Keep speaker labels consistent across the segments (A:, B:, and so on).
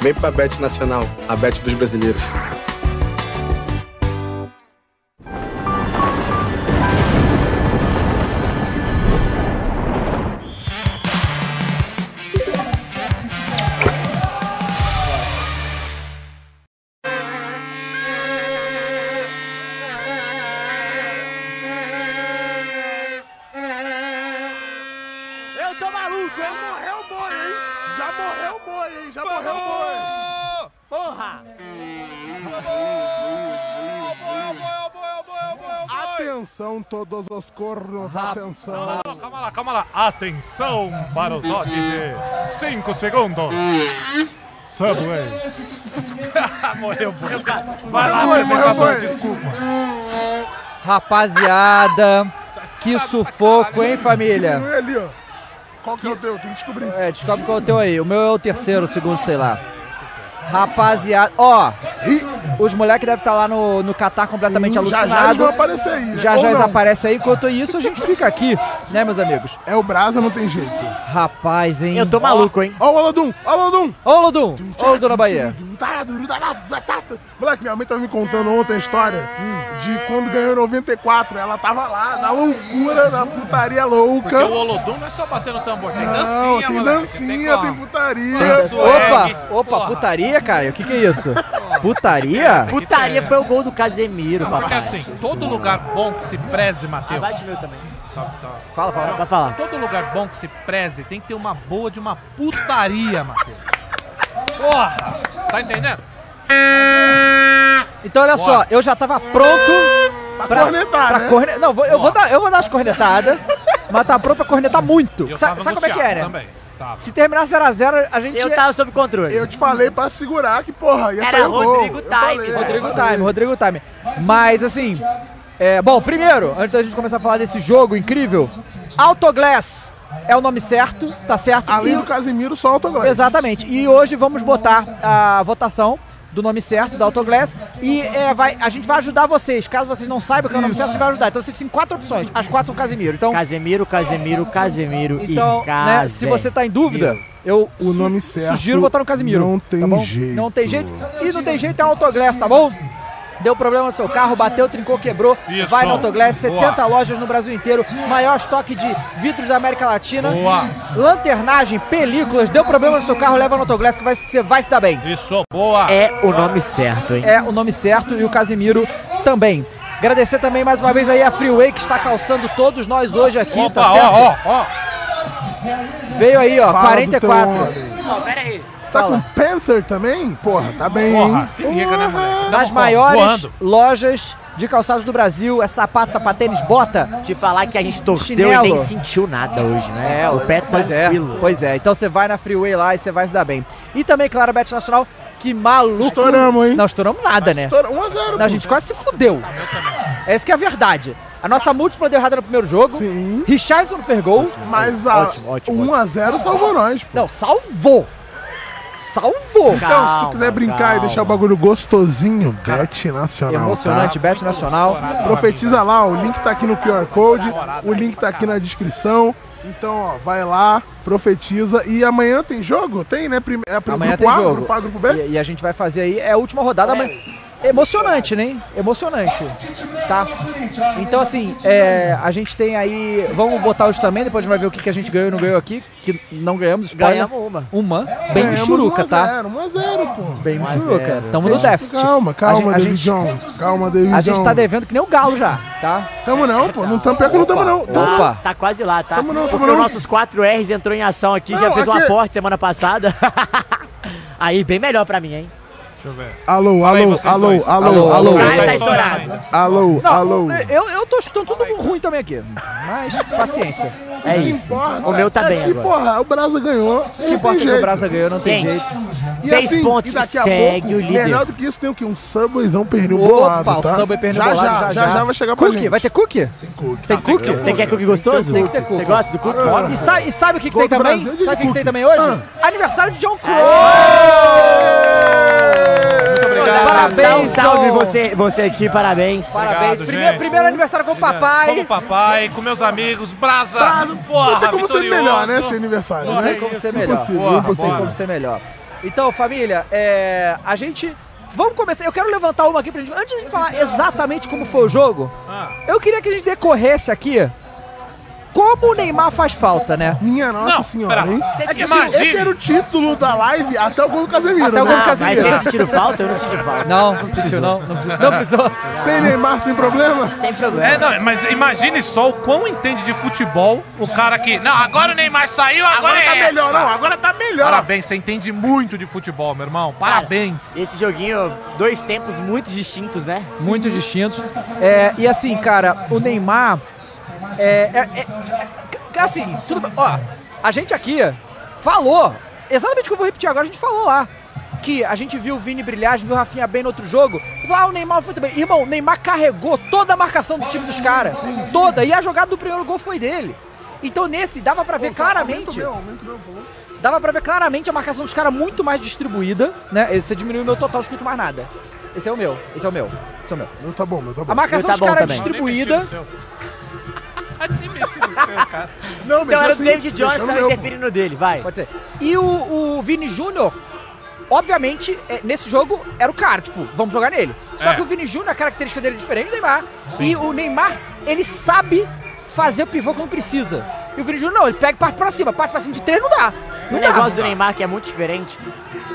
A: Vem pra Bet Nacional, a Bet dos brasileiros.
B: Eu tô maluco, hein? Morreu o boi, hein? Já morreu o boi, hein? Já morreu o boi. Porra!
C: Atenção, todos os cornos, atenção.
D: Calma lá, calma lá. Atenção para o toque de 5 segundos. Subway. Morreu, morreu. Vai lá,
B: Morreu, morreu,
D: apresentador,
B: morreu.
D: desculpa.
E: Rapaziada,
D: Tá
E: que sufoco, hein, família?
C: Continue ali, ó. Qual que é o teu? Tem que descobrir.
E: É, descobre qual é o teu aí. O meu é o terceiro, o segundo, sei lá. Rapaziada, ó, os moleques devem estar lá no, no Catar completamente
C: já já eles vão
E: alucinados.
C: aparecer aí.
E: Já
C: Ou
E: já eles
C: não.
E: aparecem aí. Enquanto isso, a gente fica aqui, né, meus amigos?
C: É o Brasa, não tem jeito.
E: Rapaz, hein?
F: Eu tô maluco, hein?
C: Ó o Olodum, ó o Olodum.
E: Ô, Ludum! Ô, Ludum na Bahia.
C: Moleque, minha mãe tava me contando ontem a história de quando ganhou em 94. Ela tava lá, na loucura, na putaria
G: Porque o
C: louca.
G: Olodum não é só batendo tambor, tem
C: Não,
G: dancinha,
C: tem
G: moleque,
C: dancinha, tem
G: como.
C: putaria.
E: Opa, opa, putaria, Caio? O que que é isso? Putaria?
F: Putaria foi o gol do Casemiro,
G: Porque
F: papai.
G: assim, todo lugar bom que se preze, Matheus.
F: Vai de meu também.
G: Tá, tá.
E: Fala, fala.
F: Vai falar.
G: Todo lugar bom que se preze tem que ter uma boa de uma putaria, Matheus. Porra! Tá entendendo?
E: Então, olha só, eu já tava pronto pra,
C: cornetar,
E: pra
C: né?
E: corne- Não, vou- eu, vou dar, eu vou dar as cornetadas, mas tá pronto pra cornetar muito.
G: Eu
E: Sa-
G: tava
E: sabe como é que é,
G: angustiado
E: né?
G: Também. Tá. Tava.
E: Se terminar 0x0, a, gente.
F: Eu tava sob controle.
C: Eu te falei pra segurar que, porra, ia
F: Era
C: sair o gol.
F: Rodrigo
C: Eu
F: Time.
C: falei, é.
E: Rodrigo
C: eu falei.
E: Time, Rodrigo Time. Mas assim. É, bom, primeiro, antes da gente começar a falar desse jogo incrível, Autoglass é o nome certo, tá certo?
C: Além
E: E-
C: do Casimiro, só o autogol.
E: Exatamente. E hoje vamos botar a votação do nome certo da Autoglass e é, vai, a gente vai ajudar vocês. Caso vocês não saibam que é o nome certo, a gente vai ajudar. Então vocês têm quatro opções. As quatro são Casimiro. Então,
F: Casemiro, Casemiro, Casemiro
E: então
F: e
E: né, se você tá em dúvida, eu
C: O nome
E: su-
C: certo
E: sugiro votar no Casimiro.
C: não
E: tá
C: tem
E: bom?
C: jeito.
E: Não tem jeito. E não tem jeito é a Autoglass, tá bom? Deu problema no seu carro, bateu, trincou, quebrou.
D: Isso.
E: Vai na Autoglass,
D: Boa.
E: 70 lojas no Brasil inteiro, maior estoque de vidros da América Latina.
D: Boa.
E: Lanternagem, películas, deu problema no seu carro, leva no Autoglass que vai- você vai se dar bem.
D: Isso, boa.
F: É o nome certo, hein?
E: É o nome certo e o Casimiro também. Agradecer também mais uma vez aí a Freeway que está calçando todos nós hoje aqui,
D: Opa,
E: tá certo?
D: ó, ó, ó.
E: Veio aí, ó,
C: Fala do teu
E: 44.
C: homem. Tá
E: Fala.
C: com Panther também? Porra, tá bem,
G: Porra,
C: hein?
G: se liga, né, moleque?
E: das
G: Tamo
E: maiores
G: voando.
E: lojas de calçados do Brasil, é sapato, sapatênis, bota.
F: Te falar que a gente torceu
E: Chinelo.
F: e nem sentiu nada hoje, né?
E: É,
F: o pé
E: pois é,
F: tranquilo.
E: pois é. Então você vai na Freeway lá e você vai se dar bem. E também, claro, a Bet Nacional, que maluco.
C: Estouramos, hein?
E: Não, estouramos nada, né?
C: Estoura- 1 a 0
E: Não, a gente quase se fudeu. Essa que é a verdade. A nossa múltipla deu errada no primeiro jogo.
C: Sim.
E: Richardson fez gol.
C: Mas a
F: Ótimo, ótimo,
C: 1 a 0 salvou nós. pô.
E: Não, salvou. Salvou.
C: Então, se tu
F: Calma,
C: quiser brincar e deixar o
F: calma.
C: bagulho gostosinho, Bet Nacional.
E: Emocionante, Bet Nacional.
C: Tá? Profetiza lá, o link tá aqui no QR Code, o link tá aqui na descrição. Então, ó, vai lá, profetiza. E amanhã tem jogo? Tem, né? Prime- É pro
E: Amanhã
C: grupo
E: tem
C: A,
E: jogo.
C: grupo A, grupo B?
E: E, e a gente vai fazer aí, é a última rodada, mas emocionante, né? Emocionante, tá? Então, assim, é, a gente tem aí... Vamos botar hoje também, depois a gente vai ver o que, que a gente ganhou e não ganhou aqui. Que não ganhamos, spoiler.
F: Ganhamos uma.
E: Uma, bem
C: Ganhamos
E: michuruca,
C: 1 a
E: tá?
C: 0, 1 a 0, pô.
E: Bem
C: 1 a
E: michuruca.
C: 0.
E: Tamo no déficit.
C: Calma, calma,
E: A gente- a
C: David
E: gente-
C: Jones. Calma, David
E: A
C: Jones.
E: gente tá devendo que nem o galo já, tá?
C: Tamo não, pô. Não tamo, pior que não tamo não.
F: Tá,
C: Tamo-
F: tá quase lá, tá?
C: Tamo não, tamo
F: Porque os
C: não.
F: nossos 4Rs entrou em ação aqui, já
C: Não,
F: fez um
C: aqui-
F: aporte semana passada. Aí, bem melhor pra mim, hein?
G: Deixa eu ver.
C: Alô,
G: Fala aí,
C: alô,
G: vocês
C: alô,
G: dois.
C: alô, alô.
F: Vai, tá
G: estourado.
C: Alô,
E: Não, é,
C: alô.
E: Eu, eu tô escutando tudo ruim também aqui. Mas, paciência.
F: É
C: Que
F: isso.
C: importa?
F: O meu tá
C: É
F: bem
C: que,
F: agora.
C: porra, o Brasa ganhou.
E: Que
C: não tem
E: importa que
C: jeito.
E: o Brasa ganhou, não tem
F: Gente,
E: jeito.
C: E
F: Seis
C: assim,
F: pontos,
C: e daqui a
F: segue
C: pouco,
F: o líder.
C: Melhor do que isso, tem o quê? Um Subwayzão pernil
E: Opa,
C: bolado, tá?
E: o samba é pernil
C: já,
E: bolado,
C: já, já, já vai chegar pra
E: cookie,
C: gente.
E: Vai ter cookie? Tem cookie?
F: Tem que é cookie gostoso?
E: Tem que ter cookie.
F: Você gosta do cookie?
E: E, sa- e sabe o que, que tem
C: Todo
E: também?
C: Brasil de
E: Sabe o que, que
C: cookie. Ah.
E: tem também hoje? Aniversário de John Crow!
F: Dá um
E: Parabéns,
F: salve
E: John.
F: você, você aqui, parabéns.
E: Parabéns.
G: Obrigado,
E: primeiro,
G: gente.
E: primeiro aniversário com o papai.
G: Como papai, com meus amigos, brasa.
C: Brasa, não tem como ser
G: vitorioso.
C: melhor, né, esse aniversário,
G: Porra,
C: né?
E: Tem como
G: isso.
E: ser melhor.
C: Impossível,
G: Porra,
E: Não tem
G: bora.
E: como ser melhor. Então, família, é, a gente. Vamos começar. Eu quero levantar uma aqui pra gente. Antes de falar exatamente como foi o jogo,
G: Ah,
E: eu queria que a gente decorresse aqui como o Neymar faz falta, né?
C: Minha nossa
G: Não,
C: senhora,
G: pera.
C: hein?
G: Você
C: É que
G: se
C: assim,
G: imagina.
C: esse era o título da live até o gol do Casemiro.
E: Até o
C: né?
E: gol do
F: Ah, mas
E: Casemiro.
F: vocês sentiram falta? Eu não senti falta.
E: Não, não precisou, não. Não precisou. Não né? precisou.
C: Sem Neymar, sem problema.
F: Sem problema.
G: é, não, mas imagine só o quão entende de futebol o cara que. Não, agora o Neymar saiu, agora,
C: Agora
G: é
C: tá melhor,
G: essa.
C: não. Agora tá melhor.
G: Parabéns, você entende muito de futebol, meu irmão.
F: Cara,
G: Parabéns.
F: Esse joguinho, dois tempos muito distintos, né?
E: muito distintos. É, e assim, cara, o Neymar. É, é- é- é- assim, tudo bem. Ó, a gente aqui falou, exatamente o que eu vou repetir agora, a gente falou lá. Que a gente viu o Vini brilhar, a gente viu o Rafinha bem no outro jogo. E falou, ah, o Neymar foi também. Irmão, o Neymar carregou toda a marcação do time dos caras. Toda. E a jogada do primeiro gol foi dele. Então nesse dava pra ver claramente. Dava pra ver claramente a marcação dos caras muito mais distribuída, né? Esse- Você diminuiu o meu total, eu escuto mais nada. Esse é o meu, esse é o meu, esse é o meu.
C: Meu tá bom, meu tá bom.
E: A marcação
F: Tá
E: dos
F: bom
E: caras é
F: também.
E: distribuída.
G: Nem mexi no seu, cara.
C: Não,
F: Então era o
C: assim,
F: David Jones
C: deixando
F: também
C: meu, pô.
F: interferindo no dele, vai.
E: Pode ser. E o, o Vini Júnior, obviamente, é, nesse jogo era o cara, tipo, vamos jogar nele. Só
G: É.
E: que o Vini Júnior, a característica dele é diferente do Neymar. E o Neymar, ele sabe fazer o pivô quando precisa. E o Vini Júnior não, ele pega e parte pra cima. Parte pra cima de três não dá.
F: O
E: Não
F: negócio
E: dá.
F: do Neymar, que é muito diferente,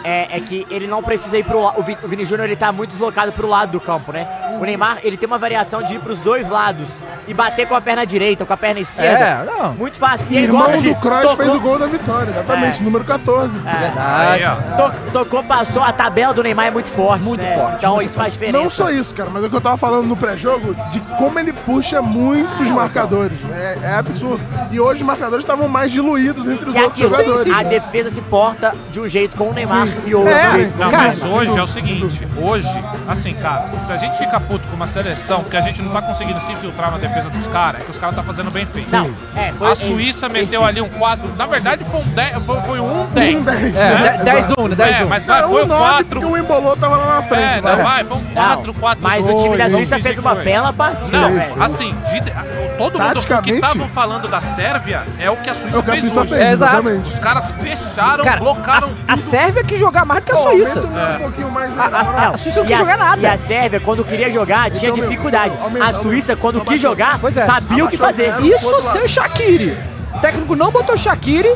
F: é, é que ele não precisa ir pro lado. O, Vi- o Vini Júnior ele tá muito deslocado pro lado do campo, né? O Neymar ele tem uma variação de ir pros dois lados e bater com a perna direita, ou com a perna esquerda.
E: É, não.
F: Muito fácil. E ele
C: Irmão
F: gosta de-
C: do Kroos
F: tocou-
C: fez o gol da vitória, exatamente,
F: É.
C: número 14.
G: Aí,
E: Verdade.
G: ó.
F: to- tocou, passou. A tabela do Neymar é muito forte.
E: Muito
F: né?
E: forte,
F: Então isso faz diferença.
C: Não só isso, cara, mas é o que eu tava falando no pré-jogo de como ele puxa muitos
F: Ah,
C: marcadores.
F: tá.
C: né? É, absurdo. E hoje os marcadores estavam mais diluídos entre os
F: E
C: outros
F: aqui,
C: jogadores.
F: a defesa se porta de um jeito com o Neymar e outro um
E: É,
F: jeito.
G: Não,
E: Cara,
G: mas hoje é o seguinte, hoje, assim, cara, se a gente fica puto com uma seleção, porque a gente não tá conseguindo se infiltrar na defesa dos caras, é que os caras tá fazendo bem feito.
F: Não, é, foi-
G: a Suíça meteu ali um 4, na verdade foi um 10, foi, foi um 10.
E: É, 10-1, né? 10-1.
G: É, mas vai,
C: Cara,
G: foi
C: um
G: um
C: 9 porque
G: 4.
C: o Embolou tava lá na frente. né?
G: É,
C: vai.
G: não, vai, foi um
F: Não,
G: 4, 4
F: mas o time da Suíça fez uma
G: pena.
F: bela partida,
G: Não,
F: velho.
G: assim, de- todo mundo o que
C: Taticamente-
G: estavam falando da Sérvia é o que a Suíça
C: É o que a
G: fez
C: Suíça
G: hoje.
C: fez,
E: É, exato.
C: exatamente.
G: Os caras fecharam,
E: Cara,
G: blocaram
E: a, a Sérvia que jogar mais do que a Suíça.
C: Aumenta um
F: é.
C: pouquinho
F: Ah,
C: mais aí,
E: A, a-
C: agora.
E: a Suíça não
F: e
E: quis jogar
F: E a
E: nada.
F: Sérvia, quando queria jogar, tinha
C: é o meu,
F: dificuldade.
C: esse é o meu.
F: a
C: Aumenta,
F: Suíça, quando
C: aumenta.
F: quis jogar,
E: Pois é.
F: sabia o que
C: Abaixou
F: fazer.
C: zero.
E: Isso sem o Shaqiri. O técnico não botou o Shaqiri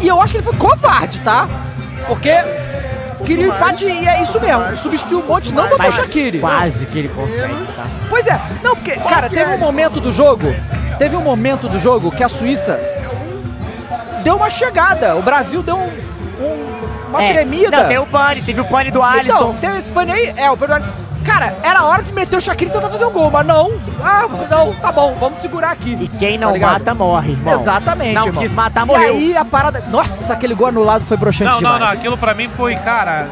E: e eu acho que ele foi covarde, tá? Porque queria o empate e é isso mesmo. Substituiu o Monte, não botou o
F: Mas
E: Shaqiri.
F: quase que ele consegue, tá?
E: Pois é. Não, porque, cara, teve um momento do jogo, teve um momento do jogo que a Suíça deu uma chegada. O Brasil deu um- um- uma
F: É.
E: tremida.
F: Não, tem o pane, teve o pane do Alisson.
E: Então, teve esse pane aí, é, o Pedro Alisson. Cara, era hora de meter o Shaqiri e tentar fazer um gol, mas não. Ah, não, tá bom, vamos segurar aqui. Tá
F: e quem não
E: ligado?
F: mata, morre, irmão.
E: Exatamente.
F: Não
E: irmão.
F: quis matar, morreu.
E: E aí a parada. Nossa, aquele gol anulado foi broxante
G: Não, não,
E: demais.
G: não, aquilo pra mim foi, cara.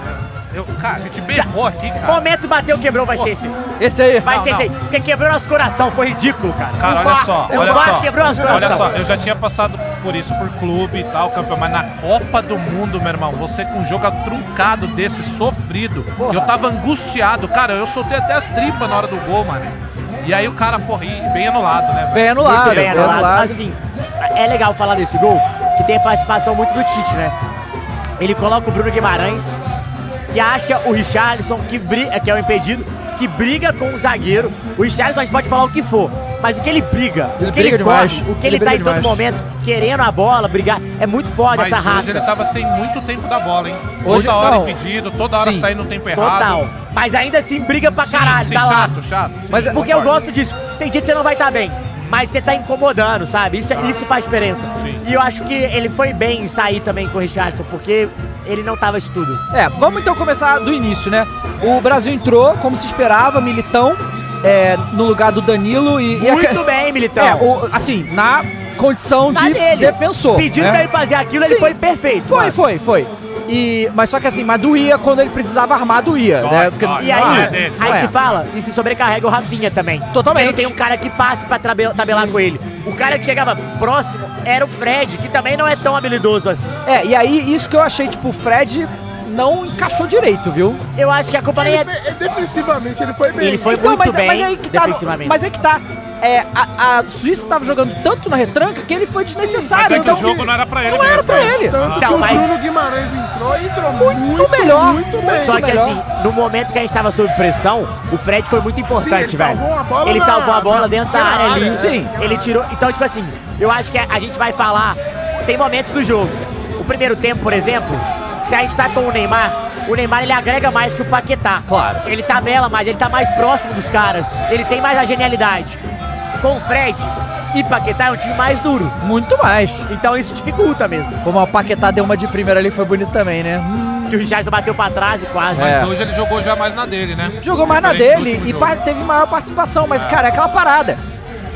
G: Eu, cara, a gente berrou aqui, cara.
F: Momento bateu, quebrou, vai ser esse.
E: Esse aí.
F: Vai
G: Não,
F: ser esse aí.
G: não.
F: Porque quebrou nosso coração, foi ridículo, cara.
G: Cara,
F: O
G: olha
F: VAR-
G: só,
F: o
G: olha
F: VAR
G: só.
F: quebrou nosso
G: Olha
F: coração.
G: só, eu já tinha passado por isso por clube e tal, campeão, mas na Copa do Mundo, meu irmão, você com um jogo truncado desse, sofrido, eu tava angustiado, cara, eu soltei até as tripas na hora do gol, mano. E aí o cara, porra, e bem anulado, né?
E: Bem anulado.
F: Muito bem
E: bem
F: anulado. Assim, é legal falar desse gol, que tem a participação muito do Tite, né? Ele coloca o Bruno Guimarães que acha o Richarlison, que, bri- que é o impedido, que briga com o zagueiro. O Richarlison a gente pode falar o que for, mas o que ele briga,
G: Ele
F: o que ele
G: briga
F: corre,
G: demais.
F: o que
G: Ele
F: ele, tá
G: briga
F: em
G: demais.
F: todo momento querendo a bola, brigar, é muito foda
G: Mas
F: essa
G: hoje
F: raça.
G: ele tá tava sem muito tempo da bola, hein?
F: Hoje-
G: toda hora
F: não.
G: impedido, toda hora
F: Sim.
G: saindo no tempo errado.
F: Total. Mas ainda assim briga pra caralho,
G: sim,
F: tá lá.
G: chato, chato, sim,
E: é,
F: Mas, porque eu
G: concordo.
F: gosto disso. Tem dia que você não vai estar bem, mas você tá incomodando, sabe? Isso, é,
E: Ah.
F: isso faz diferença. E eu acho que ele foi bem em sair também com o Richardson, porque ele não tava isso tudo.
E: É, vamos então começar do início, né? O Brasil entrou, como se esperava, Militão é, no lugar do Danilo e... e
F: Muito bem, Militão.
E: É, o- assim, na condição
F: Na
E: de
F: dele.
E: defensor.
F: Pediram
E: né?
F: pra ele fazer aquilo, ele foi perfeito,
E: Foi,
F: mano.
E: foi, foi. E, mas só que assim, mas doía quando ele precisava armar, doía, né? Porque,
F: E aí,
E: Ah,
F: aí
E: é.
F: te fala, e se sobrecarrega o Rafinha também.
E: Totalmente.
F: Porque Não tem um cara que passe pra trabe- tabelar com ele. O cara que chegava próximo era o Fred, que também não é tão habilidoso assim.
E: É, e aí isso que eu achei, tipo, o Fred não encaixou direito, viu?
F: Eu acho que a culpa é-
C: Ele fe- ele defensivamente ele foi bem.
E: Então, mas, mas aí que tá, Mas aí que tá. É, a, a Suíça tava jogando tanto na retranca que ele foi
F: ah,
E: desnecessário.
C: Mas é que
E: então,
C: o jogo não era pra ele
E: Não era
C: mesmo,
E: pra
C: né?
E: ele.
C: Tanto Então, que o mas- Bruno Guimarães entrou e entrou muito,
E: melhor.
C: muito bem.
F: Só que
C: Melhor.
F: assim, no momento que a gente tava sob pressão, o Fred foi muito importante,
C: Sim, ele
F: velho.
C: salvou a bola
F: ele
C: na-
F: salvou a bola
C: na-
F: dentro da
C: na
F: área
C: área,
F: ali.
C: né? Sim.
F: Ele tirou. Então, tipo assim, eu acho que a, a gente vai falar. Tem momentos do jogo. O primeiro tempo, por exemplo, se a gente tá com o Neymar, o Neymar ele agrega mais que o Paquetá. Claro. Ele tabela mais, ele tá mais próximo dos caras, ele tem mais a genialidade. Com o Fred e Paquetá é um time mais duro.
E: Muito mais.
F: Então isso dificulta mesmo.
E: Como o Paquetá deu uma de primeira ali, foi bonito também, né? Hum.
F: Ah. Que o Richardson bateu pra trás e quase.
G: Mas
E: É.
G: hoje ele jogou já mais na dele, né?
C: é
E: Jogou mais na
G: Diferente do
E: dele
G: último
E: e
G: jogo.
E: par- teve maior participação, mas,
G: É.
E: cara, é aquela parada.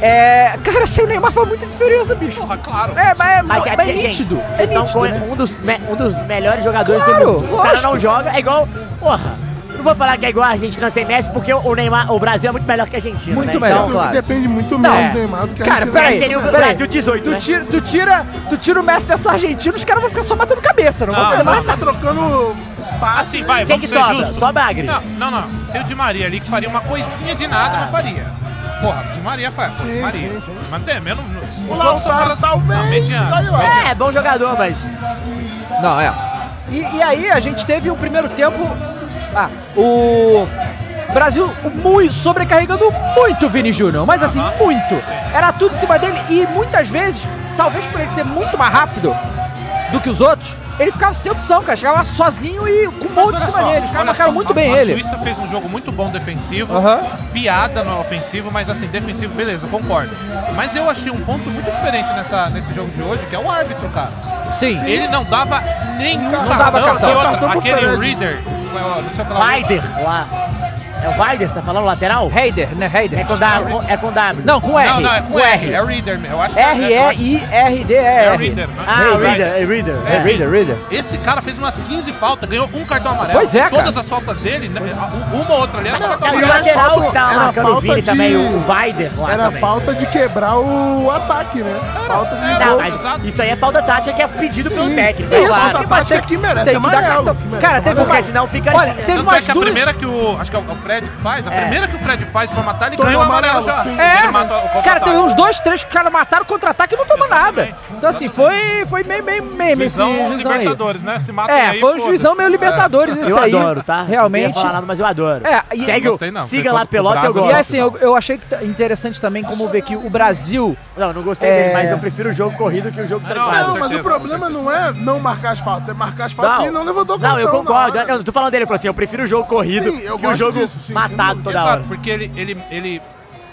E: É. Cara, sem o Neymar faz muita diferença, bicho. Porra,
G: claro.
E: É, mas é,
F: Mas é,
E: mas é
F: gente,
E: nítido.
F: Vocês
E: É
F: estão
E: nítido,
F: com
E: né?
F: um, dos, me- um dos melhores jogadores
E: Claro,
F: do mundo. O cara
E: lógico.
F: não joga, é igual. Porra, não vou falar que é igual a Argentina sem Messi, porque o Neymar, o Brasil é muito melhor que a Argentina. né?
E: Muito melhor, claro.
C: Depende muito
E: Não,
C: menos do Neymar do que a
E: cara,
C: Argentina.
E: peraí.
F: Seria o
E: peraí.
F: Brasil 18,
E: Tu,
F: né?
E: tira, tu, tira, tu tira o Messi dessa Argentina, os caras vão ficar só matando cabeça, não, vão fazer mais
C: tá
E: nada.
C: trocando passe.
G: Ah, Assim, vai,
E: Quem
G: vamos
E: que
G: ser
E: sobra?
G: justos.
E: Sobra Agri.
G: Não, não, não. Tem o Di Maria ali que faria uma coisinha de nada, mas faria. Porra, Di Maria faz. Di Maria. Mas tem, menos.
C: O Lautaro
G: Não,
C: talvez.
G: mediano,
C: olha lá.
G: mediano.
F: É, bom jogador, mas.
E: Não, é. E, e aí a gente teve um primeiro tempo. Ah, o. Brasil muito, sobrecarregando muito o Vini Júnior, mas assim, muito. Era tudo em cima dele e muitas vezes, talvez por ele ser muito mais rápido do que os outros, ele ficava sem opção, cara. Chegava sozinho e com um monte em
G: Olha
E: cima
G: só,
E: dele. Os caras
G: olha
E: marcaram
G: só,
E: muito
G: a-
E: bem
G: a
E: ele.
G: Suíça fez um jogo muito bom defensivo,
E: Aham.
G: piada no ofensivo, mas assim, defensivo, beleza, concordo. Mas eu achei um ponto muito diferente nessa, nesse jogo de hoje, que é o árbitro, cara.
E: Sim.
G: Ele não dava nenhum
E: Não
G: cartão.
E: dava cartão.
G: E outra,
E: Cartão pro
G: aquele
E: Fred.
G: Reader, não sei falar.
F: Weider lá. É o Weider, você tá falando lateral?
E: Heider, né? Heider.
F: É com W. É com W.
E: Não, com R.
G: Não, não, é com R, é o Reader, eu acho que é-
E: R-E-I-R-D-E-R.
G: É o Reader, né?
F: Ah, o Reader, é Reader.
E: É, Reader, Reader.
G: Esse cara fez umas 15 faltas, ganhou um cartão amarelo.
E: Pois é,
G: Todas
E: cara.
G: as faltas dele, né, uma ou outra ali, era um cartão
F: é o
C: E
G: amarelo.
C: era
F: lateral
C: falta-
F: que tava
C: era
F: marcando o
C: falta
F: Vini
C: de-
F: também, o- o Weider lá
C: Era
F: também.
C: falta de quebrar o ataque, né? Falta de
F: Não,
C: gol.
F: mas isso aí é falta tática que é pedido pelo técnico.
C: Isso,
F: claro.
C: falta tática que merece é
E: tem que dar
C: amarelo.
E: cartão.
C: que merece é
E: Cara, teve
C: amarelo.
F: Porque senão fica
E: Olha,
F: assim, né?
E: teve
G: Tanto é
E: mais
G: que a
E: duas.
G: primeira que o. Acho que é o Fred que faz, a
F: É.
G: primeira que o Fred faz pra matar, ele
C: Toma
G: ganha o amarelo, já.
C: amarelo, sim.
G: Ele mata o
E: É, cara,
G: contra-ataque.
E: teve uns dois, três que os caras mataram contra-ataque e não toma nada. Então, assim, foi, foi meio, meio, meio, meio esse
G: Juizão
E: juizão aí.
G: Libertadores, né? Se mata É.
E: É, foi um juizão meio Libertadores esse
F: Eu
E: aí.
F: adoro, tá? Não
E: Realmente.
F: queria falar nada, mas eu adoro.
E: É, e-
F: Segue, o-
E: Gostei
G: não,
F: siga
G: foi
F: lá
G: contra o
F: Pelota, eu
G: Brasil,
F: gosto.
E: E assim, eu, eu achei que tá interessante também como ver que o Brasil. É.
F: Não, não gostei dele, mas eu prefiro o jogo corrido que o jogo trancado.
C: Não, mas o problema não é não marcar as faltas, é marcar as faltas e não levantou o
F: Não,
C: cartão.
F: eu concordo.
C: na
F: Eu
C: hora.
F: não tô falando dele, eu falo assim, eu prefiro o jogo corrido
C: Sim, eu
F: que o
C: gosto
F: jogo
C: disso, sim, sem
F: matado toda
G: Exato,
F: hora.
G: porque ele, ele, ele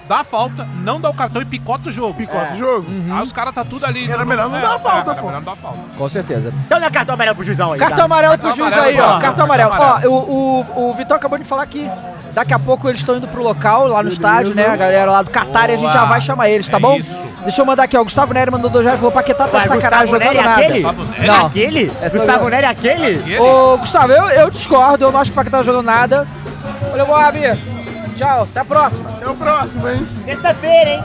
G: dá a falta, não dá o cartão e picota o jogo.
E: É.
C: Picota o jogo.
G: Aí os caras tá tudo ali.
C: Era melhor não
G: é,
C: dar a falta,
G: era
C: pô.
G: melhor não dar a falta.
E: Uhum. Com certeza.
F: Então dá cartão amarelo pro Juizão aí.
E: Cartão
F: tá?
E: amarelo
G: Cartão
E: pro juiz
G: amarelo,
E: aí, ó.
G: porra.
E: Cartão amarelo.
G: Cartão
E: Ó, o, o, o Vitão acabou de falar que daqui a pouco eles estão indo pro local, lá no estádio, né? A galera lá do Catar e a gente
G: Boa.
E: já vai chamar eles, tá
G: É
E: bom?
G: isso.
E: Deixa eu mandar aqui, ó. O Gustavo Nery mandou dois reais e falou: Paquetá tá
F: Vai,
E: de sacanagem
F: Gustavo
E: jogando
F: Nery,
E: nada.
F: aquele?
E: Não.
F: Aquele?
E: É só
F: Gustavo
E: jogar.
F: Nery, aquele?
E: Ô, Gustavo, eu, eu discordo, eu não acho que o Paquetá tá jogando nada. Valeu, Boab. Tchau, até a próxima.
C: É o próximo, hein?
F: Sexta-feira, hein?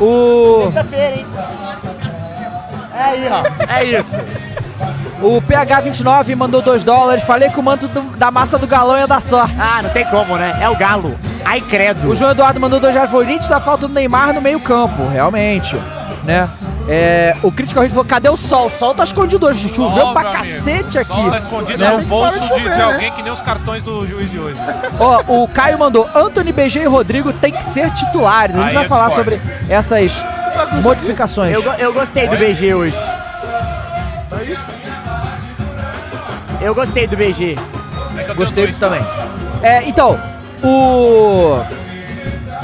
E: O,
F: Sexta-feira, hein? É aí, ó. É isso.
E: o PH29 mandou 2 dólares. Falei que o manto do- da massa do galão ia dar sorte.
F: Ah, não tem como, né? É o galo. Ai, credo.
E: O João Eduardo mandou 2 reais. Falou, da falta do Neymar no meio campo. Realmente, né? É, o Critical Hit falou, cadê o sol? O sol tá escondido hoje, choveu
G: Ó,
E: pra
G: meu amigo,
E: cacete aqui.
G: Sol tá escondido
E: né?
G: no bolso de, de
E: né?
G: alguém que nem os cartões do juiz de hoje.
E: Ó, o Caio mandou, Anthony BG e Rodrigo tem que ser titulares. A gente
G: Aí
F: é
E: vai
G: eu
E: falar
G: discordo.
E: sobre essas modificações.
F: Eu, go- eu gostei do BG hoje. Eu gostei do BG.
E: Gostei também. É, então, o.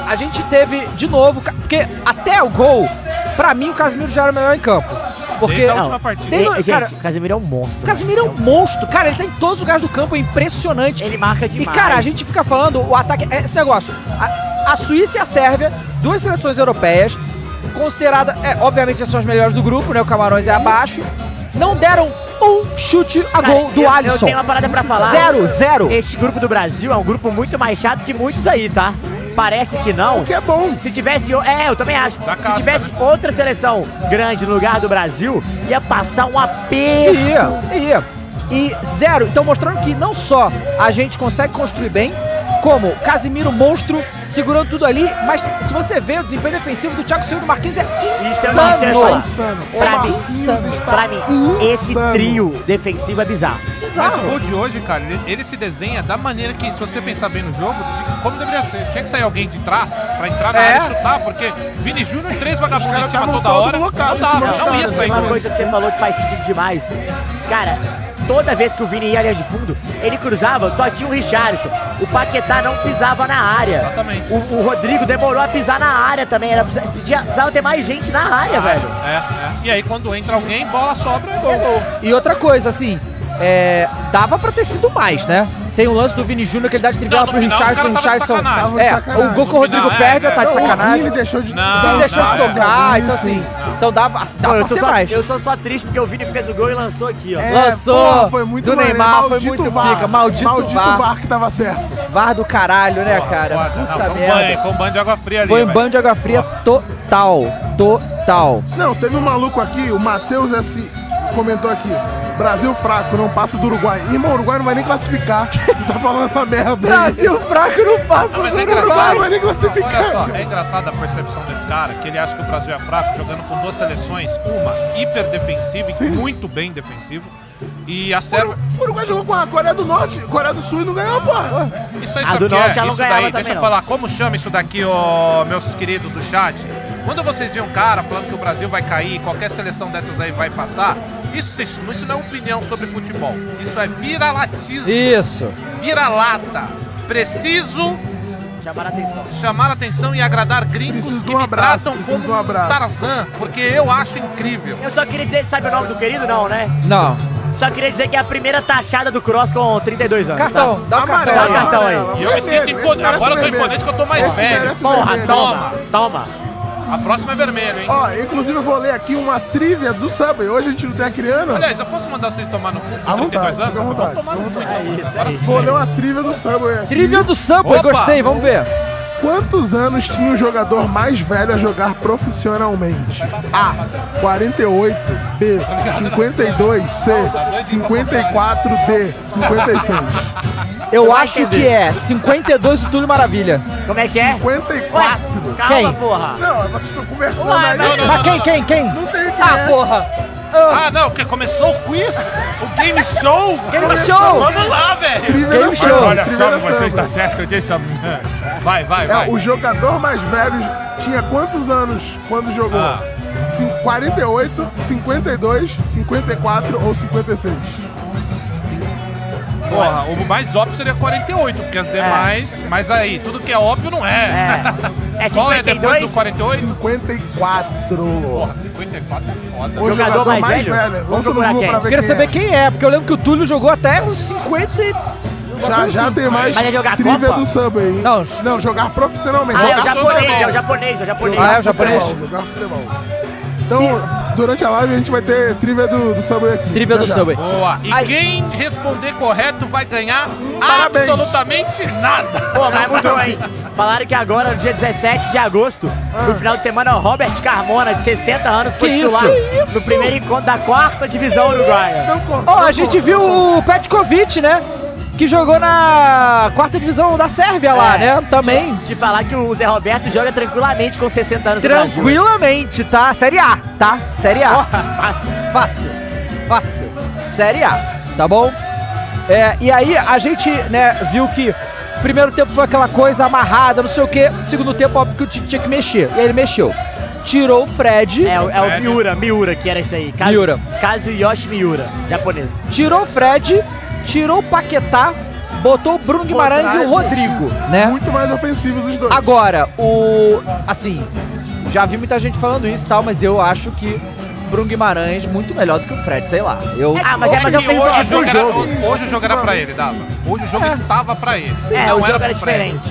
E: A gente teve de novo. ca- Porque até o gol, pra mim, o Casimiro já era o melhor em campo. Porque.
F: Desde a última
E: Não,
F: partida.
E: desde-
F: Eh, gente,
E: cara,
F: o Casemiro é um monstro.
E: o Casimiro é um monstro. Cara, ele tá em todos os lugares do campo, é impressionante. Ele
F: marca
E: E, cara, a gente fica falando o ataque. é Esse negócio. A, a Suíça e a Sérvia, duas seleções europeias, consideradas. É, obviamente, essas são as melhores do grupo, né? O Camarões é abaixo. Não deram um chute a
F: Cara,
E: gol do
F: eu,
E: Alisson.
F: Eu tenho uma parada pra falar.
E: Zero, zero.
F: Este grupo do Brasil é um grupo muito mais chato que muitos aí, tá? Parece que não. O que é bom. Se tivesse. o- É, eu também acho. Se tivesse outra seleção grande no lugar do Brasil, ia passar um aperto.
E: Ia, ia. E zero. Então mostrando que não só a gente consegue construir bem, como Casimiro monstro segurando tudo ali, mas se você vê o desempenho defensivo do Thiago Silva e do Marquinhos é
F: Isso é
E: insano.
F: insano.
E: Insano.
F: Pra mim,
E: Insano.
F: pra mim esse
E: um,
F: trio defensivo é bizarro.
G: Mas o gol de hoje, cara, ele, ele se desenha da maneira que, se você pensar bem no jogo, de como deveria ser. Tinha que sair alguém de trás pra entrar na
F: É.
G: área e chutar, porque Vini Júnior e três vagabundos
C: tá
G: em cima
F: Estavam
G: toda
F: todos
G: hora. Não
F: blocados,
G: dava,
F: esse
G: não ia
F: machucado.
C: né?
G: sair
F: Uma
G: gol.
F: coisa que você falou que faz sentido demais. Cara, toda vez que o Vini ia à linha de fundo, ele cruzava, só tinha o Richarlison. O Paquetá não pisava na área.
G: Exatamente.
F: O, o Rodrigo demorou a pisar na área também. Era, precisa- tinha- precisava ter mais gente na
G: Ah,
F: área, velho.
G: É, é. E aí quando entra alguém, bola sobra e gol.
E: E outra coisa, assim, é, dava pra ter sido mais, né? Tem o lance do Vini Júnior que ele dá de trivela
G: no
E: pro
G: final, os
E: Richardson.
G: caras tava de
E: Richardson
G: sacanagem. Tava de
E: é, o gol que o
G: No
E: Rodrigo
G: final, é,
E: perde,
G: é.
E: tá de
G: Não, o
E: sacanagem.
G: Vini deixou de-
E: Não,
G: não,
E: deixou de
G: não,
E: tocar,
G: é.
E: então assim.
G: Não.
E: Então dava,
F: Pô,
E: dava
F: eu,
E: pra
F: sou
E: ser
F: só,
E: mais.
F: eu sou só triste porque o Vini fez o gol e lançou aqui, ó.
E: É, Lançou
F: Pô,
E: do
F: maneiro.
E: Neymar, foi
F: Maldito
E: muito
F: VAR.
E: pica. Maldito,
F: Maldito VAR
E: que tava certo. VAR do caralho, né, cara? Puta
G: Não, foi, um
E: merda.
G: banho, foi um banho de água fria ali.
E: Foi um
G: velho.
E: banho de água fria total. Total.
C: Não, teve um maluco aqui, o Matheus S. comentou aqui. Brasil fraco, não passa do Uruguai. Irmão, o Uruguai não vai nem classificar. tá falando essa merda.
E: Brasil fraco não passa
G: Não, mas é engraçado. Olha só, é engraçada a percepção desse cara, que ele acha que o Brasil é fraco jogando com duas seleções, uma hiper defensiva e muito bem defensivo, e a Sérvia.
C: O Uruguai jogou com a Coreia do Norte, Coreia do Sul e não ganhou, porra.
G: Isso aí sabe o que é? Isso daí, deixa eu falar, como chama isso daqui, ó, meus queridos do chat? Quando vocês veem um cara falando que o Brasil vai cair, qualquer seleção dessas aí vai passar, isso, vocês- isso não é opinião sobre futebol. Isso é viralatismo.
E: Isso.
G: Vira-lata. Preciso
F: chamar a atenção.
G: Chamar a atenção e agradar gringos que
C: um
G: me tratam como Tarzan, porque eu acho incrível.
F: Eu só queria dizer, sabe o nome do querido? Não, né?
E: Não.
F: Só queria dizer que é a primeira taxada do Cross com 32 anos.
E: Cartão,
F: tá?
E: dá o cartão
F: Dá
E: aí.
F: o cartão aí.
G: E eu me sinto imponente. Agora eu tô imponente que eu tô mais velho.
F: Porra, toma, toma.
G: A próxima é vermelho, hein?
C: Ó, inclusive eu vou ler aqui uma trivia do Subway. Hoje a gente não tem a criança.
G: Aliás, eu posso mandar vocês tomar no cu
C: À
G: com 32
C: vontade,
G: anos?
C: fica à
G: Vamos
C: vontade.
G: tomar no cu,
F: É
G: então. Agora sim.
C: Vou ler uma trivia do Subway aqui.
E: Trivia do Subway,
C: Opa!
E: gostei, vamos ver.
C: Quantos anos tinha o jogador mais velho a jogar profissionalmente? A. 48. B. 52. C. 54. D. 56.
E: Eu acho que é 52 do Túlio Maravilha.
F: Como é que é?
C: 54.
E: Quem?
C: Não, vocês estão conversando
E: Ué,
C: aí.
E: mas- Não, não, mas não, quem, quem, quem? Não
C: tem quem
E: Ah,
C: é.
E: porra.
G: Ah, não, que começou o quiz? O game show?
E: Game
G: Começou.
E: show.
G: Vamos lá, velho!
C: Game
G: Mas
C: show.
G: Olha só,
C: Primeira
G: você
C: samba.
G: está certo, eu disse. a- Vai, vai,
C: É,
G: vai.
C: o jogador mais velho tinha quantos anos quando jogou?
G: Ah.
C: Cin- 48, 52, 54 ou 56?
G: Porra, o mais óbvio seria 48, porque as demais. Mas aí, tudo que é óbvio não é.
F: É. É
G: Qual é depois do 48?
F: 52?
C: 54.
G: Porra, 54 é foda.
C: O jogador mais velho? Vamos procurar quem?
E: Eu queria saber quem é, porque eu lembro que o Túlio jogou até uns 50 e... uma
C: Já,
E: coisa
C: já
E: assim.
C: tem mais trivia do Subway. hein?
E: Não,
C: Não, jogar profissionalmente.
F: Ah, é
C: jogar
F: o japonês,
C: futebol.
F: é o japonês, é o japonês.
G: Ah,
C: Jogar futebol, Jogar futebol. Então, durante a live a gente vai ter trivia do, do Subway aqui.
E: Trivia
C: Já,
E: do
C: já.
E: Subway.
G: Boa. E quem responder correto vai ganhar
F: Parabéns.
G: absolutamente nada.
F: Pô, mas é mudou, hein? Falaram que agora, no dia 17 de agosto, no final de semana, o Robert Carmona, de 60 anos, foi
E: Ah. Que
F: titular
E: isso? Que
F: no
E: isso?
F: primeiro encontro da quarta divisão uruguaia.
E: Ó, a gente viu o Petkovic, né? que jogou na quarta divisão da Sérvia lá,
C: É.
E: né? Também.
F: De falar que o Zé Roberto joga tranquilamente com 60 anos no Brasil.
E: Tranquilamente, tá? Série A, tá? Série A.
F: fácil.
E: Fácil. Fácil. Série A, tá bom? É, e aí a gente, né, viu que primeiro tempo foi aquela coisa amarrada, não sei o quê. Segundo tempo, óbvio que o Tite tinha que mexer. E aí ele mexeu. Tirou o Fred.
F: É, o- é o Miura, Miura que era isso aí. Kazu-
E: Miura.
F: Kazuyoshi Miura, japonês.
E: Tirou o Fred, tirou o Paquetá, botou o Bruno Guimarães e o Rodrigo, né?
C: Muito mais ofensivos os dois.
E: Agora, o. Assim, já vi muita gente falando isso e tal, mas eu acho que Bruno Guimarães muito melhor do que o Fred, sei lá. Eu,
F: Ah, mas é- mas é
G: E hoje o
F: ofensivo
G: jogo,
F: pro
G: era,
F: jogo.
G: hoje o jogo era pra ele, Dava. Hoje o jogo estava pra ele.
F: Ah. É,
G: não
F: o jogo
G: pro Fred.
F: era diferente.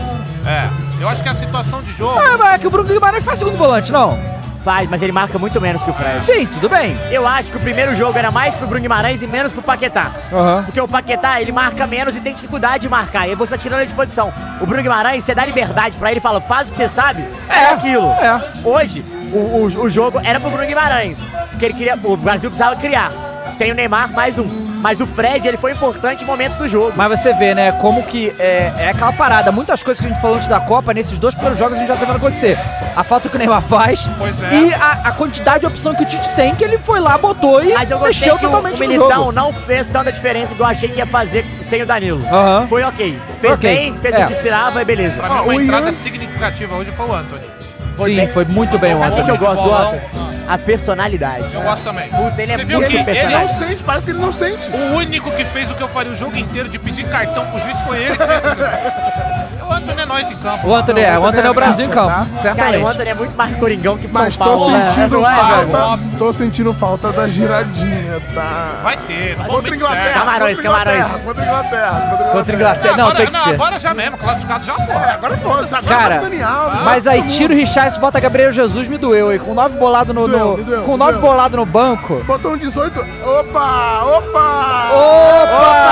G: É, eu acho que a situação de jogo.
E: Ah, mas é que o Bruno Guimarães faz segundo volante, não?
F: Faz, mas ele marca muito menos que o Fred.
E: Sim, tudo bem.
F: Eu acho que o primeiro jogo era mais pro Bruno Guimarães e menos pro Paquetá.
E: Aham.
F: Porque o Paquetá, ele marca menos e tem dificuldade de marcar. E você tá tirando ele de posição. O Bruno Guimarães, você dá liberdade pra ele e fala, faz o que você sabe, é, aquilo.
E: É.
F: Hoje, o, o, o jogo era pro Bruno Guimarães. Porque ele queria, o Brasil precisava criar. Sem o Neymar, mais um. Mas o Fred, ele foi importante em momentos do jogo.
E: Mas você vê, né, como que é, é aquela parada. Muitas coisas que a gente falou antes da Copa, nesses dois primeiros jogos a gente já tá vendo acontecer. A falta que o Neymar faz
G: Pois é.
E: e a, a quantidade de opção que o Tite tem, que ele foi lá, botou e
F: Mas eu gostei
E: mexeu
F: que o,
E: totalmente
F: o
E: no
F: Militão
E: jogo.
F: não fez tanta diferença igual eu achei que ia fazer sem o Danilo.
E: Aham.
F: Foi ok. Fez
E: Ok.
F: bem, fez
E: É.
F: o que esperava e beleza.
G: Pra mim,
C: o
G: uma entrada assim,
C: Ian-
G: significativa hoje foi o Anthony.
F: foi
E: Sim,
F: bem.
E: foi muito bem
F: Sabe o que
E: ontem.
F: eu gosto do
G: Bolão.
F: Otto? A personalidade.
G: Eu gosto também.
F: Puta, ele é
G: Você viu
F: muito
G: que ele é
C: Não
F: personagem.
C: sente, parece que ele não sente.
G: o único que fez o que eu faria o jogo inteiro de pedir cartão pro juiz foi ele. que fez isso. o Anthony é nós em campo.
E: O Antônio é, o Antônio é o Brasil em
G: Tá?
E: campo,
F: Cara, o
E: certamente.
F: Antônio é muito mais coringão que
C: Mas
F: São
C: tô
F: Paulo. né?
C: sentindo
F: Não é, velho?
C: falta.
G: óbvio.
C: Tô sentindo falta da giradinha, tá?
G: Vai ter, no
C: Contra
G: momento
C: Inglaterra.
G: certo.
F: Camarões,
C: contra Inglaterra,
F: Camarões.
C: Contra Inglaterra. É,
E: Contra a Inglaterra, não,
G: Agora,
E: tem que
G: não,
E: ser.
G: agora já mesmo, classificado já, porra.
C: Agora foda-se, agora
E: Cara,
C: tá Daniel, né?
E: mas aí
C: Todo
E: tira o Richardson, bota Gabriel Jesus, me doeu aí. Com nove bolado no.
C: Doeu,
E: no-
C: me doeu,
E: com
C: me
E: nove
C: doeu.
E: bolado no banco.
C: mundo- Botou um 18. Opa, opa!
E: Opa!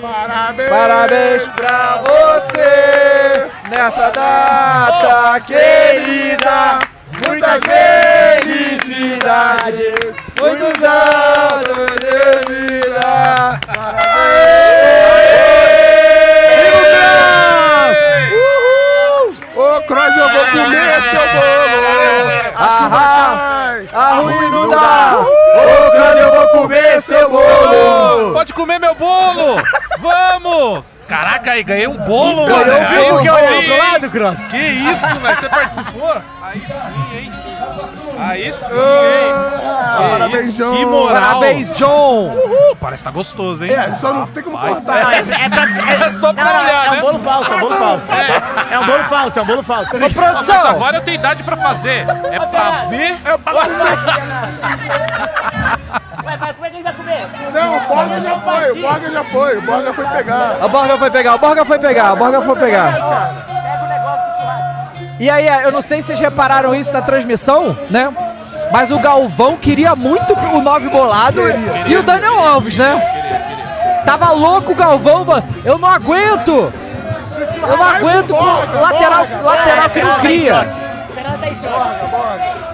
C: Parabéns!
E: Parabéns pra você nessa data querida. Muitas felicidades, muitos anos de vida.
C: Ô, Cross, eu vou comer seu bolo!
E: Aham.
C: Vai.
E: A ruim não dá.
C: Ô, Cross, eu vou comer seu bolo!
G: Pode comer meu bolo! Vamos! Caraca, aí ganhei um bolo, mano. É
E: Ganhou um
G: Aí
E: bolo,
G: sim,
E: que
F: olhou
G: hein?
F: pro lado, Cross?
G: Que isso, velho? Você participou? Aí sim, hein? Aí sim, hein? Que,
C: Parabéns,
G: isso,
C: João.
G: que moral!
E: Parabéns, John.
G: Uhul, parece que tá gostoso, hein?
C: É, só não tem como
G: Rapaz.
C: cortar.
F: Não, é, é pra- é-
G: É só pra
F: não,
G: olhar,
F: é um
G: né?
F: bolo falso, é um bolo falso. É um bolo falso, é um bolo falso.
E: Ô,
G: Ah, Mas
E: produção.
G: agora eu tenho idade pra fazer. É pra ver.
F: Ué, mas como é que ele vai comer?
C: Não, o Borga já foi, o Borga já foi, o Borga foi pegar.
E: O Borga foi pegar, o Borga foi pegar, o Borga foi pegar.
F: Pega o negócio do churrasco.
E: E aí, é, eu não sei se vocês repararam isso na transmissão, né? Mas o Galvão queria muito o 9 bolado e o Daniel Alves, né? Tava louco o Galvão, mano. Eu não aguento! Eu não aguento com lateral, lateral que não cria.
F: O Fernando tá em choque.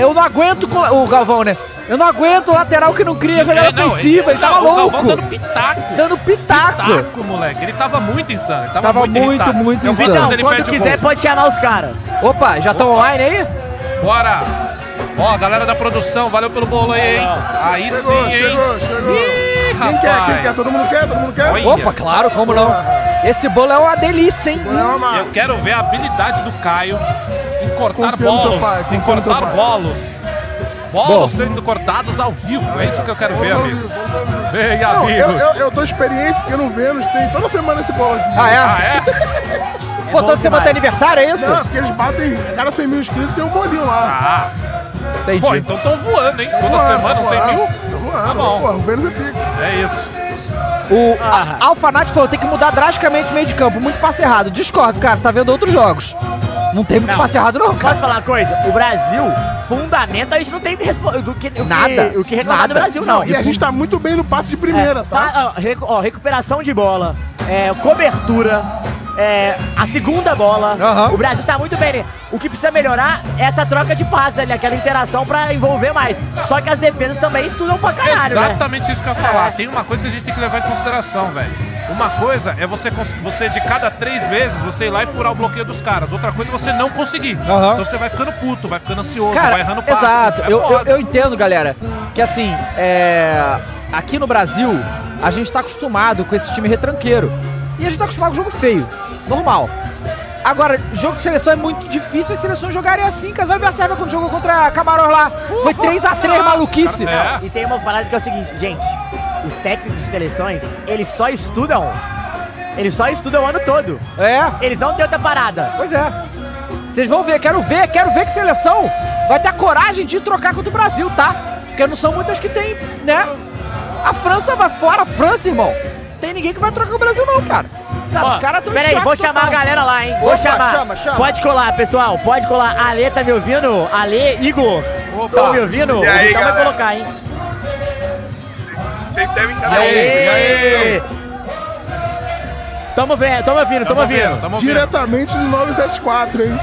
E: Eu não aguento com o Galvão, né? Eu não aguento lateral que não cria jogada
G: É, não,
E: ofensiva, ele tava
G: o Galvão
E: louco.
G: dando pitaco.
E: Dando pitaco.
G: Pitaco, moleque. Ele tava muito insano. Ele tava,
E: Tava muito,
G: irritado. um
E: muito
G: Eu vi
E: insano.
G: quando
F: Então,
G: ele
F: quando
G: perde o
F: quiser,
G: gol.
F: pode chamar os caras.
E: Opa, já estão online aí?
G: Bora! Ó, galera da produção, valeu pelo bolo aí, hein? Aí
C: Chegou,
G: sim, hein?
C: chegou, chegou. Quem quer,
G: rapaz.
C: quem quer? Todo mundo quer, todo mundo quer?
G: Oi.
E: Opa, claro, como não? Esse bolo é uma delícia, hein?
C: Calma.
G: Eu quero ver a habilidade do Caio em cortar
C: Confia no teu
G: bolos.
C: pai,
G: em
C: confia no teu
G: cortar
C: pai.
G: bolos. Bolos sendo cortados ao vivo. É isso que eu quero ver, amigos. Vem,
C: Não, eu,
G: amigos.
C: eu, eu tô experiente porque no Vênus tem toda semana esse bolo aqui.
E: Ah, é?
G: Ah, é?
E: Pô, toda semana tem aniversário, é isso?
C: Não, porque eles batem, cada 100 mil inscritos tem um bolinho lá.
G: Ah,
E: Entendi.
G: pô, então tão voando, hein? Toda
C: Voando,
G: semana, 100
C: voando,
G: mil.
C: voando.
G: Tá bom.
C: Pô, o Vênus é pica.
G: É isso.
E: O a- Alfanati falou tem que mudar drasticamente o meio de campo. Muito passe errado. Discordo, cara. Você tá vendo outros jogos. Não tem muito
F: Não.
E: passe errado, não, cara.
F: Posso falar uma coisa? O Brasil, fundamento, a gente não tem respo- do que, o que-
E: Nada,
F: o que reclamar
E: nada.
F: do Brasil, não.
C: E a gente tá muito bem no passe de primeira,
F: É,
C: tá?
F: pa- ó, recu- ó, recuperação de bola, é, cobertura, é, a segunda bola. O Brasil tá muito bem. né? O que precisa melhorar é essa troca de passes ali, aquela interação pra envolver mais. Só que as defesas também estudam pra caralho, né?
G: Exatamente isso que eu ia falar. Tem uma coisa que a gente tem que levar em consideração, velho. Uma coisa é você, cons- você de cada três vezes, você ir lá e furar o bloqueio dos caras. Outra coisa é você não conseguir. Então você vai ficando puto, vai ficando ansioso, vai errando passe.
E: Exato,
G: É
E: eu, eu,
G: foda.
E: eu entendo, galera, que assim, é, aqui no Brasil, a gente tá acostumado com esse time retranqueiro. E a gente tá acostumado com jogo feio, normal. Agora, jogo de seleção é muito difícil as seleções jogarem assim, cara. Vai ver a Sérvia quando jogou contra a Camarões lá. Foi
F: Uhum.
E: 3x3, maluquice.
F: Não, E tem uma parada que é o seguinte, gente, os técnicos de seleções, eles só estudam. Eles só estudam o ano todo.
E: É.
F: Eles não têm outra parada.
E: Pois é. Vocês vão ver, quero ver, quero ver que seleção vai ter a coragem de trocar contra o Brasil, tá? Porque não são muitas que tem, né? A França vai fora, a França, irmão. Tem ninguém que vai trocar com o Brasil, não, cara. Sabe,
F: Ó,
E: os caras tão
F: Peraí,
E: chatos
F: vou chamar a
E: total.
F: galera lá, hein? Vou
E: Opa,
F: chamar.
E: Chama, chama.
F: Pode colar, pessoal. Pode colar. Ale tá me ouvindo? Ale, Igor.
H: Opa.
F: Tá me ouvindo?
H: E aí,
F: então vai
H: galera?
F: colocar, hein?
H: Vocês devem estar
F: Aê! Tamo vendo, tamo ouvindo, tamo ouvindo.
C: Diretamente do 974, hein?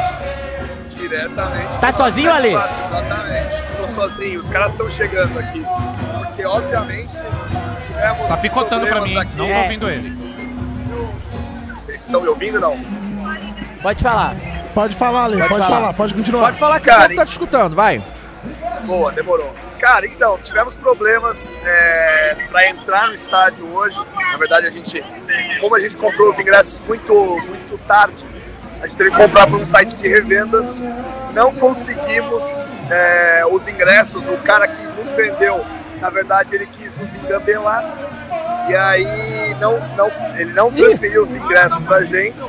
I: Diretamente.
F: Tá sozinho, Ale?
I: Exatamente. Tô sozinho. Os caras estão chegando aqui. Porque, obviamente, tivemos
G: Tá picotando pra mim,
I: problemas aqui.
G: não tô ouvindo ele.
I: Vocês estão me ouvindo, não?
F: Pode falar.
C: Pode falar, Ale,
I: Pode
C: pode,
I: falar.
C: falar. pode continuar.
E: Pode falar que o
I: Cara,
E: povo tá te escutando, vai.
I: Boa, demorou. Cara, então, tivemos problemas é, para entrar no estádio hoje. Na verdade, a gente, como a gente comprou os ingressos muito, muito tarde, a gente teve que comprar por um site de revendas. Não conseguimos é, os ingressos. O cara que nos vendeu, na verdade, ele quis nos engambelar. E aí, não, não, ele não transferiu os ingressos pra gente.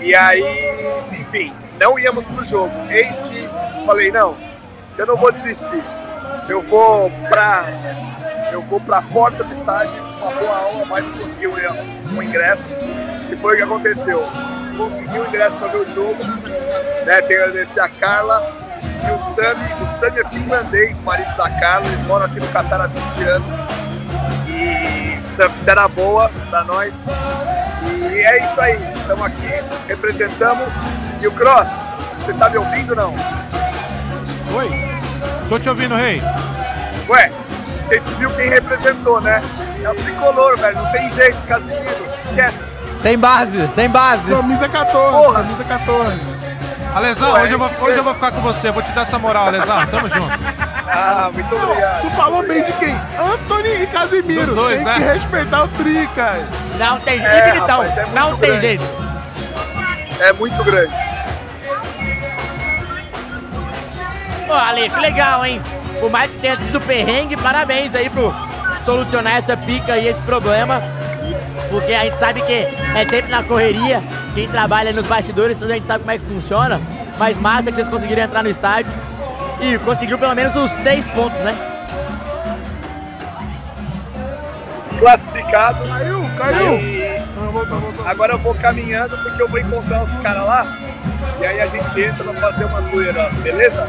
I: E aí, enfim, não íamos pro jogo. Eis que falei, não, eu não vou desistir. Eu vou pra. Eu vou pra porta do estádio, uma boa aula, mas não consegui um, um ingresso. E foi o que aconteceu. Consegui o ingresso para ver o jogo. Né? Tenho que agradecer a Carla e o Sami. O Sami é finlandês, marido da Carla. Eles moram aqui no Catar há 20 anos. E Sam, fizeram a boa pra nós. E é isso aí. Estamos aqui, representamos. E o Cross, você tá me ouvindo ou não?
G: Oi. Tô te ouvindo, rei.
I: Ué, você viu quem representou, né? É o tricolor, velho. Não tem jeito, Casimiro. Esquece.
E: Tem base, tem base.
C: Camisa 14,
I: Porra.
C: camisa 14.
I: É.
G: Alesão, hoje eu, vou, hoje eu vou ficar com você, vou te dar essa moral, Alesão. Tamo junto.
I: Ah, muito obrigado.
C: Tu falou bem de quem? Anthony e Casimiro.
G: Dos dois,
C: tem
G: né?
C: que respeitar o tri, cara.
F: Não tem jeito,
I: É,
F: então.
I: rapaz, é muito
F: não tem
I: grande.
F: jeito.
I: É muito grande.
F: Pô, Ale, que legal, hein? Por mais que tenha sido perrengue, parabéns aí pro solucionar essa pica e esse problema. Porque a gente sabe que é sempre na correria, quem trabalha nos bastidores, então a gente sabe como é que funciona. Mas massa que vocês conseguiram entrar no estádio e conseguiu pelo menos os três pontos, né?
I: Classificados.
C: Caiu, caiu.
I: E agora eu vou caminhando porque eu vou encontrar os caras lá. E aí a gente entra pra fazer uma zoeira, beleza?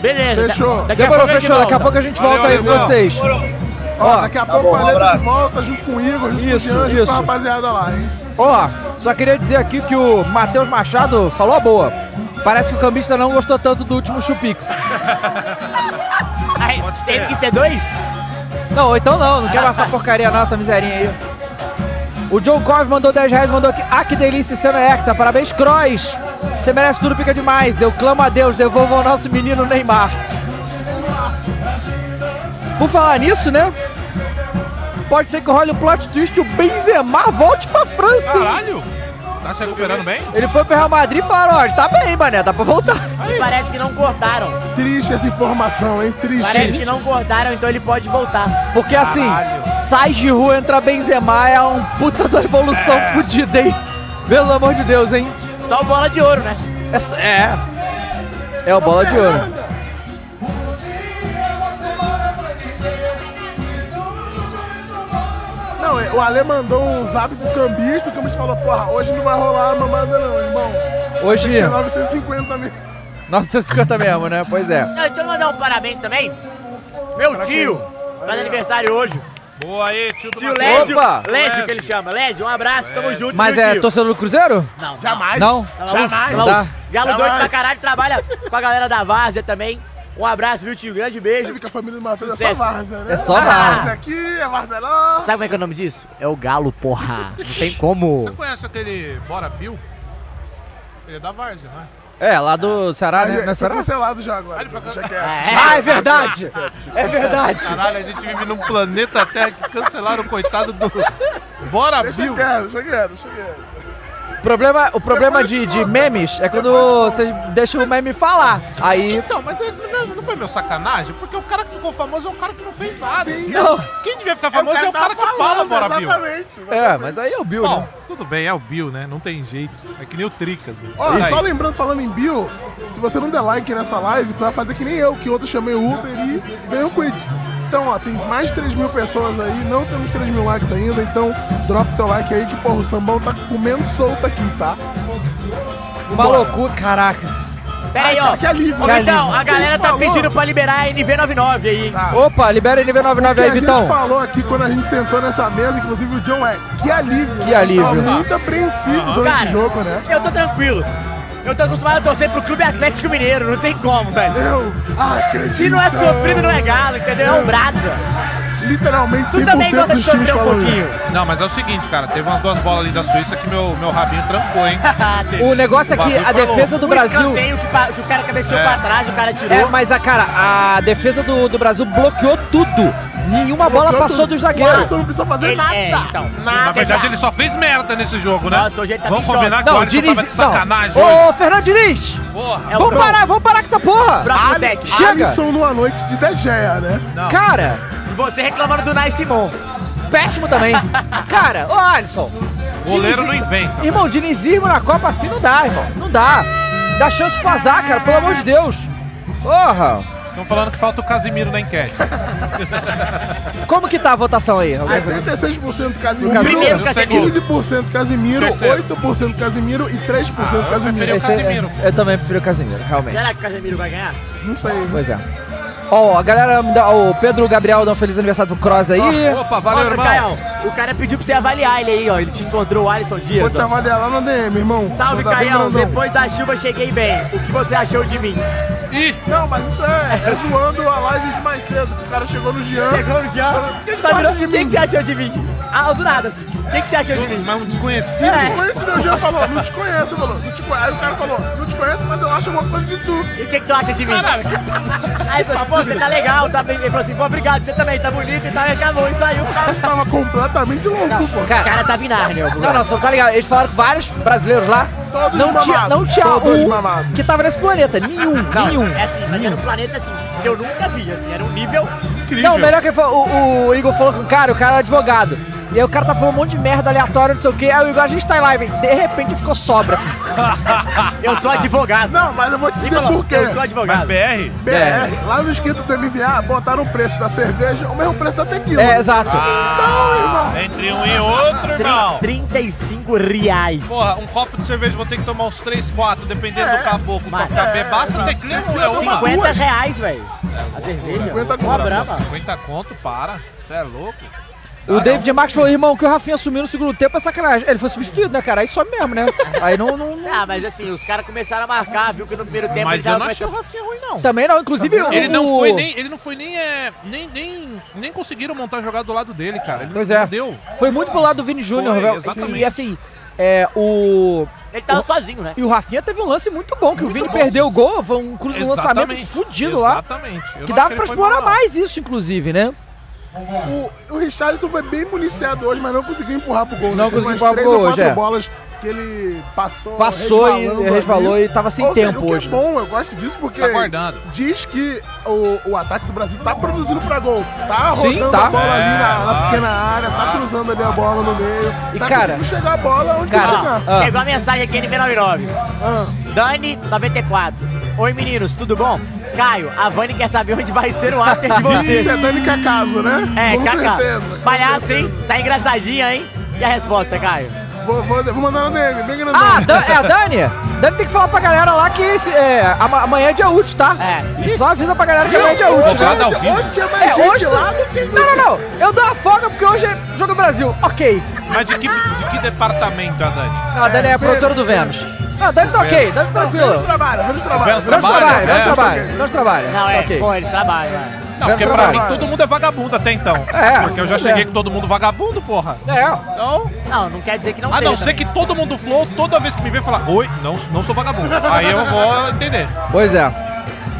F: Beleza. da-
C: Fechou.
F: Daqui a
E: Demorou,
F: pouco a gente
E: fechou. Daqui a
F: volta.
E: pouco a gente
G: Valeu,
E: volta aí com
G: Alesão.
E: vocês.
C: Ó, daqui a
I: Tá
C: pouco
I: bom,
C: o
I: um
C: Ale
I: abraço.
C: de volta junto com o Igor, junto
E: Isso,
C: com o Jean, junto com
E: isso.
C: a rapaziada lá, hein?
E: Ó, só queria dizer aqui que o Matheus Machado falou a boa. Parece que o cambista não gostou tanto do último Chupix.
F: Aí, Teve que ter dois?
E: Não, ou então não, não quero essa porcaria não, essa miserinha aí. O John Cove mandou 10 reais, mandou aqui. Ah, que delícia, cena extra. Parabéns, Cross. Você merece tudo, pica demais. Eu clamo a Deus, devolva o nosso menino Neymar. Por falar nisso, né? Pode ser que role o plot twist e o Benzema volte pra França, hein?
G: Caralho! Tá se recuperando bem?
E: Ele foi pro Real Madrid e falaram, ó, ele tá bem, mané, dá pra voltar.
F: E parece que não cortaram.
C: Triste essa informação, hein? Triste.
F: Parece que não cortaram, então ele pode voltar.
E: Porque assim, sai de rua, entra Benzema, é um puta da evolução fudida, hein? Pelo amor de Deus, hein?
F: Só bola de ouro, né?
E: É só- É. É o bola de ouro.
C: Não, o Ale mandou um zap pro cambista, o cambista falou, porra, hoje não vai rolar a mamada não, irmão.
E: Hoje,
C: Tem que ser 950 mil.
E: 950 mesmo, né? Pois é.
F: Não, Deixa eu mandar um parabéns também. Meu tio faz aniversário hoje.
G: Boa aí, tio do
F: Tio
G: Matheus.
F: Lésio,
E: Opa!
F: Lésio que ele chama. Lésio, um abraço, tamo junto.
E: Mas
F: meu
E: é
F: tio.
E: torcedor do Cruzeiro?
F: Não,
E: Jamais.
F: Não? Tá
E: Não?
F: maluco?
E: Jamais.
F: Tá maluco?
E: Tá.
F: Galo doido
E: Jamais.
F: pra caralho, trabalha com a galera da Várzea também. Um abraço, viu, tio? Grande beijo. Você
C: fica a família do Matheus,
F: é
C: só Várzea, né?
F: só Várzea.
C: aqui, é Barcelona.
F: Sabe como é que é o nome disso? É o Galo, porra. Não tem como.
G: Você conhece aquele Bora Bill? Ele é da Várzea, né?
E: É, lá do Ceará, né?
G: Mas,
E: Não é
G: foi
E: Ceará?
C: cancelado já agora. Já que é.
E: Ah, é verdade! É verdade!
G: Caralho, a gente vive num planeta Terra que cancelaram o coitado do Bora
C: Deixa
G: Bill.
C: quieto, deixa quieto, deixa quieto.
E: Problema, o problema de, de memes é quando você deixa o meme falar. Aí.
G: Então, mas é- não não foi meu sacanagem? Porque o cara que ficou famoso é o cara que não fez nada.
C: Sim.
E: Não.
G: Quem devia ficar famoso é o cara, que fala, Bora Bill.
E: É, mas aí é o Bill,
G: Bom,
E: né?
G: tudo bem, é o Bill, né? Não tem jeito. É que nem o Tricas. Né?
C: Ó,
G: Tá
C: só
G: aí.
C: lembrando, falando em Bill, se você não der like nessa live, tu vai fazer que nem eu, que outro chamei o Uber e veio o Quid. Então, ó, tem mais de 3 mil pessoas aí, não temos 3 mil likes ainda, então drop teu like aí que, porra, o sambão tá comendo solto aqui, tá?
E: Uma loucura, caraca.
F: Pera aí, ó.
C: Que alívio,
F: Ô,
C: que
F: Vitão,
C: alívio.
F: a galera tá pedindo pra liberar a NV99 aí.
E: Opa, libera o
C: O
E: NV99
C: que
E: Tá. aí,
C: a gente
E: Vitão.
C: falou aqui quando a gente sentou nessa mesa, inclusive o John é, que alívio.
E: Que alívio.
C: Tava muito apreensivo durante
F: Cara,
C: o jogo, né?
F: Eu tô tranquilo. Eu tô acostumado a torcer pro Clube Atlético Mineiro, não tem como, velho.
C: Eu acredito.
F: Se não é sofrido, não é galo, entendeu? É um braça.
C: Literalmente
F: Tu também
C: 100%
F: gosta de
C: dos times
F: sofrer um
C: falam isso.
F: pouquinho.
G: Não, mas é o seguinte, cara. Teve umas duas bolas ali da Suíça que meu, meu rabinho trancou, hein?
E: O negócio é que
G: bagulho
E: a
G: foi
E: defesa do
G: louco.
E: Brasil-
F: um- Ah, O escanteio que, pa- que o cara cabeceou
G: É.
F: pra trás, o cara tirou.
E: É, mas a cara, a defesa do, do Brasil bloqueou tudo. Nenhuma bola passou dos zagueiros.
C: precisa fazer
F: Ele- nada. é, então,
G: Na verdade, ele só fez merda nesse jogo, né?
F: Nossa, hoje ele tá
G: Vamos
F: bem
G: combinar
F: jovem.
G: que o
E: Não,
G: Alisson
E: Diniz.
G: tava de sacanagem
E: Não. Ô,
G: hoje.
E: Fernando Diniz!
G: Porra.
F: É o
E: vamos
F: próximo.
E: parar, vamos parar com essa porra!
F: Próximo técnico.
E: Chega!
C: Alisson numa noite de degeia, né?
E: Cara,
F: Você reclamando do Nai Simon.
E: péssimo também. Cara, ô Alisson.
G: Goleiro não
E: Diniz-
G: inventa.
E: Irmão, dinizismo na Copa assim não dá, irmão. Não dá. Dá chance pro azar, cara, pelo amor de Deus. Porra!
G: Estão falando que falta o Casimiro na enquete.
E: Como que tá a votação aí?
C: 76% Casimiro,
E: O primeiro
G: Casemiro.
C: 15% Casimiro,
G: Terceiro.
C: 8% Casimiro e 3%
F: Ah,
G: preferi
C: Casimiro.
G: o Casimiro.
E: Eu, também prefiro o Casimiro, realmente.
F: Será que o Casemiro vai ganhar?
C: Não sei.
E: Pois é. Ó, a galera, dá- o Pedro Gabriel dá um feliz aniversário pro Cross aí.
G: Opa, valeu,
F: Nossa,
G: irmão.
F: Caião, o cara pediu pra você avaliar ele aí, ó. Ele te encontrou, o Alisson
C: Vou
F: Dias.
C: te
F: ó.
C: avaliar lá no DM, irmão.
F: Salve,
C: Mandar bem
F: Caião.
C: grandão.
F: Depois da chuva, cheguei bem. O que você achou de mim?
G: Ih,
C: Não, mas isso é, é zoando a live de mais cedo, que o cara chegou no Jean.
F: Chegou já. Sabe o que que você achou de mim? Ah, do nada, assim. O que que você achou de mim?
G: mas um desconhecido.
F: É.
C: Conhece, né? O Jean falou, não te conheço, falou. Não te conhece. Aí o cara falou, não te conheço, mas eu acho alguma coisa de tu.
F: E o que, que tu acha de mim? Aí ele falou assim, pô, você tá legal, tá bem. Ele falou assim, pô, obrigado, você também, tá bonito e tal, e acabou, e saiu. O
C: Tava completamente Tá louco, pô.
E: Cara,
F: cara tava em Nárnia, o
E: não, não, só tá ligado. Eles falaram que vários brasileiros lá.
C: Todos
E: não tinha,
C: mamados,
E: não tinha
C: todos
E: um
C: mamados.
E: que tava nesse planeta. Nenhum, nenhum.
F: É assim, mas era um planeta assim, que eu nunca vi, assim, era um nível.
G: Incrível.
E: Não, melhor que ele falou, o, o Igor falou com o cara, o cara era advogado. E aí o cara tá falando um monte de merda aleatória, não sei o quê. Aí o Igor, a gente tá em live. De repente ficou sobra, assim.
F: Eu sou advogado.
C: "Ah, Não, mas eu vou te dizer
F: Nicolau,
C: por quê.
F: Eu sou
G: Mas
F: advogado.
G: BR?
C: BR, lá no escrito do MVA, botaram o preço da cerveja, o mesmo preço da
F: um.
C: tequila.
E: É, exato.
C: Então, irmão.
G: Entre um e outro, irmão.
F: 35 reais.
G: Porra, um copo de cerveja vou ter que tomar uns 3, 4, dependendo do caboclo. Pra
F: Mas-
G: ficar bebaço, é. teclado é uma. É,
F: 50 reais, velho. A cerveja.
C: 50
F: uma
C: conto.
F: braba.
G: 50 conto, para. Você é louco?
E: O David Marques falou, irmão, que o Rafinha sumiu no segundo tempo é sacanagem. Ele foi substituído, né, cara? Aí some mesmo, né? Aí não. não- não-
F: Ah, mas assim, os caras começaram a marcar, viu que no primeiro tempo
G: Mas
F: eles
G: eu
F: tavam
G: não achei o
F: começando-
G: Rafinha ruim, não.
E: Também não, inclusive o.
G: Tá Ele não
E: o-
G: foi nem. Ele não foi nem, é, nem, nem. Nem conseguiram montar a jogada do lado dele, cara. Ele
E: Pois
G: não
E: é.
G: deu.
E: Foi muito pro lado do Vini Júnior,
G: Foi,
E: velho.
G: exatamente.
E: E assim, é, o.
F: Ele tava sozinho, né?
E: E o Rafinha teve um lance muito bom, que o Vini perdeu o gol, foi um, cru- um lançamento
G: Exatamente,
E: fudido lá.
G: Exatamente. Eu
E: Que
G: não
E: dava
G: achei ele
E: pra
G: foi
E: explorar
G: mal, não.
E: mais isso, inclusive, né?
C: O, o Richarlison foi bem municiado hoje, mas não conseguiu empurrar pro gol. né?
E: Não
C: Teve
E: conseguiu
C: umas
E: empurrar pro
C: três
E: gol
C: ou
E: hoje,
C: quatro
E: é.
C: bolas que ele passou.
E: Passou e
C: resvalando
E: resvalou
C: ali.
E: e tava sem
C: Ou seja,
E: tempo
C: o que
E: hoje,
C: É
E: né?
C: bom, eu gosto disso porque
G: Tá guardado.
C: diz que o, o ataque do Brasil tá produzindo pra gol. Tá
E: Sim,
C: rodando
E: tá.
C: a bola ali na, na
G: É,
C: pequena área, tá cruzando ali a bola no meio.
E: E,
C: tá
E: cara,
C: conseguindo chegar a bola onde
E: cara,
C: tem que
F: Ó,
C: chegar.
E: Ah.
F: Chegou a mensagem aqui, NB99.
C: Ah.
F: Dani, 94. Oi, meninos, tudo bom? Caio, a Vani quer saber onde vai ser o after de
C: Isso é
F: vocês.
C: Dani Cacaso, né?
F: É,
C: Com
F: Cacá.
C: certeza.
F: Palhaço, hein? Tá engraçadinha, hein? E a resposta, Caio?
C: Vou, vou, vou mandar ela DM, bem grandão.
E: Ah, Dan, é a Dani? Dani tem que falar pra galera lá que esse, é, ama- amanhã é dia útil, tá? É. Só avisa pra galera que amanhã é dia útil. É,
C: Jogada ao vivo. Hoje tinha mais gente lá do que-
E: Não, não, não. Eu dou a folga porque hoje é Jogo do Brasil. Ok.
G: Mas de que, de que departamento a Dani?
E: Ah, a Dani é a produtora do Vênus. Ah, a Dani tá ok, Dani tá tranquila.
G: Vênus
C: trabalha, Vênus
G: trabalha.
E: Vênus
G: né?
E: trabalha, Vênus trabalha. Vênus trabalha.
F: Não, é,
E: Tá ok.
F: pô, eles trabalham. né?
G: Não, porque pra mim todo mundo é vagabundo até então.
F: É,
G: Porque eu já cheguei com todo mundo vagabundo, porra.
E: É.
G: Então.
F: Não, não quer dizer que não
G: a não
F: seja
G: ser que todo mundo flow, toda vez que me vê, falar, oi, não, não sou vagabundo. Aí eu vou entender.
E: Pois é.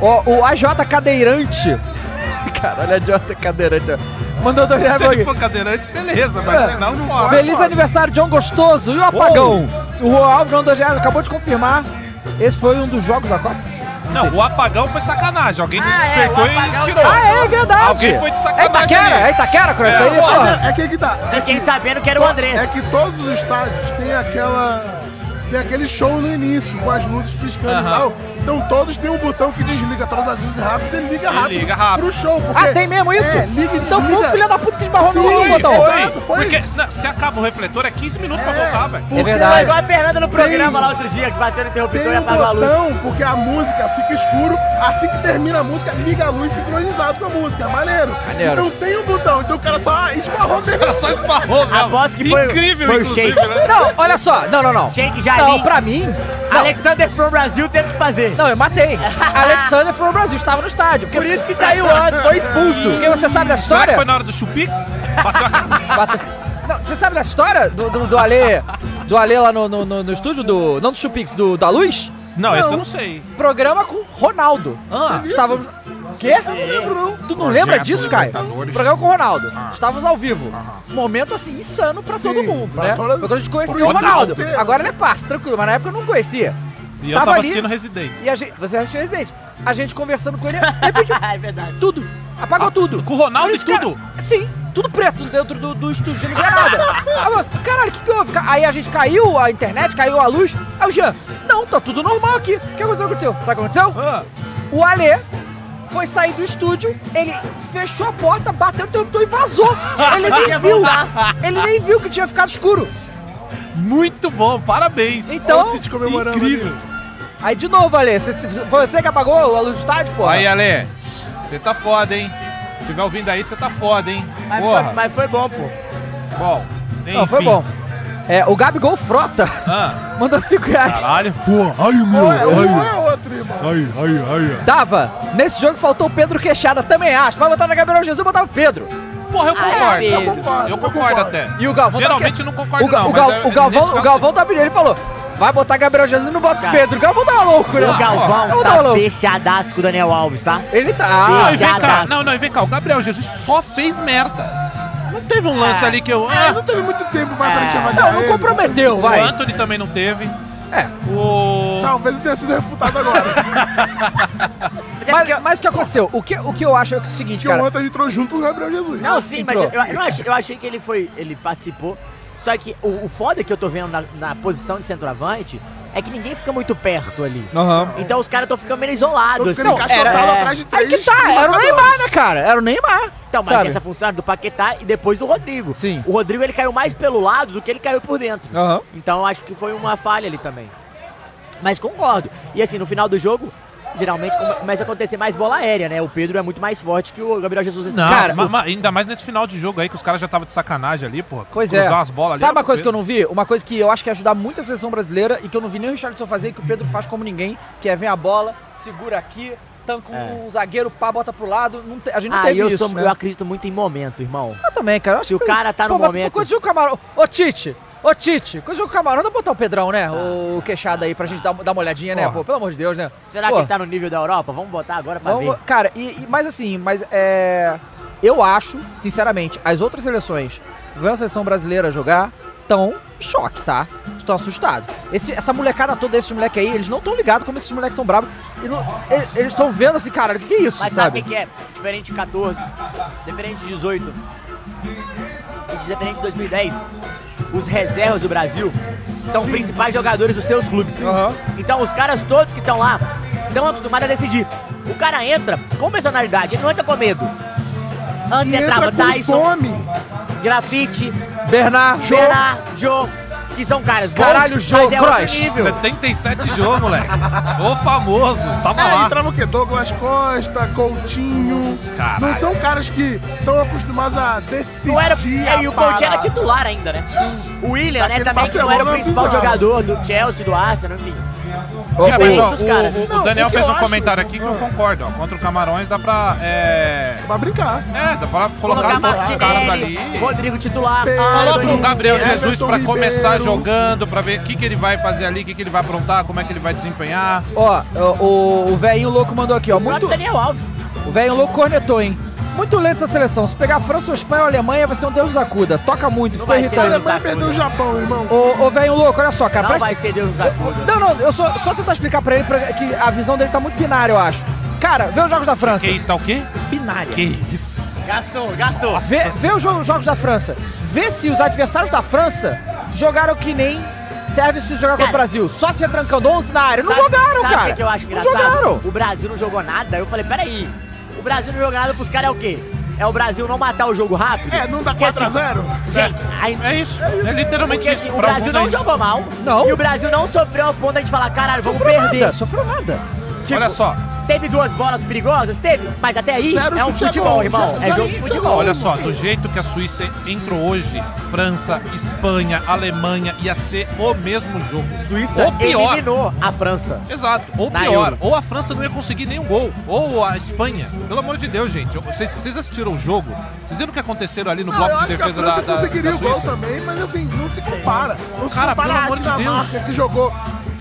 E: O, o AJ Cadeirante. Caralho, AJ Cadeirante. ó. Mandou dois reais
G: Se ele
E: aqui.
G: for cadeirante, beleza, mas
E: É.
G: se não, porra.
E: Feliz aniversário, John Gostoso e o Apagão. O Juan Alves mandou dois reais, acabou de confirmar. Esse foi um dos jogos da Copa.
G: Não, o apagão foi sacanagem. Alguém
F: Ah,
E: é,
G: pegou
E: o apagão-
G: e
F: tá
G: tirou.
E: Ah, é verdade.
G: Alguém foi de sacanagem.
E: É Itaquera,
G: ali.
E: é Itaquera, Cross, aí,
G: porra.
E: porra.
C: É que que tá.
F: Fiquei sabendo que era o
C: to-
F: Andrés.
C: É que todos os estádios tem aquela. Tem aquele show no início, com as luzes piscando e
G: Aham.
C: tal. Então todos têm um botão que desliga todas as luzes rápido e liga
G: E
C: rápido.
G: liga rápido.
C: Pro show. porque-
E: Ah, tem mesmo isso?
C: É, liga e
E: Então foi
C: desliga.
E: um filho da puta que esbarrou no
C: Sim,
E: botão.
C: exato, foi.
G: Porque não, se acaba o refletor, é 15 minutos pra voltar, velho.
E: É verdade.
F: Foi igual a Fernanda no programa
C: Tem-
F: lá outro dia, que bateu no interruptor
C: Tem
F: e
C: um
F: apagou a luz.
C: botão, porque a música fica escuro, assim que termina a música, liga a luz sincronizado com a música. É maneiro.
E: Maneiro.
C: Então tem um botão, então o cara só esbarrou mesmo. O cara
G: só esbarrou,
F: Aposto que foi,
G: Incrível,
F: foi o
G: inclusive,
F: Shake.
G: né?
E: Não, olha só. Não, não, não.
F: Shake Jair.
E: Não, pra mim... Não,
F: Alexander from Brasil teve que fazer.
E: não eu matei. Alexander foi no Brasil, estava no estádio.
F: Por isso que saiu antes, foi expulso.
E: Porque você sabe
G: Será
E: da
G: que
E: história?
G: foi na hora do Chupix?
E: Bate- Não, você sabe da história do, do, do Ale. Do Ale lá no, no, no- no estúdio, do. Não do Chupix, do da Luz?
G: Não, esse eu não sei.
E: Programa com Ronaldo.
G: Ah.
E: Estávamos. Quê? Tu não lembra disso, Caio? Programa com o Ronaldo.
G: Ah.
E: Estávamos ao vivo. Momento assim, insano pra todo mundo, né? Foi quando a gente conhecia o Ronaldo. Agora ele é parça, tranquilo, mas na época eu não conhecia.
G: E eu tava assistindo Resident.
E: E a gente. Você assistiu Resident? A gente conversando com ele, de repente,
F: É verdade.
E: tudo. Apagou tudo.
G: Ah, Com o Ronaldo e
E: Cara,
G: tudo?
E: Sim, tudo preto dentro do, do estúdio, não tinha nada. Aí, mano, Caralho, o que, que houve? Ca- Aí a gente caiu a internet, caiu a luz. Aí o Jean, não, tá tudo normal aqui. O que aconteceu? aconteceu? Sabe o que aconteceu?
G: Ah.
E: O Alê foi sair do estúdio, ele fechou a porta, bateu no interruptor e vazou. Ele nem
F: Quer
E: viu.
F: voltar.
E: Ele nem viu que tinha ficado escuro.
G: Muito bom, parabéns.
E: Então,
C: Te comemorando
G: Incrível.
E: aí de novo, Alê, você, foi você que apagou a luz do estádio, pô?
G: Aí, Ale, você tá foda, hein? Se tiver ouvindo aí, você tá foda, hein?
F: Mas foi,
G: Porra,
F: mas foi bom, pô.
G: bom.
E: Não, foi
G: enfim.
E: bom. É, o Gabigol Frota
G: Ah,
E: mandou 5 reais.
G: caralho.
C: É, um é outro, irmão.
E: Dava. Nesse jogo faltou o Pedro Queixada, também acho. Vai botar na Gabriel Jesus, botava o Pedro.
G: Porra, eu concordo.
F: Pedro.
G: eu concordo. Eu concordo até.
E: E o Galvão...
G: Geralmente eu não
E: tá...
G: concordo,
E: o, Ga-
G: não.
E: o,
G: mas
E: Gal-
G: é-
E: o Galvão,
G: nesse
E: o
G: caso,
E: Galvão tá brilhando, ele falou... Vai botar Gabriel Jesus e não bota o Pedro. O Galvão tá maluco, né?
F: O Galvão
E: O Galvão
F: tá
E: maluco.
F: fechadaço com o Daniel Alves, tá?
E: Ele tá...
G: Não, e vem cá.
F: Jadaço.
G: Não, não, e vem cá. O Gabriel Jesus só fez merda. Não teve um lance
F: É.
G: ali que eu.
C: É,
G: Ah,
C: não teve muito tempo pra
F: Ah.
C: frente chamar de
E: Não, não
C: ele.
E: comprometeu,
G: o
E: vai.
G: Anthony também não teve. É. O.
C: Talvez eu tenha sido refutado agora.
F: é
E: Mas, mas o que aconteceu? O que, o que eu acho é o seguinte,
C: que o
E: cara...
C: Anta entrou junto com o Gabriel Jesus.
F: Não, sim, mas
E: Entrou.
F: eu, eu, achei, eu achei que ele foi. Ele participou. Só que o, o foda que eu tô vendo na, na posição de centroavante é que ninguém fica muito perto ali.
E: Aham.
F: Então os caras estão ficando meio isolados.
C: Tô
F: assim.
C: ficando encaixotado
F: é.
C: atrás de
E: Aí
C: três.
E: que tá, era o
C: marcadores.
E: Neymar, né, cara? Era o Neymar.
F: Então, mas
E: sabe?
F: essa função era do Paquetá e depois do Rodrigo.
E: Sim.
F: O Rodrigo ele caiu mais pelo lado do que ele caiu por dentro.
E: Aham.
F: Então acho que foi uma falha ali também. Mas concordo. E assim, no final do jogo, geralmente come- começa a acontecer mais bola aérea, né? O Pedro é muito mais forte que o Gabriel Jesus. nesse
G: Não,
F: caso.
E: Cara,
G: ma-
E: o-
G: ma- ainda mais nesse final de jogo aí que os caras já estavam de sacanagem ali, pô.
E: Pois é.
G: cruzar as bolas ali.
E: Sabe
G: era
E: uma coisa que eu
G: tranquilo.
E: não vi? Uma coisa que eu acho que ia ajudar muito a seleção brasileira e que eu não vi nem o Richardson fazer e que o Pedro faz como ninguém, que é vem a bola, segura aqui, tanca um zagueiro, pá, bota pro lado. Não te- a gente não
F: É. Ah,
E: teve
F: eu,
E: isso,
F: sou,
E: né?
F: eu acredito muito em momento, irmão.
E: Eu também, cara. Eu acho
F: Se o
E: que-
F: cara tá no
E: mas
F: momento-
E: Quando joga o Camarão... Ô, Tite! Ô, Tite! Quando joga o Camarão, dá pra botar o Pedrão,
F: Tá.
E: né? O queixado aí pra gente dar, dar uma olhadinha, né?
G: Porra.
E: Pô, pelo amor de Deus, né?
F: Será
E: Pô.
F: que ele tá no nível da Europa? Vamos botar agora pra
E: Vamos-
F: ver.
E: cara, e, e- mas assim, mas é. Eu acho, sinceramente, as outras seleções vendo a seleção brasileira jogar estão em choque, tá? Estão assustados. Esse- essa molecada toda, esses moleques aí, eles não estão ligados como esses moleques são bravos. E não- ele- eles estão vendo assim, cara, o que, que é isso,
F: Mas sabe
E: sabe?
F: o que que é? Diferente de 14, diferente de 18 e diferente de 2010. Os reservas do Brasil são os principais jogadores dos seus clubes.
E: Aham.
F: Então os caras todos que estão lá estão acostumados a decidir. O cara entra com personalidade, ele não entra com medo. Antes
C: E entra
F: entrava
C: com
F: Tyson,
C: fome.
F: Grafite,
E: Bernard,
F: Gerard, Jô. que são caras bons,
G: Caralho,
F: mas
G: Joe
F: é
G: Cross.
F: outro nível.
G: 77 Jô, moleque. Ô famoso, tava
C: É,
G: lá.
C: entrava o quê? Douglas Costa, Coutinho.
G: Caralho.
C: Não são caras que estão acostumados a decidir.
F: Não era, é, e o Coutinho era
C: parada.
F: titular ainda, né? O William, né,
C: Aquele
F: também, que não era o
C: Barcelona
F: principal
C: bizarro.
F: jogador do Chelsea, do Arsenal, enfim.
G: É, mas, ó,
F: Dos
G: o,
F: caras.
G: o- o
F: Não,
G: Daniel
F: o que
G: fez
F: eu
G: um
F: acho-
G: comentário aqui que eu concordo. Ó, contra o Camarões dá pra. É...
C: Pra brincar.
G: É, dá pra colocar,
F: Colocar
G: todos os caras ali.
F: Martinelli, Rodrigo titular.
G: Coloca o
F: Anthony,
G: Gabriel
F: Everton
G: Jesus pra começar
F: Ribeiro.
G: jogando, pra ver o que, que ele vai fazer ali, o que, que ele vai aprontar, como é que ele vai desempenhar.
E: Ó, ó, o, o velhinho louco mandou aqui, ó. Muito...
F: é Daniel Alves.
E: O velhinho louco cornetou, hein? Muito lento essa seleção. Se pegar França ou Espanha ou Alemanha, vai ser um Deus nos acuda. Toca muito, ficou
F: vai ser
E: irritante.
F: Deus nos A Alemanha acuda. perdeu o
C: Japão, irmão.
E: Ô, ô velho louco, olha só, cara.
F: Não
E: presta-
F: vai ser Deus nos acuda.
E: Não, não, eu só, só tentar explicar pra ele pra- que a visão dele tá muito binária, eu acho. Cara, vê os jogos da França.
G: Que isso, tá o quê?
E: Binária.
G: Que isso?
F: Gastou, gastou.
E: Vê, vê os jo- os jogos da França. Vê se os adversários da França jogaram que nem serve se jogar contra o Brasil. Só se atrancando 11 na área. Não
F: Sabe-
E: jogaram,
F: sabe
E: cara.
F: o que que eu acho
E: não
F: engraçado?
E: jogaram.
F: O Brasil não jogou nada. Eu falei, peraí. O Brasil não jogou nada pros caras é o quê? É o Brasil não matar o jogo rápido? É,
C: não dá
F: 4
C: a zero?
F: Gente, aí-
G: É isso. É literalmente
F: Porque,
G: isso.
F: assim, o
G: Pra
F: Brasil
G: alguns
F: não
G: é isso.
F: jogou mal.
G: Não.
F: E o Brasil não sofreu ao ponto de a gente falar, caralho, vamos perder.
E: sofreu nada.
F: Tipo,
G: Olha só.
F: Teve duas bolas perigosas? Teve. Mas até aí
C: Zero
F: é um
C: chute é
F: futebol,
C: bom,
F: irmão.
C: zero
F: É jogo de
C: chute é
F: futebol.
G: Olha só, do jeito que a Suíça entrou hoje, França, Espanha, Alemanha, ia ser o mesmo jogo.
F: Suíça
G: ou pior.
F: eliminou a França.
G: Exato, ou
F: Na
G: pior,
F: Euro.
G: ou a França não ia conseguir nenhum gol, ou a Espanha. Pelo amor de Deus, gente, eu- vocês, vocês assistiram o jogo? Vocês viram o que aconteceram ali no
C: Não, eu
G: bloco de
C: acho que a
G: defesa
C: França
G: da, da,
C: conseguiria
G: da
C: o gol
G: Suíça?
C: também, mas assim, não se compara. Não se
G: Cara,
C: compara
G: pelo
C: a
G: amor de
C: Dinamarca, que jogou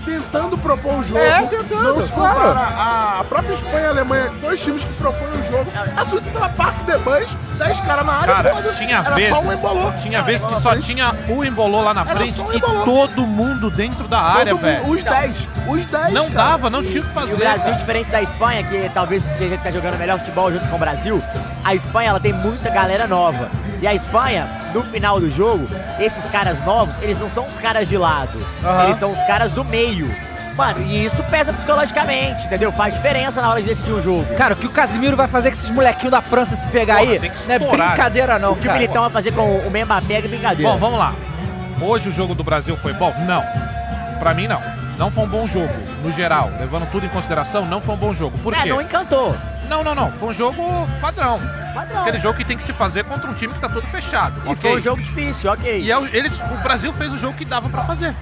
C: tentando propor o jogo.
E: É, tentando,
C: Não se
E: claro.
C: compara a a própria Espanha e a Alemanha, dois times que propõem o jogo. A Suíça tá tava parque de banhos, 10 caras na área,
G: Cara,
C: foda-se.
G: tinha
C: Era
G: vezes,
C: só um embolou.
G: tinha
C: Cara,
G: vezes que
C: uma
G: só
C: vez.
G: tinha um embolou lá na
C: Era
G: frente
C: só um
G: e
C: embolou.
G: todo mundo dentro da
C: Todo
G: área,
C: mundo,
G: velho.
C: Os 10, os 10,
G: Não
C: cara.
G: dava, não tinha o que
F: E o
G: fazer.
F: Brasil,
G: cara.
F: diferente da Espanha, que talvez seja que tá jogando melhor futebol junto com o Brasil, a Espanha ela tem muita galera nova. E a Espanha, no final do jogo, esses caras novos, eles não são os caras de lado.
E: Aham.
F: Eles são os caras do meio. Mano, e isso pesa psicologicamente, entendeu? Faz diferença na hora de decidir o jogo.
E: Cara, o que o Casimiro vai fazer com esses molequinhos da França se pegar
F: Porra,
E: aí?
F: tem que
E: Não é
F: estourar.
E: brincadeira, não,
F: o que o
E: cara.
F: Militão vai fazer com o Mbappé é brincadeira.
G: Bom, vamos lá. Hoje o jogo do Brasil foi bom? Não. Pra mim, não. Não foi um bom jogo, no geral. Levando tudo em consideração, não foi um bom jogo. Por
F: É,
G: quê?
F: não encantou.
G: Não, não, não. Foi um jogo padrão.
F: Padrão.
G: Aquele jogo que tem que se fazer contra um time que tá todo fechado.
F: E
G: ok?
F: foi um jogo difícil, ok.
G: E é o- eles, o Brasil fez o jogo que dava pra fazer.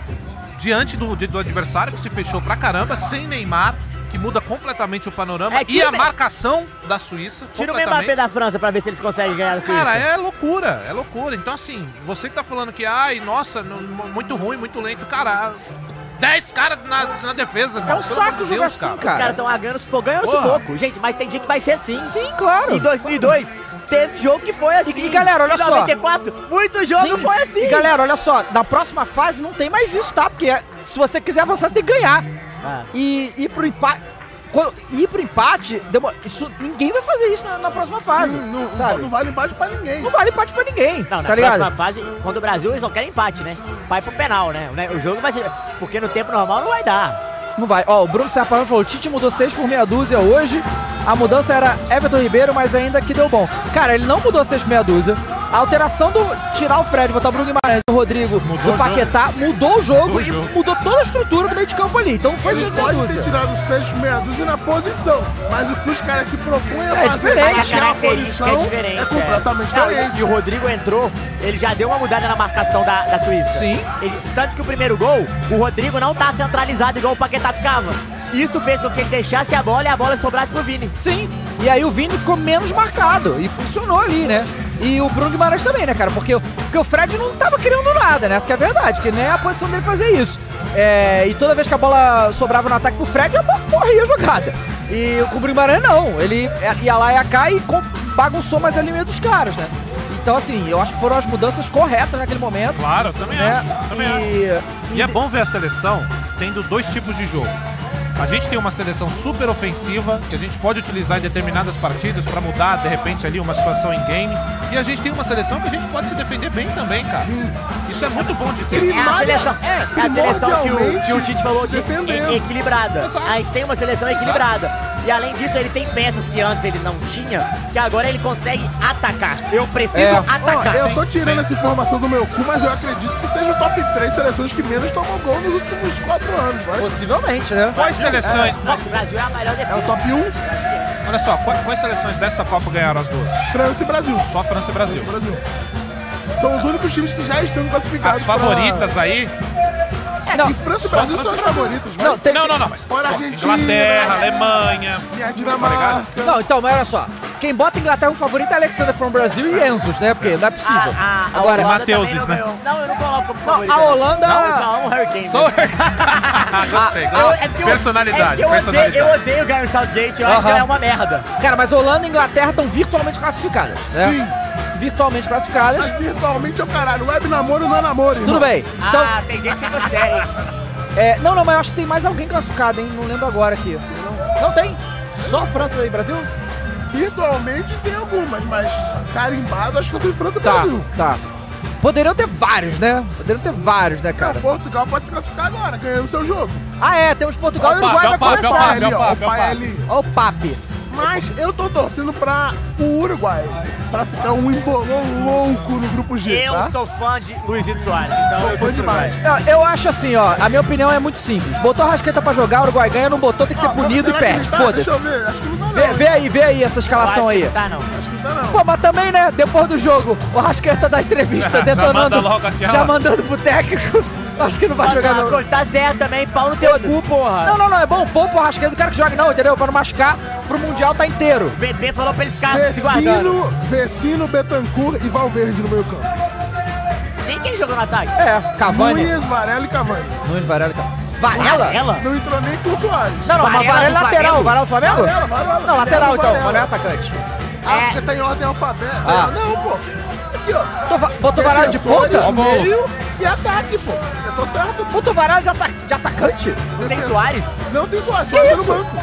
G: Diante do, de- do adversário que se fechou pra caramba, sem Neymar, que muda completamente o panorama.
F: É,
G: e
F: tira
G: a
F: o Me-
G: marcação da Suíça.
F: Tira o
G: completamente.
F: Mbappé da França pra ver se eles conseguem ganhar da Suíça.
G: Cara, é loucura, é loucura. Então, assim, você que tá falando que, ai, nossa, n- m- muito ruim, muito lento, cara. 10 caras na, na defesa. É
F: um
E: um assim,
F: Os caras estão ganhando, sufoco, ganhando
G: Porra.
F: sufoco. Gente, mas tem dia que vai ser assim.
E: Sim, claro.
F: Em 2002, teve jogo que foi assim.
E: E, e galera, olha
F: em
E: só.
F: 94, muito jogo
E: Sim.
F: foi assim.
E: E galera, olha só, na próxima fase não tem mais isso, tá? Porque é- se você quiser avançar, você tem que ganhar.
F: Ah.
E: E ir pro empate. quando- ir pro empate, demora- isso, ninguém vai fazer isso na, na próxima fase.
C: Sim, não,
E: sabe?
C: não vale mais pra ninguém.
E: Não vale empate pra ninguém.
F: Não, na
E: tá ligado?
F: próxima fase, quando o Brasil, eles não querem empate, né? Vai pro penal, né? O ne- O jogo vai ser... Porque no tempo normal não vai dar.
E: Não vai. Ó, o Bruno Serpa falou: Tite mudou 6 por meia dúzia hoje. A mudança era Everton Ribeiro, mas ainda que deu bom. Cara, ele não mudou 6 por meia dúzia. A alteração do tirar o Fred, botar o Bruno Guimarães, o Rodrigo, do Paquetá, mudou o jogo
G: Mudou o
E: e
G: jogo.
E: mudou toda a estrutura do meio de campo ali. Então não foi 6
C: Ele
E: por meia
C: pode ter
E: dúzia.
C: tirado 6 meia dúzia na posição, mas o que os caras se propõem a
E: É
C: fazer
E: diferente.
C: pra tirar a posição
F: é diferente.
C: é completamente
F: Não,
C: diferente.
F: E o Rodrigo entrou, ele já deu uma mudada na marcação da, da Suíça.
G: Sim.
F: Ele- tanto que o primeiro gol, o Rodrigo não tá centralizado igual o Paquetá ficava. Isso fez com que ele deixasse a bola e a bola sobrasse pro Vini.
E: Sim. E aí o Vini ficou menos marcado e funcionou ali, né? E o Bruno Guimarães também, né, cara? Porque, o- porque o Fred não tava criando nada, né? Essa que é a verdade, que nem é a posição dele fazer isso. É, e toda vez que a bola sobrava no ataque pro Fred, a bola morria a jogada. E com o Bruno Guimarães não. Ele ia lá, ia cá e com- bagunçou mais ali meio dos caras, né? Então, assim, eu acho que foram as mudanças corretas naquele momento.
G: Claro, eu também
E: né?
G: acho. Também acho.
E: e,
G: E é bom ver a seleção tendo dois tipos de jogo. A gente tem uma seleção super ofensiva que a gente pode utilizar em determinadas partidas pra mudar de repente ali uma situação em game. E a gente tem uma seleção que a gente pode se defender bem também, cara. Isso é muito bom de ter.
F: É a seleção, é a seleção que o, que o
C: primordialmente
F: Tite falou
C: se
F: que
C: defendendo.
F: é equilibrada. A gente tem uma seleção equilibrada. E além disso, ele tem peças que antes ele não tinha, que agora ele consegue atacar. Eu preciso
C: É.
F: atacar.
C: Ó, eu tô tirando essa informação do meu cu, mas eu acredito que seja o top 3 seleções que menos tomou gol nos últimos 4 anos, vai.
E: Possivelmente, né?
G: Quais seleções?
F: Acho que o Brasil é a melhor defesa.
C: É o top 1,
G: Olha só, quais, quais seleções dessa Copa ganharam as duas?
C: França e Brasil.
G: Só França e Brasil.
C: São os únicos times que já estão classificados.
G: As favoritas
C: pra-
G: aí?
C: É,
G: Não,
C: e França e
G: só
C: Brasil
G: França
C: são
G: e Brasil.
C: as favoritas, vai.
E: Não, tem-
G: Não, não, não, mas-
C: Fora a Argentina.
G: Inglaterra, Alemanha.
C: E a Dinamarca.
E: Não, então, mas olha só. Quem bota Inglaterra como favorito é Alexander from Brasil e Enzos, né? Porque não é possível.
F: Ah, A- a- a
E: Agora,
F: Holanda
E: Mateus,
F: também não
E: né?
F: ganhou. Não, eu não coloco como favorito.
E: a Holanda-
F: Não, só um Hurricane.
E: Só o
G: Gostei,
F: Ah, eu- é
G: gostei.
F: porque eu- é
G: Personalidade,
F: porque eu odeio-
G: personalidade.
F: eu odeio o Gary Southgate, eu acho que
E: Aham.
F: ela é uma merda.
E: Cara, mas Holanda e Inglaterra estão virtualmente classificadas, né? Sim. Virtualmente classificadas.
C: Mas virtualmente é o caralho. Web namoro não é namoro, irmão.
E: Tudo bem. Então,
F: Ah, tem gente que considera, hein?
E: é, não, não, mas eu acho que tem mais alguém classificado, hein? Não lembro agora aqui. Não, não tem? Só França e Brasil?
C: Virtualmente tem algumas, mas carimbado acho que eu tenho França e
E: Tá,
C: Brasil.
E: tá. Poderiam ter vários, né? Poderiam ter vários, né,
C: Cara,
E: cara?
C: Portugal pode se classificar agora, ganhando seu jogo.
E: Ah, é, temos Portugal e
G: Opa,
E: Uruguai vai
G: opa, opa,
E: começar.
G: opa,
C: Ali, ó,
G: opa,
C: o pai
G: opa.
C: ali.
E: Ó o papi.
C: Mas eu tô torcendo pra o Uruguai, pra ficar um embolão louco no grupo G,
F: Eu
C: tá?
F: sou fã de Luizito Soares, então eu
C: fã demais.
E: Não, eu acho assim, ó, a minha opinião é muito simples. Botou a rasqueta pra jogar, o Uruguai ganha, não botou, tem que ser
C: Ah,
E: punido e
C: será que
E: perde.
C: ele tá? Deixa
E: Foda-se.
C: eu ver, acho que não tá não.
E: Vê,
C: hein?
E: vê aí, vê aí essa
F: acho
E: escalação
F: que
E: aí.
F: não Tá, não.
C: Acho que não tá não.
E: Pô, mas também, né? Depois do jogo, o Rasqueta da entrevista detonando.
G: manda logo aquela.
E: já mandando pro técnico. Acho que não vai
F: Mas
E: jogar,
F: tá,
E: não.
F: Tá certo também, pau no teu cu, porra.
E: Não, não, não. É bom pôr pro Rasqueta. Eu quero que jogue, não, entendeu? Pra não machucar, pro Mundial tá inteiro.
F: O BP falou pra eles
E: tá
F: ficarem se guardando.
C: Vecino, Vecino, Betancourt e Valverde no meio campo.
F: Tem quem jogou no ataque?
E: É, Cavani.
C: Nunes, Varela e Cavani.
E: Nunes, Varela. e Cavani. Varela?
F: Ela?
C: Não entrou nem com o Soares.
E: Não, não, mas
F: Varela
E: Varela é
F: do
E: lateral.
F: Flamengo?
E: Varela do Flamengo?
C: Varela, Varela.
E: Não, lateral então.
C: Varela.
E: Varela é atacante.
C: Ah,
F: É.
C: porque tá em ordem alfabética.
E: Ah.
C: Não, pô. Aqui, ó.
E: Tô, va- botou Varela de
C: Defensores,
E: ponta?
C: meio e ataque, pô. Eu tô certo.
E: Botou Varela de, ata de atacante?
F: Não tem
C: Defen-
F: Soares?
C: Não tem Soares, Soares tá no
E: isso?
C: banco.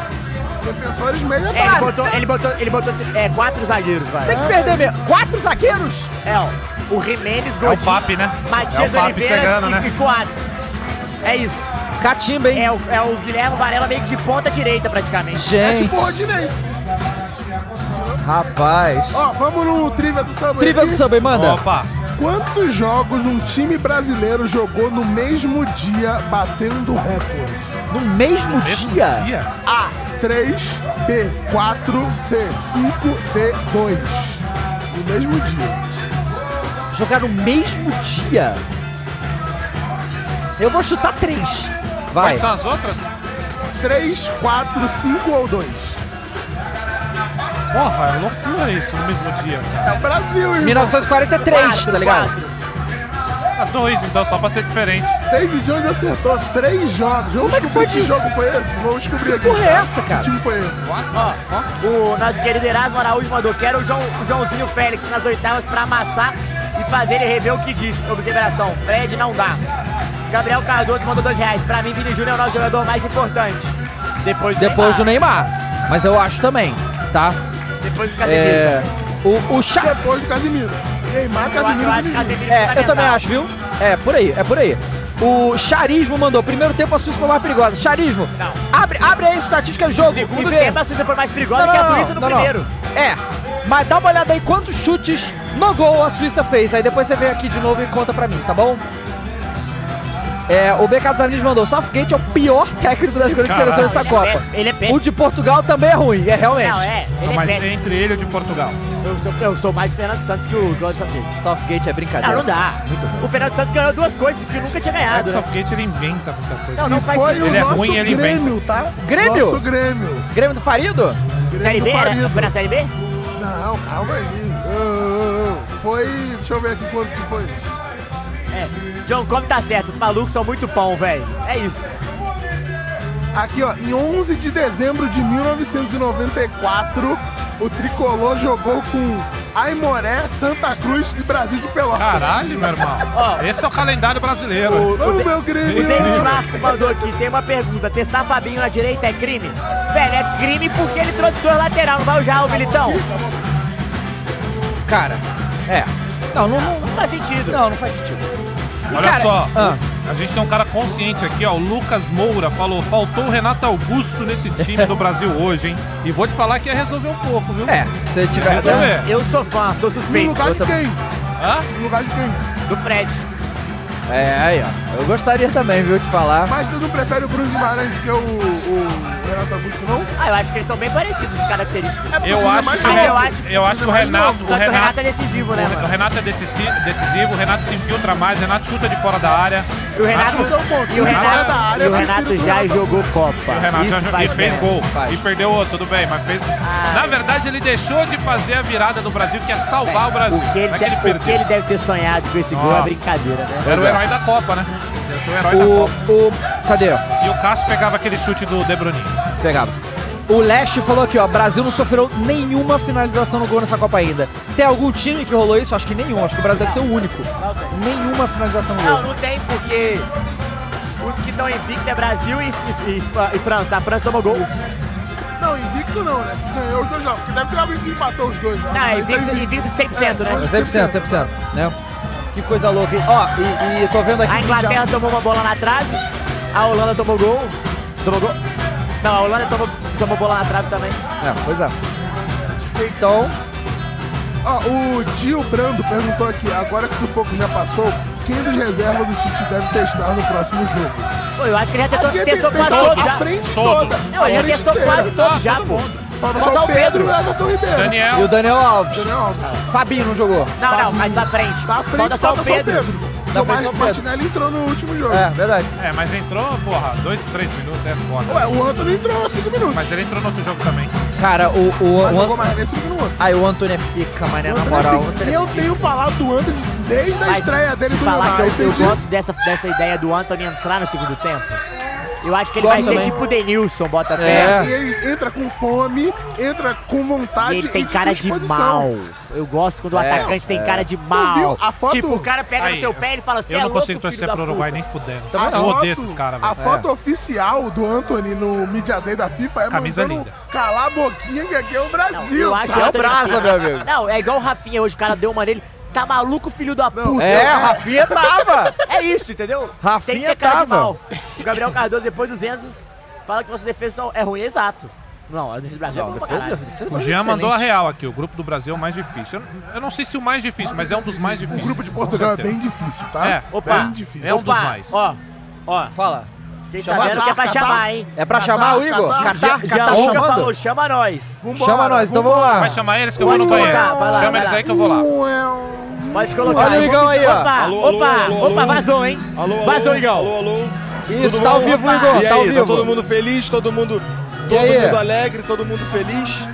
C: Defensores meio e
F: É, ele
C: ataque.
F: botou, ele botou, ele botou é, quatro zagueiros, vai.
E: Tem que perder mesmo. Quatro zagueiros?
F: É, ó, o Jimenez,
G: É o
F: Godinho,
G: papi, né? É o
F: Matias
G: papi
F: Oliveira
G: chegando,
F: e,
G: né?
F: e Coates. É isso.
E: Catimba, hein?
F: É o, é o Guilherme Varela meio que de ponta direita, praticamente.
C: É
E: Gente,
C: tipo o Rodinei.
E: rapaz.
C: Ó, vamos no trivia do samba.
E: Trivia
C: aqui.
E: do samba, manda.
G: Opa,
C: Quantos jogos um time brasileiro jogou no mesmo dia batendo recorde?
E: No mesmo
G: mesmo
E: dia?
G: dia.
C: A. 3, B. 4, C. 5, D. 2. No mesmo dia.
E: Jogar no mesmo dia? Eu vou chutar três. Vai.
G: Quais são as outras?
C: 3, 4, 5 ou 2?
G: Porra, é loucura isso no mesmo dia, cara.
C: É o Brasil, irmão.
E: 1943,
F: Quatro,
E: tá ligado?
F: quatro.
G: Ah, dois, então, só pra ser diferente.
C: David Jones acertou 3 jogos. Vamos
E: Como é que
C: descobrir
E: pode
C: que
E: isso?
C: jogo foi esse? Vamos descobrir aqui.
E: porra é essa, cara?
C: Que time foi esse?
F: O nosso querido Erasmo Araújo mandou: quero o, João, o Joãozinho Félix nas oitavas pra amassar e fazer ele rever o que disse. Observação: Fred não dá. Gabriel Cardoso mandou dois reais. Pra mim, Vini Júnior é o nosso jogador mais importante. Depois do
E: Depois do
F: Neymar.
E: Neymar. Mas eu acho também, tá?
F: Depois do Casemiro. tá-
E: É. O, o Cha-
C: Depois do Casimiro. Neymar,
F: Eu, eu
C: Casimiro
F: acho que
C: Vini Júnior.
F: Casemiro
E: É, eu
F: fundamental.
E: também acho, viu? É, por aí, é por aí. O Charismo mandou. Primeiro tempo a Suíça foi mais perigosa. Charismo,
F: Não.
E: abre, abre aí a estatística do jogo. e
F: Segundo
E: vê.
F: tempo, a Suíça foi mais perigosa que a Suíça no
E: não, não.
F: primeiro.
E: É, mas dá uma olhada aí quantos chutes no gol a Suíça fez. Aí depois você vem aqui de novo e conta pra mim, tá bom? É, o BK dos Amigos mandou, Southgate é o pior técnico das grandes
G: Caralho.
E: seleções dessa
F: Ele é
E: Copa.
F: péssimo, ele é péssimo.
E: O de Portugal também é ruim, é realmente.
F: Não, é. Ele
G: Não,
F: é
G: mas
F: péssimo.
G: entre ele e o de Portugal.
F: Eu sou, eu sou mais Fernando Santos que o Gol Southgate.
E: Southgate é
F: Não,
E: brincadeira.
F: não dá. O Fernando Santos ganhou duas coisas que nunca tinha
G: É que
F: ganhado.
G: o
F: né?
G: Southgate, ele inventa muita coisa.
F: Não, não faz
C: Foi
F: sentido.
C: o
G: Ele é
C: nosso
G: ruim, ele inventa.
C: Grêmio, tá?
E: Grêmio?
C: Nosso Grêmio.
E: Grêmio do Farido?
C: Grêmio
F: Série
C: do
F: B? Era,
C: Parido.
F: foi na Série B?
C: Não, calma aí. Ô, ô, ô. Foi. Deixa eu ver aqui quanto que foi.
F: É. John Come tá certo, os malucos são muito pão, velho. É isso.
C: Aqui, ó, em 11 de dezembro de 1994, o tricolor jogou com Aimoré, Santa Cruz e Brasil de Pelotas.
G: Caralho, meu irmão.
F: Ó.
G: Esse é o calendário brasileiro.
C: Vamos, meu
F: O
C: Grêmio!
F: David Marcos mandou aqui, tem uma pergunta. Testar Fabinho na direita é crime? Velho, é crime porque ele trouxe dois lateral, não vai já o Militão?
E: Cara, é. Não, não, não,
F: Não faz sentido.
E: não, não faz sentido. E,
G: Olha só,
E: ah,
G: A gente tem um cara consciente aqui, ó. O Lucas Moura falou: faltou o Renato Augusto nesse time do Brasil hoje, hein? E vou te falar que ia resolver um pouco, viu? É,
E: se tiver-
G: Resolver.
F: Eu sou fã, sou suspeito.
G: No lugar de quem? Hã?
C: No lugar de quem?
F: Do Fred.
J: É, aí, ó. Eu gostaria também, viu, de falar.
C: Mas você não prefere o Bruno Guimarães do que o, o Renato Augusto, não? É
F: Ah, eu acho que eles são bem parecidos, os características.
G: Eu acho, que, é-
F: Mas um. eu acho
G: eu acho que o Renato.
F: Só que o Renato é decisivo, né,
G: o-
F: mano?
G: O Renato é decisivo, decisivo, o Renato se infiltra mais, o Renato chuta de fora da área.
F: E o Renato, e o Renato, é
G: é-
F: e o Renato já jogou Copa.
G: E o Renato
F: Isso
G: já-
F: faz Ah, é.
G: e fez
F: diferença.
G: gol. E perdeu outro, tudo bem, mas fez. Na verdade, ele deixou de fazer a virada do Brasil, que é salvar o Brasil.
F: O que ele,
G: Não é que ele
F: deve, o que
G: perdeu.
F: ele deve ter sonhado com esse gol é
G: Nossa.
F: brincadeira, né?
G: Era o
C: é.
G: herói da Copa, né? Ia ser o herói da
J: O,
G: Copa.
J: o. Cadê, ó?
G: E o Cássio pegava aquele chute do De Bruyne.
E: Pegava. O Leste falou aqui, ó, Brasil não sofreu nenhuma finalização no gol nessa Copa ainda. Tem algum time que rolou isso? Acho que nenhum. Acho que o Brasil deve ser o único. Nenhuma finalização no
F: Não,
E: gol.
F: não tem porque os que estão invicto é Brasil e, e- e Espa- e França. A França tomou gol.
C: Não, invicto não, né? Ganhou os dois jogos. Porque deve ter alguém que empatou os dois jogos.
F: Não,
C: Mas
F: invicto-
C: tá
F: invicto 100%, né?
C: É,
J: 100%, 100%, né? Que coisa louca, hein? Ó, e, e tô vendo aqui.
F: A
J: que
F: Inglaterra
J: já-
F: tomou uma bola na trave, a Holanda tomou gol. Tomou gol? Não, a Holanda tomou, tomou bola na trave também.
E: É, pois é. Então.
C: Ó, Ah, o tio Brando perguntou aqui, agora que o sufoco já passou, quem dos reservas do Tite deve testar no próximo jogo?
F: Pô, eu acho que ele já
C: Acho
F: testou,
C: que ele
F: testou
C: testou
F: quase todos
C: a
F: já.
C: frente toda.
F: Não,
C: A
F: ele já
C: frente
F: testou
C: inteira.
F: quase todos
C: Ah,
F: já,
C: todo
F: pô.
C: mundo. Falta só Tá o Pedro e o Everton Ribeiro.
G: Daniel.
E: E o Daniel Alves.
C: Daniel Alves.
E: Fabinho não jogou.
F: Não, não, mas da frente.
C: Da
F: Falta
C: frente
F: só o Pedro.
C: Da frente só o Martinelli entrou no último jogo.
E: É, verdade.
G: É, mas entrou, porra, dois, três minutos é foda.
C: Ué, o Antônio entrou 5 minutos.
G: Mas ele entrou no outro jogo também.
J: Cara, o. o,
C: Mas
J: o
C: jogou mais nesse do que no outro.
J: Aí o Antônio é pica, mané, na
C: Antônio
J: moral.
C: é
J: o
C: pica.
J: Antônio é
C: Eu tenho falado do Antônio desde é a
F: Mas
C: estreia dele
F: te
C: do
F: falar
C: Neymar.
F: que eu, eu
C: entendi.
F: gosto dessa, dessa ideia do Anthony entrar no segundo tempo. Eu acho que ele
C: Gosto
F: vai ser
C: também.
F: tipo o Denilson, Botafogo.
C: É. E ele entra com fome, entra com vontade.
F: E ele tem
C: e tá tipo,
F: cara de
C: disposição.
F: mal. Eu gosto quando o
C: É,
F: atacante tem
C: é.
F: cara de
C: Tu
F: mal.
C: viu a foto?
F: Tipo, o cara pega
G: Aí,
F: no seu pé e ele fala assim:
G: Eu
F: é
G: não
F: louco,
G: consigo
F: filho
G: torcer
F: da
G: pro Uruguai
F: puta."
G: nem fudendo.
C: A
G: Eu
C: é foto-
G: odeio esses caras,
C: A
G: velho. É.
K: É.
C: foto oficial do Anthony no Media Day da FIFA é
G: Camisa
C: mandando
G: linda.
C: calar a boquinha que aqui é o Brasil.
F: Eu acho que
C: tá?
F: Anthony- Não, é igual o Rafinha hoje, o cara deu uma nele. Tá maluco, filho da puta.
J: É, o Rafinha tava.
F: É isso, entendeu? Tem que
J: Rafinha
F: ter cara de
J: tava.
F: mal. O Gabriel Cardoso, depois dos Enzos, fala que nossa defesa é ruim, exato. Não, a defesa do Brasil é boa pra caralho.
G: O Jean mandou a real aqui, o grupo do Brasil é o mais difícil. Eu, eu não sei se o mais difícil, mas é um dos mais difíceis. O grupo
C: de Portugal é bem difícil, tá?
G: É,
C: Opa.
G: bem difícil. É um dos
F: Opa,
G: mais.
F: Ó, ó.
E: Fala.
F: Fiquei
E: Chamar-
F: sabendo que é pra
E: Catar,
F: chamar,
E: Catar.
F: hein?
E: É pra chamar o Igor? Catar,
F: Já,
E: Catar
F: já
E: chamando?
F: falou, chama nós.
E: Chama nós, então vamos lá.
G: Vai chamar eles que eu vou no
F: Pode
G: banheiro.
F: colocar, vai lá,
G: Chama
F: vai
G: eles
F: lá.
G: aí que eu vou lá.
F: Pode colocar.
E: Olha o Igão aí, ó.
F: Opa,
E: Alô, alô,
F: opa,
E: alô,
F: opa,
E: alô.
F: vazou, hein?
E: alô,
F: vazou, Igão.
E: alô,
F: Isso,
E: tá ao vivo, Igor,
K: E
E: tá ao
K: aí,
E: vivo.
K: todo mundo feliz, todo mundo,
E: E
K: todo
E: aí?
K: mundo alegre, todo mundo feliz,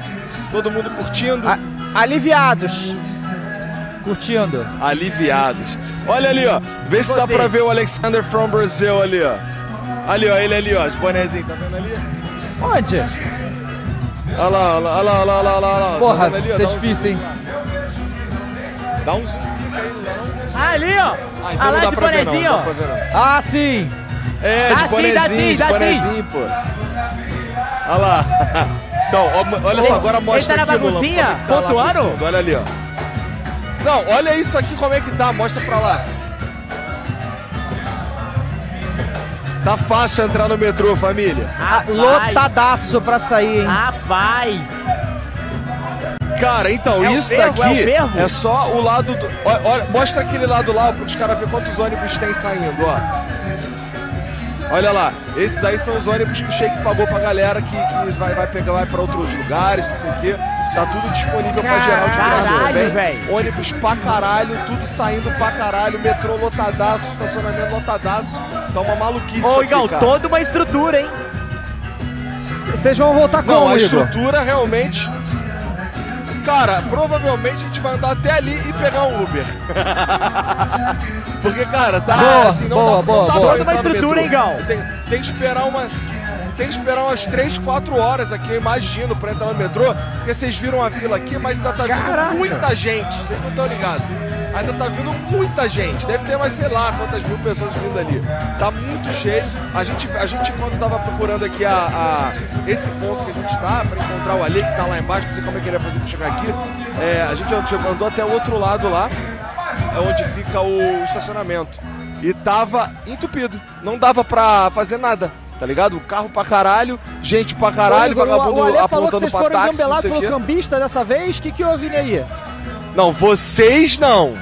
K: todo mundo curtindo.
E: Aliviados. Curtindo.
K: Aliviados. Olha ali, ó. Vê se dá pra ver o Alexander from Brazil ali, ó. Ali, ó, ele ali, ó, de bonézinho, tá vendo ali?
E: Onde?
K: Olha lá, olha lá, olha lá, olha lá, olha lá, olha lá.
E: Porra,
K: tá vendo ali, ó,
E: isso é
K: dá um
E: difícil, hein?
K: zoom- Dá um zoom.
F: Ali, ó.
K: Ah,
F: Ah,
K: então
F: lá
K: não dá
F: de
K: pra ver, não,
F: bonezinho,
K: não
F: ó.
K: dá pra ver, não.
E: Ah, sim.
K: É,
F: Dá
K: de
F: sim, dá sim,
K: bonezinho, de
F: dá sim.
K: bonezinho, pô. Olha lá. Então, ó, olha só, agora
F: Ele
K: mostra
F: tá na
K: aqui, Lula, como é que
F: baguncinha?
K: tá lá pro
F: Pontuando?
K: fundo. Olha ali, ó. Não, olha isso aqui como é que tá, mostra pra lá. Tá fácil entrar no metrô, família.
E: Ah, lotadaço pra sair, hein?
F: Rapaz.
K: Cara, então,
E: É o
K: isso
E: fervo,
K: daqui
E: é o fervo?
K: é, só o lado do. ó, Olha, mostra aquele lado lá para os caras verem quantos ônibus tem saindo, ó. Olha lá, esses aí são os ônibus que o Sheik pagou pra galera que, que vai, vai pegar, vai pra outros lugares, não sei o quê. Tá tudo disponível pra geral de graça
F: Caralho,
K: também.
F: velho.
K: Ônibus pra caralho, tudo saindo pra caralho, metrô lotadaço, estacionamento lotadaço. Tá uma maluquice
F: Ô,
K: aqui,
F: Igão,
K: cara.
F: toda uma estrutura, hein?
E: Vocês vão voltar com
K: Não,
E: o
K: a
E: Igor.
K: estrutura realmente. Cara, provavelmente a gente vai andar até ali e pegar um Uber. Porque, cara, tá
E: Boa,
K: assim, não
E: boa,
K: dá,
E: boa,
K: não dá pra
E: boa. Toda uma
K: entrar no metrô.
E: estrutura, hein, Gal?
K: Tem, tem que esperar umas. Tem que esperar umas 3, 4 horas aqui, eu imagino, pra entrar no metrô. Porque vocês viram a vila aqui, mas ainda tá
E: Caraca.
K: vindo muita gente. Vocês não estão ligados. Ainda tá vindo muita gente. Deve ter mais sei lá quantas mil pessoas vindo ali. Tá muito cheio. A gente, a gente quando tava procurando aqui a, a- esse ponto que a gente tá, pra encontrar o Ali, que tá lá embaixo, não sei como é que ele vai fazer pra chegar aqui. é, a gente chegou- andou até o outro lado lá, é onde fica o estacionamento. e tava entupido. Não dava pra fazer nada. Tá ligado? Carro pra caralho, gente pra caralho,
E: Ô, Igor, o-
K: vagabundo
E: o Ale falou que
K: apontando
E: vocês
K: pra
E: foram
K: táxi, não
E: engambelados
K: sei o
E: pelo
K: quê.
E: cambista dessa vez. O que, que houve, aí?
K: Não, vocês não.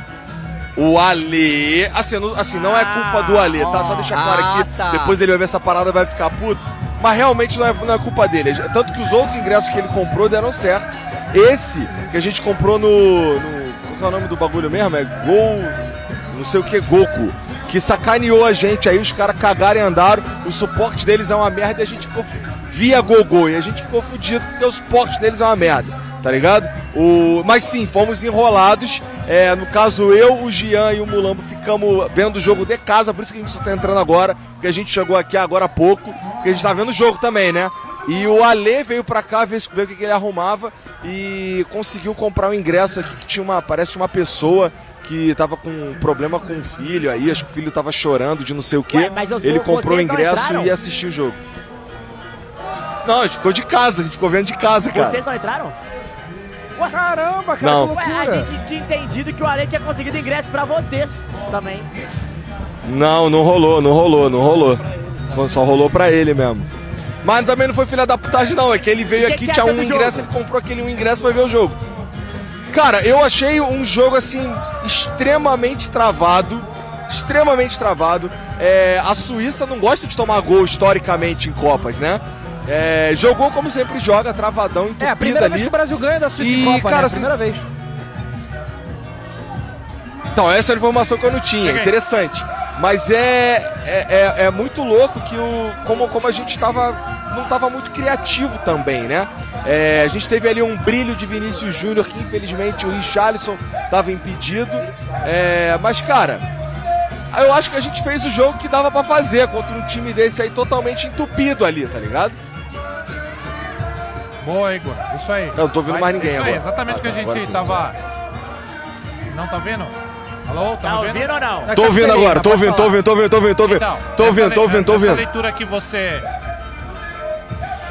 K: O Ale. Assim, não, assim, não é culpa do Ale, tá? Só deixar claro aqui.
E: tá.
K: Depois ele vai ver essa parada e vai ficar puto. Mas realmente não é, não é culpa dele. Tanto que os outros ingressos que ele comprou deram certo. Esse, que a gente comprou no. no- qual que é o nome do bagulho mesmo? É Gol. Não sei o que, Goku. Que sacaneou a gente aí, os caras cagaram e andaram. O suporte deles é uma merda e a gente ficou. fu- Via Gogô. E a gente ficou fudido porque o suporte deles é uma merda tá ligado? O... Mas sim, fomos enrolados. É, no caso, eu, o Gian e o Mulambo ficamos vendo o jogo de casa, por isso que a gente só tá entrando agora, porque a gente chegou aqui agora há pouco, porque a gente tá vendo o jogo também, né? E o Ale veio pra cá ver, se- ver o que, que ele arrumava e conseguiu comprar um ingresso aqui que tinha uma. Parece uma pessoa que tava com um problema com o filho aí, acho que o filho tava chorando de não sei o quê.
F: Ué, mas os-
K: ele
F: vocês
K: comprou o
F: não
K: ingresso
F: entraram?
K: e assistiu o jogo. Não, a gente ficou de casa, a gente ficou vendo de casa, cara.
F: Vocês não entraram?
E: Caramba,
K: cara, Não. que
F: Ué, a
K: loucura.
F: gente tinha entendido que o Ale tinha conseguido ingresso pra vocês também.
K: Não, não rolou, não rolou, não rolou. Só rolou pra ele mesmo. Mas também não foi filha da putagem, não. É que ele veio
F: E que
K: aqui,
F: que você
K: tinha
F: acha
K: um
F: do jogo?
K: ingresso, ele comprou aquele um ingresso e foi ver o jogo. Cara, eu achei um jogo assim, extremamente travado. Extremamente travado. É, a Suíça não gosta de tomar gol historicamente em Copas, né? É, jogou como sempre joga, travadão, entupida
E: É, a primeira
K: ali.
E: vez que o Brasil ganha da Suíça
K: E,
E: em Copa,
K: cara,
E: né?
K: assim,
E: Primeira vez.
K: Então, essa é a informação que eu não tinha,
E: Peguei.
K: interessante. Mas é, é, é- é muito louco que o. Como, como a gente tava. não tava muito criativo também, né? É, a gente teve ali um brilho de Vinícius Júnior, que infelizmente o Richarlison tava impedido. É, mas, cara, eu acho que a gente fez o jogo que dava pra fazer contra um time desse aí totalmente entupido ali, tá ligado?
G: Boa, Igor. Isso aí.
K: Não, não tô ouvindo
G: Vai-
K: mais ninguém
G: isso Aí,
K: agora.
G: exatamente
K: Ah,
G: o que
K: tá,
G: a
K: agora
G: gente
K: sim.
G: tava. Não tá ouvindo? Alô, tá,
F: Tá
G: ouvindo?
F: ouvindo ou não?
K: Tô ouvindo agora, tô ouvindo, tô ouvindo, tô ouvindo, tô ouvindo, tô ouvindo.
G: Então,
K: Tô ouvindo,
G: essa
K: tô ouvindo, tô
G: leitura- Essa
K: ouvindo.
G: leitura que você.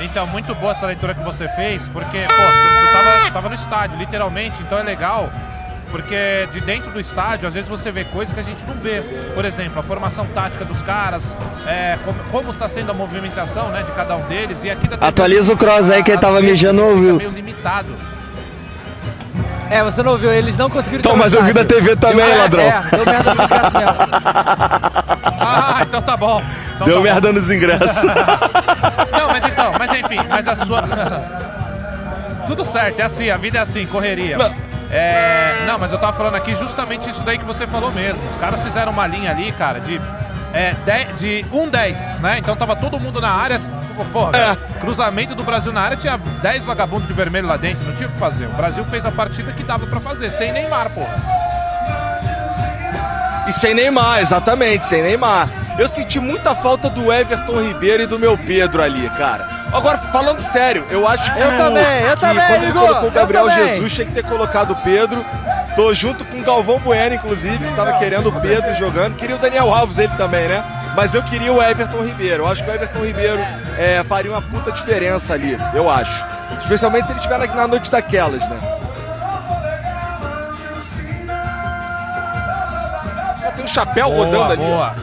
G: Então, muito boa essa leitura que você fez, porque, pô, tu tava, tava no estádio, literalmente, então é legal. Porque de dentro do estádio, às vezes você vê coisas que a gente não vê. Por exemplo, a formação tática dos caras, é, como, como tá sendo a movimentação né, de cada um deles. E aqui da tá TV
L: Atualiza o Cross aí que ele tava mijando, ouviu.
G: meio limitado.
E: É, você não ouviu, eles não conseguiram.
L: Então, mas eu vi da TV também, ladrão.
G: é,
E: É,
G: Ah, então tá bom. Então
K: Deu
G: tá bom.
K: merda nos ingressos.
G: Não, mas então, mas enfim, mas a sua. Tudo certo, é assim, a vida é assim, correria.
K: Não.
G: É, não, mas eu tava falando aqui justamente isso daí que você falou mesmo. Os caras fizeram uma linha ali, cara, de. É, de, de 1-10, né? Então tava todo mundo na área. pô, Porra,
C: É.
G: cruzamento do Brasil na área tinha 10 vagabundos de vermelho lá dentro, não tinha o que fazer. O Brasil fez a partida que dava pra fazer, sem Neymar, porra.
K: E sem Neymar, exatamente, sem Neymar. Eu senti muita falta do Everton Ribeiro e do meu Pedro ali, cara. Agora, falando sério, eu acho que.
E: Eu
K: o-
E: também, eu
K: que
E: também,
K: Quando ele
E: Igor,
K: colocou o
E: eu
K: Gabriel
E: também.
K: Jesus, tinha que ter colocado o Pedro. Tô junto com o Galvão Bueno, inclusive, que tava querendo o Pedro jogando. Queria o Daniel Alves, ele também, né? Mas eu queria o Everton Ribeiro. Eu acho que o Everton Ribeiro é, faria uma puta diferença ali, eu acho. Especialmente se ele estiver na- na noite daquelas, né? Ah, Tem um chapéu
G: Boa,
K: rodando ali.
G: boa.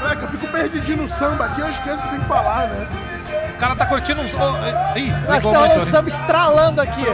C: Moleque, eu fico perdidinho no samba aqui, eu esqueço que tem que falar, né?
G: O cara tá curtindo uns. Oh, ih,
E: Mas
G: desligou
E: tá
G: o
K: né?
E: olha o
G: monitor, hein?
E: samba estralando aqui.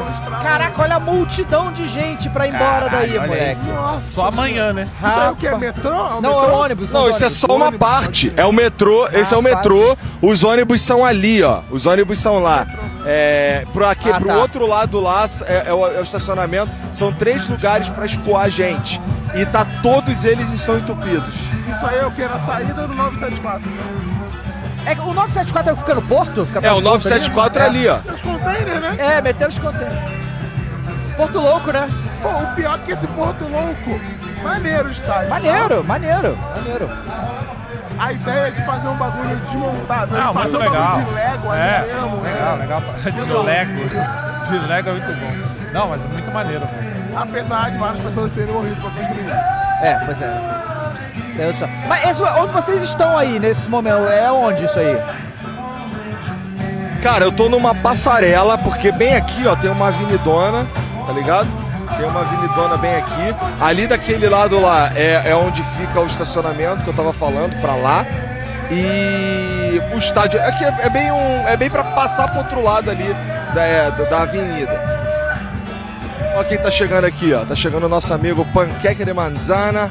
E: Caraca, olha a multidão de gente pra ir embora
G: Caralho,
E: daí,
G: olha
E: moleque.
G: isso. Só amanhã, né?
C: Isso aí é o que? É metrô? É o
E: Não,
C: metrô?
E: é ônibus. Ah,
K: Não, isso é só uma parte. É o metrô, esse é
E: tá,
K: o metrô. Os ônibus são ali, ó. Os ônibus são lá. É, pro, aqui,
E: Ah,
K: pro
E: tá.
K: outro lado lá é, é o, é o estacionamento. São três lugares pra escoar gente. E tá todos eles estão entupidos.
C: Isso aí é o que? Era a saída do 974.
E: É que o 974 é o que fica no porto? Fica
K: É,
E: perto
K: o
E: do porto
K: 974 é ali, ó.
C: Os containers, né?
E: É, meteram os containers. Porto Louco, né?
C: Pô, o pior é que esse Porto Louco. Maneiro o estádio.
E: Maneiro, maneiro, maneiro.
C: A ideia é de fazer um bagulho desmontado. né?
G: Não,
C: fazer
G: Ah, muito
C: um bagulho
G: legal.
C: de Lego ali
G: é,
C: mesmo.
G: legal,
C: é.
G: legal. De Lego. De Lego é muito bom. Não, mas é muito maneiro, velho.
C: Apesar de várias pessoas terem morrido pra construir.
E: É, pois é. Isso aí é outro samba. Mas isso, onde vocês estão aí nesse momento? É onde isso aí?
K: Cara, eu tô numa passarela, porque bem aqui, ó, tem uma avenidona, tá ligado? Tem uma avenidona bem aqui. Ali daquele lado lá é, é onde fica o estacionamento que eu tava falando, pra lá. E o estádio. Aqui é, é bem um. É bem pra passar pro outro lado ali da, é, da- da avenida. Ó quem tá chegando aqui, ó. Tá chegando o nosso amigo Panqueque de Manzana.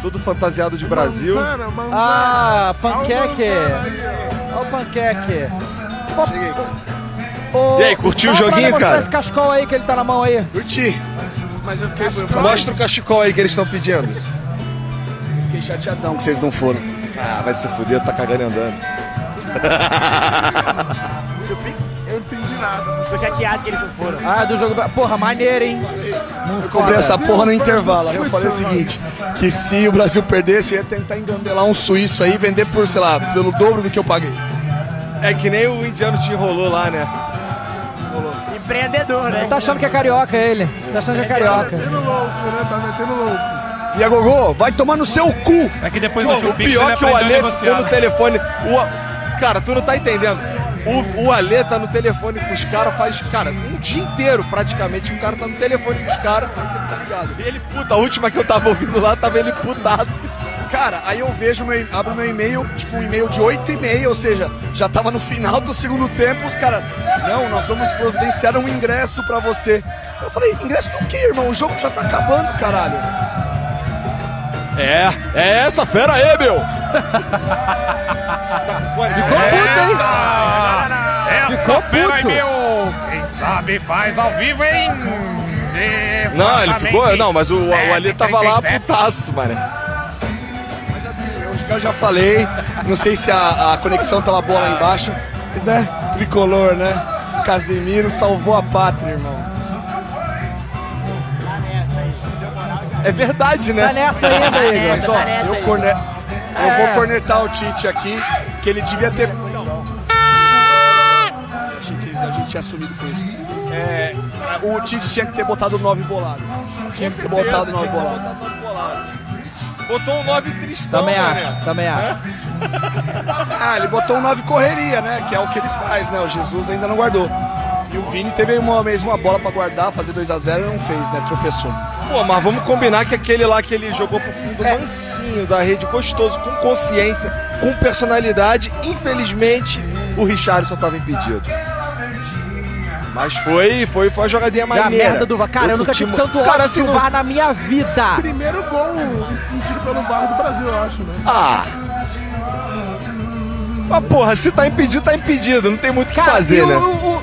K: Todo fantasiado de Brasil.
C: Manzana, manzana.
J: Ah, panqueque. Olha o panqueque. Ô,
K: E aí, curtiu o
J: dá pra
K: joguinho,
J: mostrar
K: cara?
J: esse cachecol aí que ele tá na mão aí.
K: Curti. Mas eu fiquei. Mostra o cachecol aí que eles estão pedindo. Fiquei chateadão que vocês não foram. Ah, vai se fuder, tá cagando e andando.
C: Eu não entendi nada.
F: Ficou chateado que eles não foram.
J: Ah, do jogo. Porra, maneiro, hein?
I: Eu comprei essa porra no intervalo. Aí eu falei o seguinte: que se o Brasil perdesse, eu ia tentar engambelar um suíço aí e vender por, sei lá, pelo dobro do que eu paguei.
K: É que nem o indiano te enrolou lá, né?
F: Empreendedor, né?
J: Tá achando que é carioca ele. Tá achando que é carioca.
C: Tá metendo louco.
I: E a Gogô, vai tomar no seu cu!
G: É que depois
K: Pô, o pior é que o Alê ficou no telefone. O A- Cara, tu não tá entendendo. O, o Alê tá no telefone com os caras faz, cara, um dia inteiro praticamente. O cara tá no telefone com os caras. E ele puta, a última que eu tava ouvindo lá, tá- tava ele putaço.
I: Cara, aí eu vejo, meu, abro meu e-mail, tipo um e-mail de 8 e meia, ou seja, já tava no final do segundo tempo, os caras, não, nós vamos providenciar um ingresso pra você. Eu falei, ingresso do quê, irmão? O jogo já tá acabando, caralho.
K: É, é essa fera aí, meu! Tá Ficou
G: Eita! Essa
K: Ficou
G: fera aí,
K: puto.
G: meu! Quem sabe faz ao vivo, hein?
K: Não, ele ficou. Não, mas o, o
J: É,
K: Alê tava lá
G: 7:37.
K: putaço, mano.
I: assim, Eu já falei, não sei se a, a conexão tava boa lá embaixo, mas né, tricolor, né? Casemiro salvou a pátria, irmão.
K: É verdade, né?
I: Tá nessa ainda, Igor. Mas, ó,
K: Tá nessa
I: eu,
K: ainda.
I: corne... eu
K: É.
I: vou cornetar o Tite aqui, que ele devia ter. Não. Achei que a gente tinha assumido com isso. É, o Tite tinha que ter botado 9 bolado. Tinha que ter botado 9 bolado.
K: Botou um 9 tristão.
J: Também
I: né,
J: acho, também acho.
I: Ah, ele botou um 9 correria, né? Que é o que ele faz, né? O Jesus ainda não guardou. E o Vini teve uma vez uma bola pra guardar, fazer 2x0 e não fez, né? Tropeçou.
K: Pô, mas vamos combinar que aquele lá que ele jogou pro fundo
J: É.
K: mansinho da rede, gostoso, com consciência, com personalidade, infelizmente o Richardson tava impedido. Mas foi, foi, foi uma jogadinha
J: Da
K: maneira.
J: merda do VAR. Cara, eu, nunca
K: curti
J: tive
K: mu-
J: tanto
K: Cara,
J: ódio
K: assim,
J: do
K: não-
J: VAR na minha
I: Tá.
J: vida.
C: Primeiro gol impedido pelo VAR do Brasil, eu acho, né?
K: Ah! Mas porra, se tá impedido, tá impedido. Não tem muito o que fazer,
J: e
K: né?
J: o- o-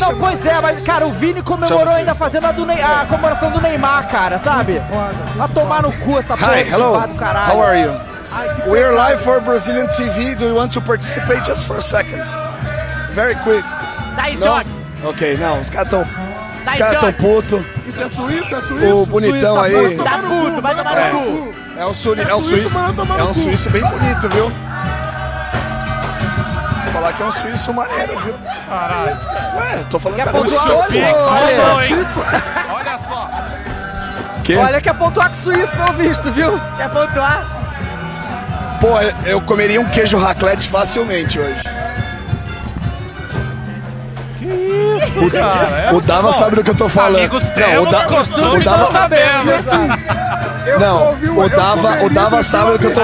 J: Não, pois é, mas, cara, o Vini comemorou ainda fazendo a, do Ney- a comemoração do Neymar, cara, sabe? A tomar no cu
C: Tá
J: essa porra
I: Hi,
J: desse
I: hello.
J: VAR do caralho.
I: How are you? We're live for Brazilian TV. Do you want to participate just for a second? Very quick.
F: Dai
I: Não?
F: shot.
I: Ok, não, os caras tão. Os
F: Dai
I: caras tão
F: shot.
I: puto.
C: Isso é suíço, é suíço.
I: O bonitão
C: Suíço
I: aí.
C: Tá puto, vai tomar
I: É.
C: no cu.
I: É o, suri, é o
C: suíço,
I: suíço.
C: mano, tomar
I: É
C: no
I: um
C: cu.
I: suíço bem bonito, viu? Vou falar que é um suíço maneiro, viu?
G: Caralho.
I: Ué, tô falando
J: Quer
I: cara, é um
J: pontuar
I: suíço.
J: hoje, olha?
I: Não, tipo,
G: Olha só.
I: Quê?
J: Olha, quer pontuar com o Suíço, pelo visto, viu?
F: Quer pontuar?
I: Pô, eu comeria um queijo raclette facilmente hoje.
G: Que isso,
I: O-
C: É
G: cara?
I: o Dava sabe do que eu tô falando.
G: Amigos
I: Não,
G: temos,
I: o Dava-
G: costumes
I: o Dava-
G: não sabemos.
I: né? Eu não, o Dava, o Dava sabe do que eu tô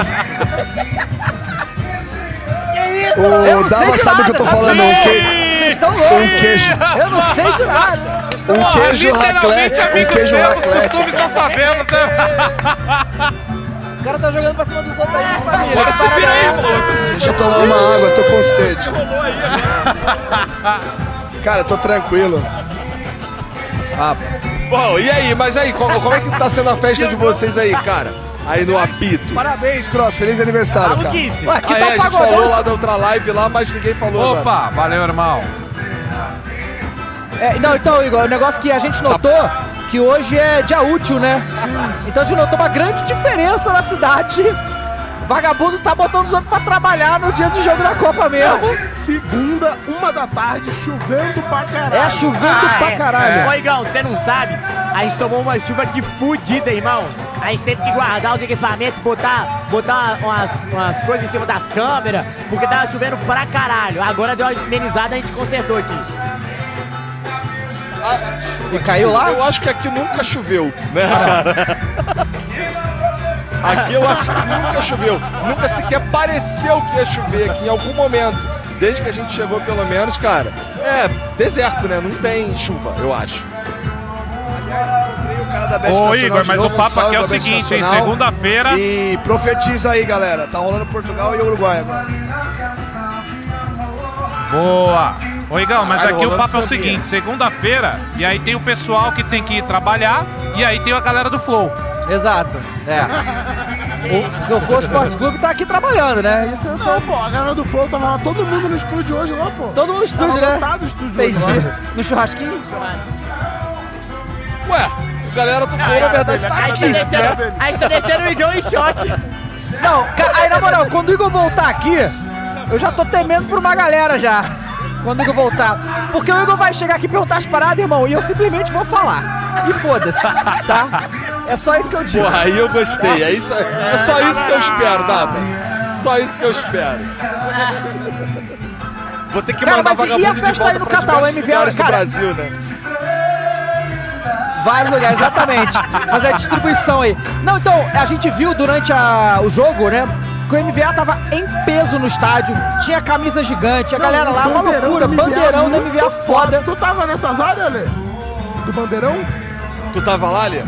J: Eu
I: O
J: não
I: Dava
J: sei de
I: sabe o que
J: nada.
I: eu tô falando, não. Que...
J: Vocês estão loucos.
I: Um queijo.
J: Eu não sei de nada. Vocês estão
I: Um
J: loucos.
I: queijo raclete, um queijo raclete.
G: Nós sabemos,
K: tá-
J: O cara tá jogando pra cima dos outros aí, família.
I: Bora se virar aí, pô. Deixa eu tomar uma água, tô com sede. Cara, eu tô tranquilo.
K: Ah. Bom, e aí? Mas aí, como, como é que tá sendo a festa de vocês aí, cara? Aí no apito. tá
I: Parabéns, Cross. Feliz aniversário, cara.
K: Maluquice.
I: Ué, que
K: Aí,
I: tal
K: a gente
I: pagodão?
K: falou lá da outra live lá, mas ninguém falou agora.
G: Opa, valeu, irmão.
J: É, não, então, Igor, o negócio que a gente notou que hoje é dia útil, né? Então a gente notou uma grande diferença na cidade. Vagabundo tá botando os outros pra trabalhar no dia do jogo da Copa mesmo.
C: Segunda,
I: um
C: uma da tarde, chovendo pra caralho.
J: É, chovendo
C: Ah,
J: pra
F: Ah, Ô, Igão, você não sabe? A gente tomou uma chuva aqui fudida, irmão. A gente teve que guardar os equipamentos, botar, botar umas, umas coisas em cima das câmeras, porque tava chovendo pra caralho. Agora deu uma amenizada, a gente consertou aqui.
E: E caiu lá?
K: Eu acho que aqui nunca choveu, né, cara? Aqui eu acho que nunca choveu. Nunca sequer pareceu que ia chover aqui em algum momento. Desde que a gente chegou, pelo menos, cara. É deserto, né? Não tem chuva, eu acho.
I: Ô,
G: Ô, Igor, mas o papo aqui é o seguinte, hein? Segunda-feira.
I: E profetiza aí, galera. Tá rolando Portugal e Uruguai agora.
G: Boa! Ô, Igão, mas
I: Caralho,
G: aqui o
I: rolando
G: papo é o
I: sambinha.
G: seguinte: segunda-feira, e aí tem o pessoal que tem que ir trabalhar, e aí tem a galera do Flow.
E: Exato, é. Porque o Flow Esporte Clube tá aqui trabalhando, né? Isso é só...
C: Não, pô, a galera do Flow tava lá, todo mundo no estúdio hoje lá, pô.
E: Todo mundo no estúdio,
C: tava
E: né?
C: lotado o estúdio
E: Entendi.
C: hoje lá.
E: No churrasquinho?
K: Ué, a galera do Flow, na verdade, tá aqui. né?
E: Não, ca- aí na moral, quando o Igor voltar aqui, eu já tô temendo por uma galera já. Quando o Igor voltar. Porque o Igor vai chegar aqui e perguntar as paradas, irmão, e eu simplesmente vou falar. E foda-se, tá? É só isso que eu digo.
K: Porra, aí eu gostei. É, isso, é só isso que eu espero, Dava. Só isso que eu espero.
C: Ah.
K: Vou ter que
E: Cara,
K: mandar
E: mas e- e a
K: vagabundo de
E: festa aí
K: volta
E: no
K: pra
E: Catal,
K: diversos
E: MVL,
K: lugares do
E: cara?
K: Brasil, né?
E: Vários lugares, exatamente. Mas é distribuição aí. Não, então, a gente viu durante a- o jogo, né? Que o MVA tava em peso no estádio, tinha camisa gigante, a
C: Não,
E: galera
C: o
E: lá, uma
C: bandeirão
E: loucura,
C: do MVA
E: bandeirão do
C: muito
E: MVA foda.
C: Tu tava nessas áreas, Lê? Do Bandeirão?
K: Tu tava lá, Lê?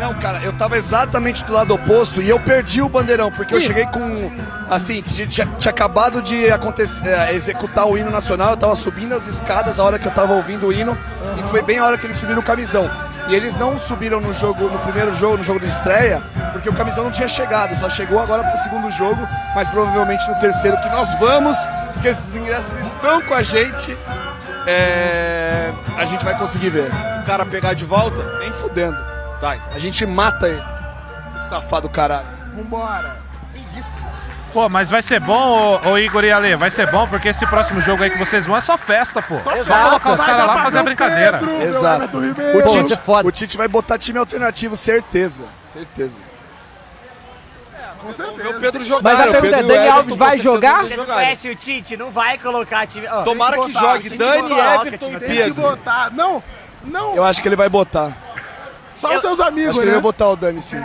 I: Não, cara, eu tava exatamente do lado oposto e eu perdi o bandeirão, porque eu cheguei com. Assim, que tinha- tinha, tinha acabado de acontecer, é, executar o hino nacional, eu tava subindo as escadas a hora que eu tava ouvindo o hino, e foi bem a hora que eles subiram o camisão. E eles não subiram no jogo, no primeiro jogo, no jogo de estreia, porque o camisão não tinha chegado, só chegou agora pro segundo jogo, mas provavelmente no terceiro que nós vamos, porque esses ingressos estão com a gente. É, a gente vai conseguir ver. O cara pegar de volta, nem fudendo. Tá, a gente mata ele. Estafado caralho.
C: Vambora.
G: Pô, mas vai ser bom, ô, ô Igor e Ale, vai ser bom, porque esse próximo jogo aí que vocês vão é só festa, pô. Só, colocar os caras lá e fazer a brincadeira.
I: Exato.
G: Ribeiro.
I: O
G: Pô,
I: Tite,
G: isso é
I: o Tite vai botar time alternativo, certeza. Certeza.
K: O Pedro jogar,
E: Mas a
K: o Pedro
E: pergunta é,
K: e o
E: Dani
K: Everton,
E: Alves
K: com
E: vai
K: certeza,
E: jogar?
K: vão
E: Vocês
K: jogar.
F: Conhece o Tite, não vai colocar time. ó,
K: Tomara
F: tem
K: que
F: botar,
K: jogue
F: tem que
K: Dani,
F: botar o Alckmin
K: Everton e
F: no time.
K: Pedro.
C: Botar. Não, não.
I: Eu acho que ele vai botar.
C: Só os seus amigos,
I: Acho que ele
C: né?
I: vai botar o Dani, sim.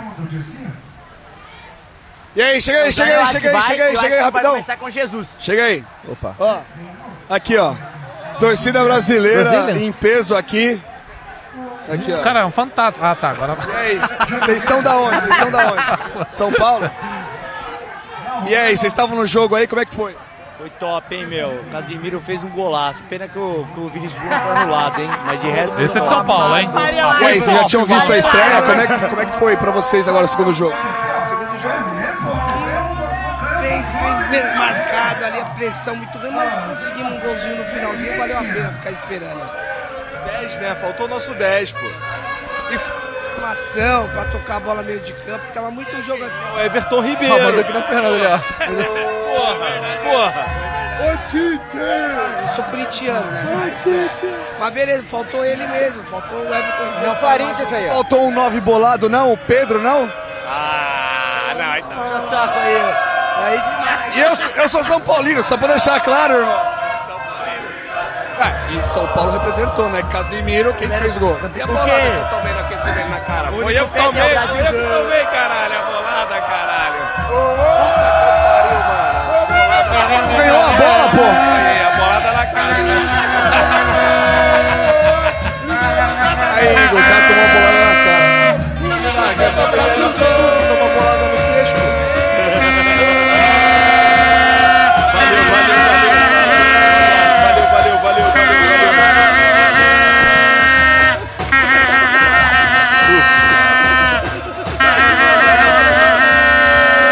I: E aí, chega aí,
F: Então,
I: chega
F: eu
I: aí,
F: acho
I: chega
F: que
I: aí,
F: vai,
I: chega aí, chega
F: eu acho
I: aí,
F: que Vai
I: rapidão.
F: começar com Jesus.
I: Chega aí. Opa. Ó, aqui, ó. Torcida brasileira
G: Brasilians?
I: em peso aqui. Aqui, ó.
G: Cara, é um fantasma. Ah, tá, agora.
I: E aí, vocês são da onde? Vocês são da onde? São Paulo? E aí, vocês estavam no jogo aí, como é que foi?
M: Foi top, hein, meu? Casimiro fez um golaço. Pena que o, que o Vinícius Júnior foi anulado, hein? Mas de resto.
G: Esse é de São Paulo, hein?
I: E aí, vocês já tinham visto a estreia? Como é que, como é que foi pra vocês agora o segundo jogo?
N: Bem, bem, bem marcado ali, a pressão muito grande, mas conseguimos um golzinho no finalzinho, valeu a pena ficar esperando.
K: 10, né? Faltou o nosso 10, pô. E f-
N: Uma ação pra tocar a bola meio de campo, que tava muito jogo aqui.
K: o Everton Ribeiro.
N: Ah, mandou
K: aqui na Fernanda, Porra, porra.
N: Ô Tite! Eu sou corintiano, né? Mas, é, mas beleza, faltou ele mesmo, faltou o Everton.
E: Não, Corinthians aí,
I: Faltou um 9 bolado, não? O Pedro, não?
N: Ah, não, então. Puxa saco aí. Aí demais.
I: E eu, sou- eu sou São Paulino, só pra deixar claro, irmão. É, e São Paulo representou, né? Casimiro, quem que fez gol?
M: E a bolada que eu tomei no aquecimento na cara? Foi eu que tomei, foi eu que tomei, caralho. A bolada, caralho.
I: Ganhou a bola, pô!
M: Aí, a bolada na cara.
I: Aí, Igor, o cara tomou uma bolada na cara. Ah, quer tomar bolada no cu, tomou uma bolada no queixo, pô.
K: Valeu, valeu, valeu, valeu, valeu,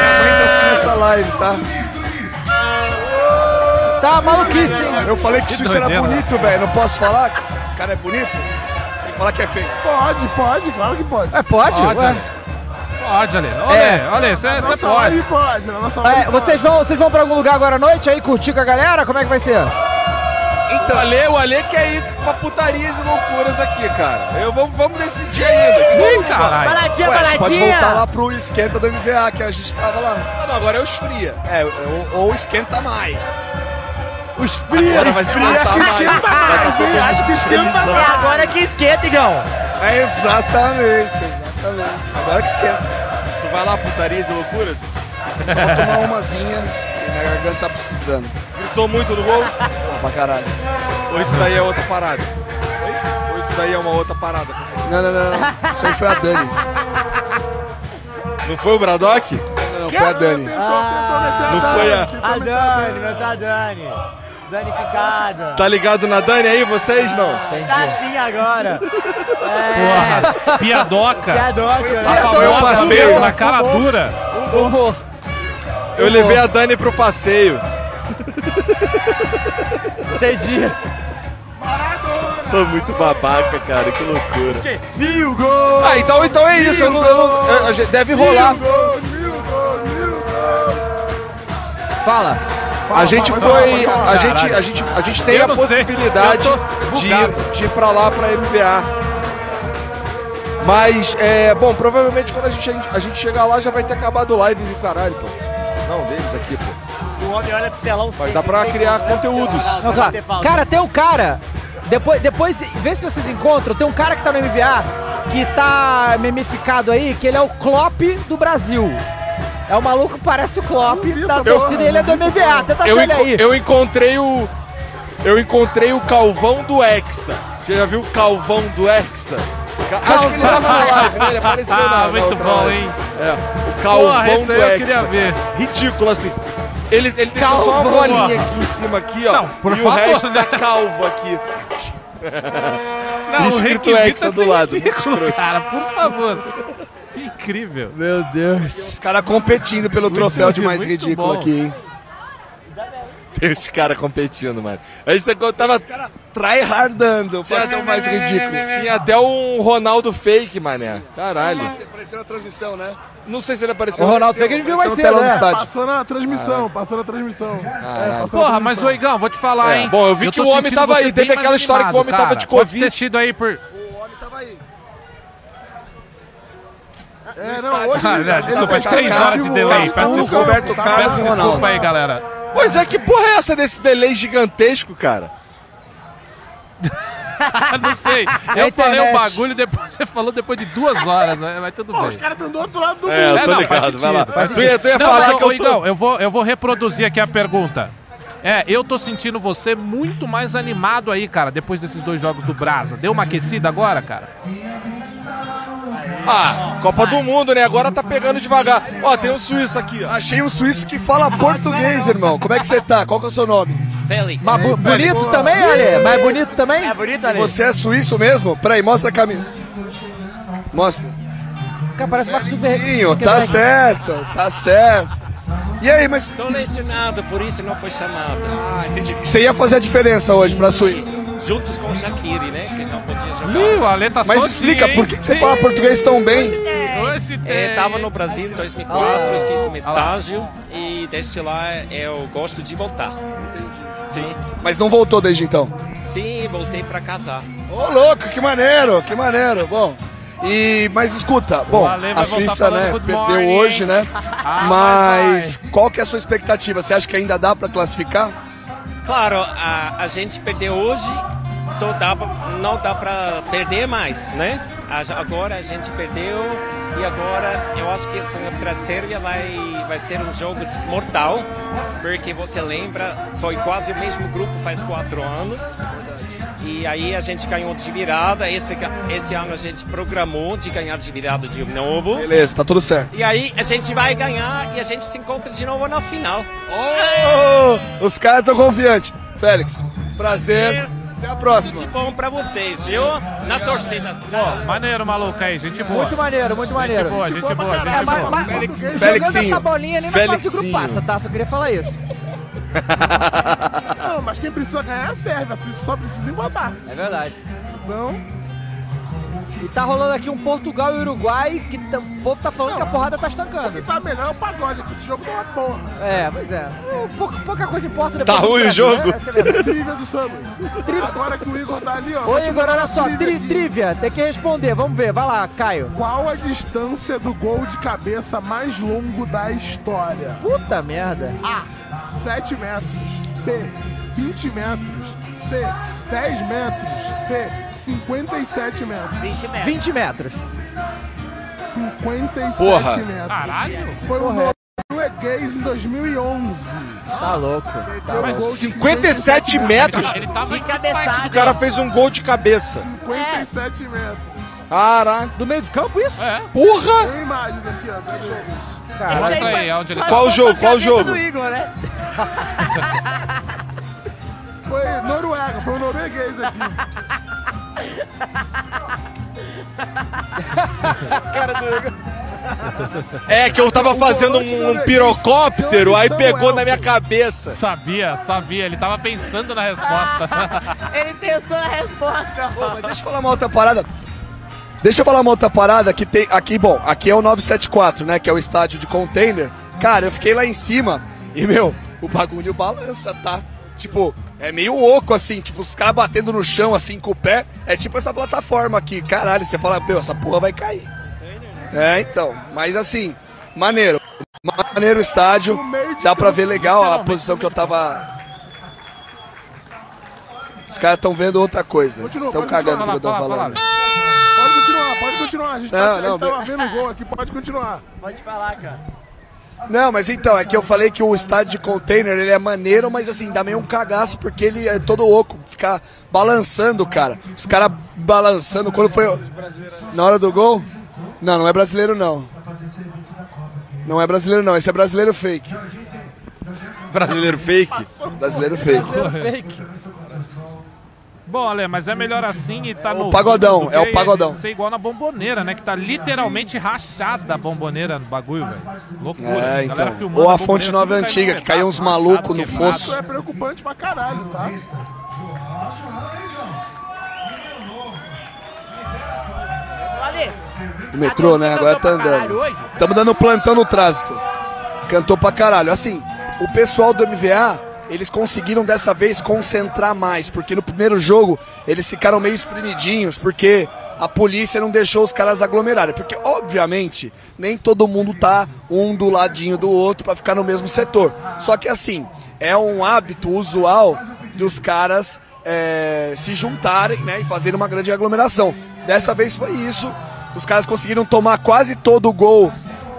I: Minha mãe tá assistindo essa live, tá?
E: Tá maluquice, hein?
I: Eu falei que, né?
E: Que
I: isso era
E: doideira.
I: bonito, velho. Não posso falar? O cara é bonito? Tem que falar que é feio.
C: Pode, pode, claro que pode. É,
E: pode,
G: Pode,
E: ué.
G: Ale. Pode, Ale.
E: É.
G: Olha, olha, você
C: Nossa,
G: pode.
C: live pode, na nossa
E: É,
C: live
E: vocês vão, vocês vão pra algum lugar agora à noite aí, curtir com a galera? Como é que vai ser?
K: Então, o Ale, o Ale quer ir pra putarias e loucuras aqui, cara. Eu, vamos, vamos decidir ainda. Vamos,
I: Caralho.
K: cara.
I: Ué, a gente pode voltar Tá lá pro esquenta do MVA, que a gente tava lá.
K: Ah, não, agora é os fria.
I: É, ou, ou esquenta mais. Os frias,
K: Agora vai
I: os
K: te
I: frias
K: matar,
I: que esquenta mais,
K: vai. Vai passar
I: hein?
K: por
I: Acho que esquenta
K: prisão.
I: mais.
K: É agora
F: que esquenta, Igão.
I: É exatamente, exatamente. Agora que esquenta.
K: Tu vai lá, putarias e loucuras?
I: Só vou tomar umazinha, que minha garganta tá precisando.
K: Gritou muito no gol?
I: Ah, pra caralho.
K: Ou isso daí é outra parada? Oi? Ou isso daí é uma outra parada?
I: Não, não, não, não. Isso aí foi a Dani.
K: Não foi o Braddock?
I: Não, não, foi a Dani.
M: Ah,
K: Não foi a...
F: A Dani, meu tá Dani. Danificada.
K: Tá ligado na Dani aí, vocês não?
F: Tá sim agora. É.
G: Porra, piadoca.
F: Piadoca.
G: A
K: Eu
G: famosa
K: passeio.
G: na cara dura.
K: Eu levei a Dani pro passeio.
M: Entendi.
K: Sou muito babaca, cara, que loucura.
I: Mil gols!
K: Ah, então, então é isso. Eu não, eu não- eu- a gente- deve rolar.
E: Fala.
K: A gente
I: fala, fala,
K: foi.
I: fala,
K: A
I: fala.
K: gente, a gente, a gente tem
I: Eu
K: a
I: não sei,
K: possibilidade
I: eu
K: de, de ir pra lá pra MPA. Mas, é. Bom, provavelmente quando a gente, a gente chegar lá já vai ter acabado o live do caralho, pô. Não, deles aqui, pô.
F: O homem olha pro telão.
K: Mas dá pra criar conteúdos.
E: Não, claro. Cara, tem um cara. Depois, depois, vê se vocês encontram. Tem um cara que tá no MVA que tá memificado aí, que ele é o Klopp do Brasil. É o maluco que parece o Klopp da torcida, ele é do MVA. Tenta
K: eu,
E: achar ele
K: enco-
E: aí.
K: eu encontrei o. Eu encontrei o Calvão do Hexa. Você já viu o Calvão do Hexa? Ca- Acho que ele tava na live, né? Ele apareceu na- na
G: Ah, muito
K: outra
G: bom,
K: live.
G: hein?
K: É, o Calvão
G: Porra, esse
K: do
G: aí eu
K: Hexa.
G: queria ver.
K: Ridículo, assim. Ele, ele deixou só uma
G: Calvão.
K: bolinha aqui em cima, aqui, ó.
G: Não, por
K: e
G: favor,
K: o resto
G: né?
K: tá calvo aqui.
G: Não, o
K: escrito
I: tá
G: requisito
K: Hexa
G: é
K: do
G: ser
K: lado.
G: ridículo,
K: Escroto.
G: cara, por favor. Que incrível.
E: Meu Deus.
I: Os caras competindo pelo
K: Muito
I: troféu de
K: bom,
I: mais
K: muito
I: ridículo
K: bom.
I: aqui, hein?
K: Tem os caras competindo, mano. A gente tava.
I: tryhardando pra ser o mais ridículo.
K: Tinha até um Ronaldo fake, mané. Caralho.
I: Apareceu na transmissão, né?
K: Não sei se ele apareceu.
I: é um
K: né?
G: né?
C: Passou na transmissão, passou na transmissão. É, passou na
G: Porra, mas o
C: transmissão.
G: Igão, vou te falar,
K: É.
G: hein?
K: Bom, eu vi que
G: tô
K: o homem
G: sentindo
K: tava
G: você
K: aí.
G: bem
K: Teve
G: mais
K: aquela história que o homem tava de
G: cara. Pode
K: Covid.
G: ter sido aí por...
C: É, não, hoje
G: Ah,
C: ele-
G: não,
C: ele
G: desculpa,
C: tá
G: de três
C: ativo,
G: horas de delay.
C: tá
G: Peço
C: maluco,
G: desculpa,
C: Roberto Carlos
G: peço
C: Ronaldo.
G: desculpa aí, galera.
K: Pois é, que porra é essa desse delay gigantesco, cara?
G: não sei.
K: É
G: Eu falei o
K: internet.
G: bagulho, depois você falou depois de duas horas, né? mas tudo bem.
C: Os caras estão do outro lado do
K: É, eu
C: mundo.
K: tô
G: não, faz
K: ligado, vai lá.
G: sentido, faz
K: Tu ia,
G: sentido.
K: tu ia
G: Não,
K: falar
G: mas,
K: que
G: ô,
K: eu tô...
G: Igão, eu vou, eu vou reproduzir aqui a pergunta. É, eu tô sentindo você muito mais animado aí, cara, depois desses dois jogos do Brasa. Deu uma aquecida agora, cara?
K: Ah, Copa do Mundo, né? Agora tá pegando devagar. Ó, tem um suíço aqui. ó.
I: Achei um suíço que fala português, irmão. Como é que você tá? Qual que é o seu nome?
M: Félix.
E: Mas bu- bonito também, Ale? Mas bonito também? É
F: bonito,
I: Você é suíço mesmo? Peraí, mostra a camisa. Mostra.
E: Cara, parece Marcos
I: Sim, tá certo, tá certo. E aí, mas
M: Tô lesionado, por isso não foi chamado. Ah, entendi.
I: você ia fazer a diferença hoje pra Suíça.
M: Juntos com o Shaqiri, né? Que não podia jogar.
G: Ih, o Ale tá
I: Mas
G: sozinho,
I: explica,
G: hein?
I: por que, que você fala português tão bem?
M: É, tava no Brasil em 2004, eu fiz um estágio e desde lá eu gosto de voltar. Entendi. Sim,
I: Mas não voltou desde então.
M: sim, voltei pra casar.
I: Ô, louco, que maneiro, que maneiro. Bom, e mas escuta, bom,
M: Ale vai
I: a
M: voltar
I: Suíça,
M: falando
I: né,
M: good
I: perdeu
M: morning,
I: hoje,
M: hein?
I: né?
M: Ah,
I: mas qual que é a sua expectativa? Você acha que ainda dá pra classificar?
M: Claro, a, a gente perdeu hoje, só dá, pra- não dá para perder mais, né? A ge- Agora a gente perdeu e agora eu acho que contra a Sérvia vai, vai ser um jogo mortal, porque você lembra, foi quase o mesmo grupo faz quatro anos. E aí a gente ganhou de virada, esse, ga- esse ano a gente programou de ganhar de virada de novo.
I: Beleza, tá tudo certo.
M: E aí a gente vai ganhar e a gente se encontra de novo na final.
I: Ô, os caras estão confiantes. Félix,
M: É.
I: prazer. Até a próxima.
M: Tudo de bom pra vocês, viu? Na torcida.
G: Maneiro, maluco aí, gente boa.
E: Muito maneiro, muito maneiro.
G: Gente boa, gente boa, gente boa.
E: É, mas, mas, jogando
G: Felixinho.
E: essa bolinha nem na fase do grupo
G: Felixinho.
E: passa, tá? Só queria falar isso.
C: Não, mas quem precisa ganhar serve, a Suíça só precisa empatar.
E: É verdade.
C: Então,
E: E tá rolando aqui um Portugal e Uruguai que tá- o povo tá falando que a porrada tá estancando.
C: quem tá melhor é o pagode, que esse jogo não é uma porra.
E: É, pois é. Um pouco- pouca coisa importa
C: Tá
E: depois. do
C: ruim o
E: Brasil,
C: jogo?
E: né? Essa que é a verdade.
C: Trivia do Samba. Agora que o Igor tá ali, ó. vou
E: Ô,
C: te
E: Igor,
C: mandar
E: olha
C: uma
E: só,
C: trivia
E: tri
C: aqui.
E: trivia, tem que responder, vamos ver, vai lá, Caio.
C: Qual a distância do gol de cabeça mais longo da história?
E: Puta merda.
C: A. 7 metros. B. 20 metros. C, 10 metros. D, 57 metros. 20 metros.
E: 20 metros.
C: 57
E: Porra.
C: metros.
E: Caralho.
C: Foi um o
E: Porra.
C: norueguês em 2011.
E: Tá louco.
C: Deu um
K: Mas
C: gol de
K: 57 metros?
F: de cabeçada.
K: O cara fez um gol de cabeça.
C: 57 metros.
K: Caralho.
E: Do meio de campo isso?
G: É.
K: Porra!
C: Tem imagens aqui, ó. Cadê isso?
K: Caralho. Mostra aí, onde ele- tá. Qual o jogo? Qual o jogo?
C: Igor, né? foi Noruega, foi o norueguês aqui.
B: Cara do Igor.
K: É que eu tava fazendo um, um pirocóptero, aí pegou na minha cabeça.
G: Sabia, sabia. Ele tava pensando na resposta.
F: Ele pensou na resposta.
I: Deixa eu falar uma outra parada. Deixa eu falar uma outra parada que tem aqui, bom, aqui é o 974, né, que é o estádio de container. Cara, eu fiquei lá em cima e meu, o bagulho balança, tá? Tipo, é meio oco assim, tipo os caras batendo no chão assim com o pé, é tipo essa plataforma aqui. Caralho, você fala, meu, essa porra vai cair. É, então, mas assim, maneiro. Maneiro o estádio. Dá pra ver legal a posição que eu tava os caras estão vendo outra coisa.
C: Continua,
I: Estão
C: pode continuar.
I: cagando o que eu tô
C: Fala, fala,
I: falando.
C: Pode continuar, pode continuar. A gente,
I: Não,
C: tá, a gente
I: não,
C: tava
I: be-
C: vendo o gol aqui, pode continuar.
N: Pode falar, cara.
I: Não, mas então, é que eu falei que o estádio de container, ele é maneiro, mas assim, dá meio um cagaço, porque ele é todo oco, fica balançando, cara. Os caras balançando, quando foi na hora do gol? Não, não é brasileiro, não. Não é brasileiro, não, esse é brasileiro fake.
K: Brasileiro fake?
I: Brasileiro fake.
G: Bom, Ale, mas é melhor assim e tá
I: o
G: no.
I: pagodão,
G: do
I: é o
G: que
I: pagodão.
G: Ser igual na bomboneira, né? Que tá literalmente rachada a bomboneira no bagulho, velho. Loucura.
I: É,
G: Galera
I: então.
G: filmando
I: Ou a
G: bomboneira,
I: fonte nova
G: tudo caindo
I: antiga,
G: no
I: que caiu uns malucos no fosso.
C: Isso é preocupante pra caralho, tá?
F: Olha,
I: O metrô, né? Agora tá andando. Estamos dando plantão no trânsito. Cantou pra caralho. Assim, o pessoal do MVA, eles conseguiram dessa vez concentrar mais, porque no primeiro jogo eles ficaram meio espremidinhos, porque a polícia não deixou os caras aglomerarem. Porque, obviamente, nem todo mundo tá um do ladinho do outro pra ficar no mesmo setor. Só que, assim, é um hábito usual dos caras é, se juntarem né, e fazerem uma grande aglomeração. Dessa vez foi isso. Os caras conseguiram tomar quase todo o gol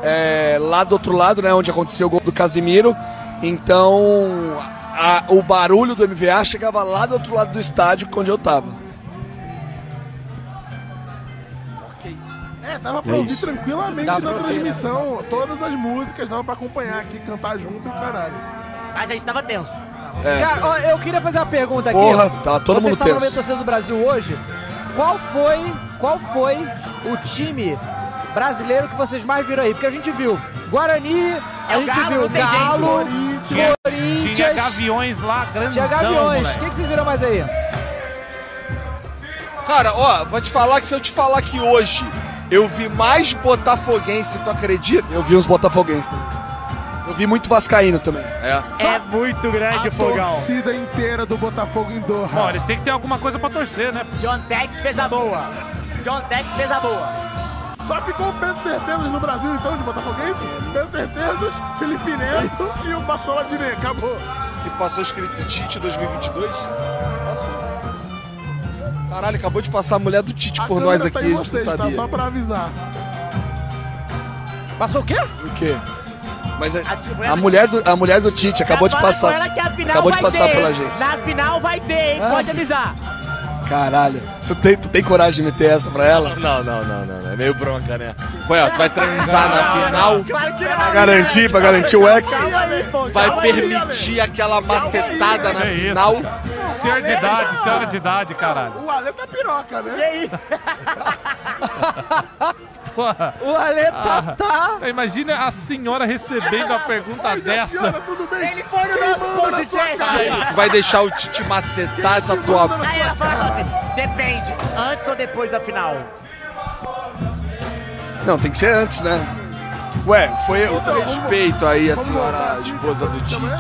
I: é, lá do outro lado, né? Onde aconteceu o gol do Casimiro. Então a- o barulho do MVA chegava lá do outro lado do estádio onde eu tava.
C: É, dava pra
I: É
C: ouvir
I: isso.
C: tranquilamente
I: Dá pra
C: na
I: ouvir,
C: transmissão. Todas as músicas dava pra acompanhar aqui, cantar junto e o caralho.
F: Mas a gente tava tenso.
I: É.
E: Cara, ó, eu queria fazer uma pergunta aqui.
I: Porra, tá todo
E: Vocês
I: mundo
E: estavam
I: tenso.
E: vendo a torcida do Brasil hoje. Qual foi, qual foi o time brasileiro que vocês mais viram aí? Porque a gente viu Guarani, a
G: É o
E: gente
G: Galo,
E: viu
G: não tem jeito.
E: Galo,
G: Tinha-
E: Corinthians.
G: tinha gaviões lá, grandão,
E: Tinha gaviões.
G: moleque.
E: O que, que vocês viram mais aí?
K: Cara, ó, vou te falar que se eu te falar que hoje eu vi mais botafoguense, tu acredita?
I: Eu vi uns botafoguenses. Né? Eu vi muito vascaíno também.
K: É.
C: É muito grande
I: o fogão.
C: A torcida inteira do Botafogo em Doha.
G: Bom, eles têm que ter alguma coisa pra torcer, né?
F: John Tex fez a
E: Tá
F: boa. John Tex fez a boa.
C: Só ficou o Pedro Certezas no Brasil, então, de Botafoguense? Pedro Certezas, Felipe Neto e o Barcelona Diné. Acabou.
K: Que passou escrito Tite 2022? Passou. Caralho, acabou de passar a mulher do Tite por nós aqui,
C: tá
K: a
C: em
K: gente não
C: vocês, tá?
K: sabia.
C: Só pra avisar.
E: Passou o quê?
I: O quê? Mas
K: é
I: a,
F: é
I: a mulher do, a mulher do Tite acabou de
F: Fala com
I: passar.
F: ela que a final
I: Acabou de
F: vai
I: passar
F: ter,
I: pela
F: hein?
I: gente.
F: Na final vai ter,
E: Ah.
F: hein? Pode avisar.
I: Caralho. Tu tem, tu tem coragem de meter essa pra ela?
K: Não, não, não, não, não. É meio bronca, né? Ué, tu vai transar Tá na final?
F: Claro que
I: Pra garantir, pra garantir o ex.
K: Tu vai permitir aquela
I: né,
K: macetada na
G: É isso,
K: final?
G: cara. Senhor de idade, senhora de idade, caralho.
C: O Ale tá piroca, né? E
F: aí?
G: Porra.
E: O Ale
G: tá, Imagina a senhora recebendo a pergunta dessa.
F: Ele foi no nosso podcast.
I: Tá,
K: Tu vai deixar o Tite macetar Tá, essa tua...
F: Aí ela fala assim, depende, antes ou depois da final.
I: Não, tem que ser antes, né? Ué, foi eu.
K: Todo respeito aí a senhora a esposa do Tite. né?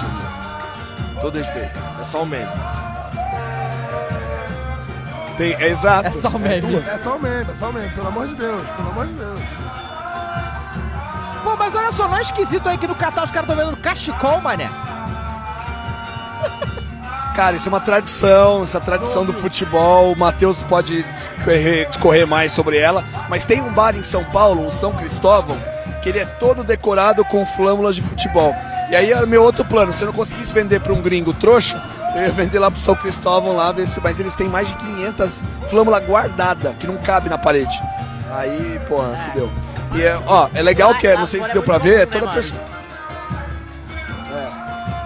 K: Todo respeito. É só um meme.
I: Tem, é exato.
C: duas. É só o meme, é só o meme, pelo amor de Deus, pelo amor de Deus.
E: Pô, mas olha só, não é esquisito aí que no Catar os caras estão vendendo cachecol, mané.
I: Cara, isso é uma tradição, essa tradição do futebol. O Matheus pode discorrer, discorrer mais sobre ela. Mas tem um bar em São Paulo, o São Cristóvão, que ele é todo decorado com flâmulas de futebol. E aí é o meu outro plano. Se eu não conseguisse vender para um gringo trouxa, eu ia vender lá pro São Cristóvão lá, ver se- mas eles têm mais de 500 flâmulas guardadas, que não cabe na parede. Aí, pô, fudeu.
K: um
I: E é, ó, é legal que é, não sei se deu pra ver, é toda pessoa.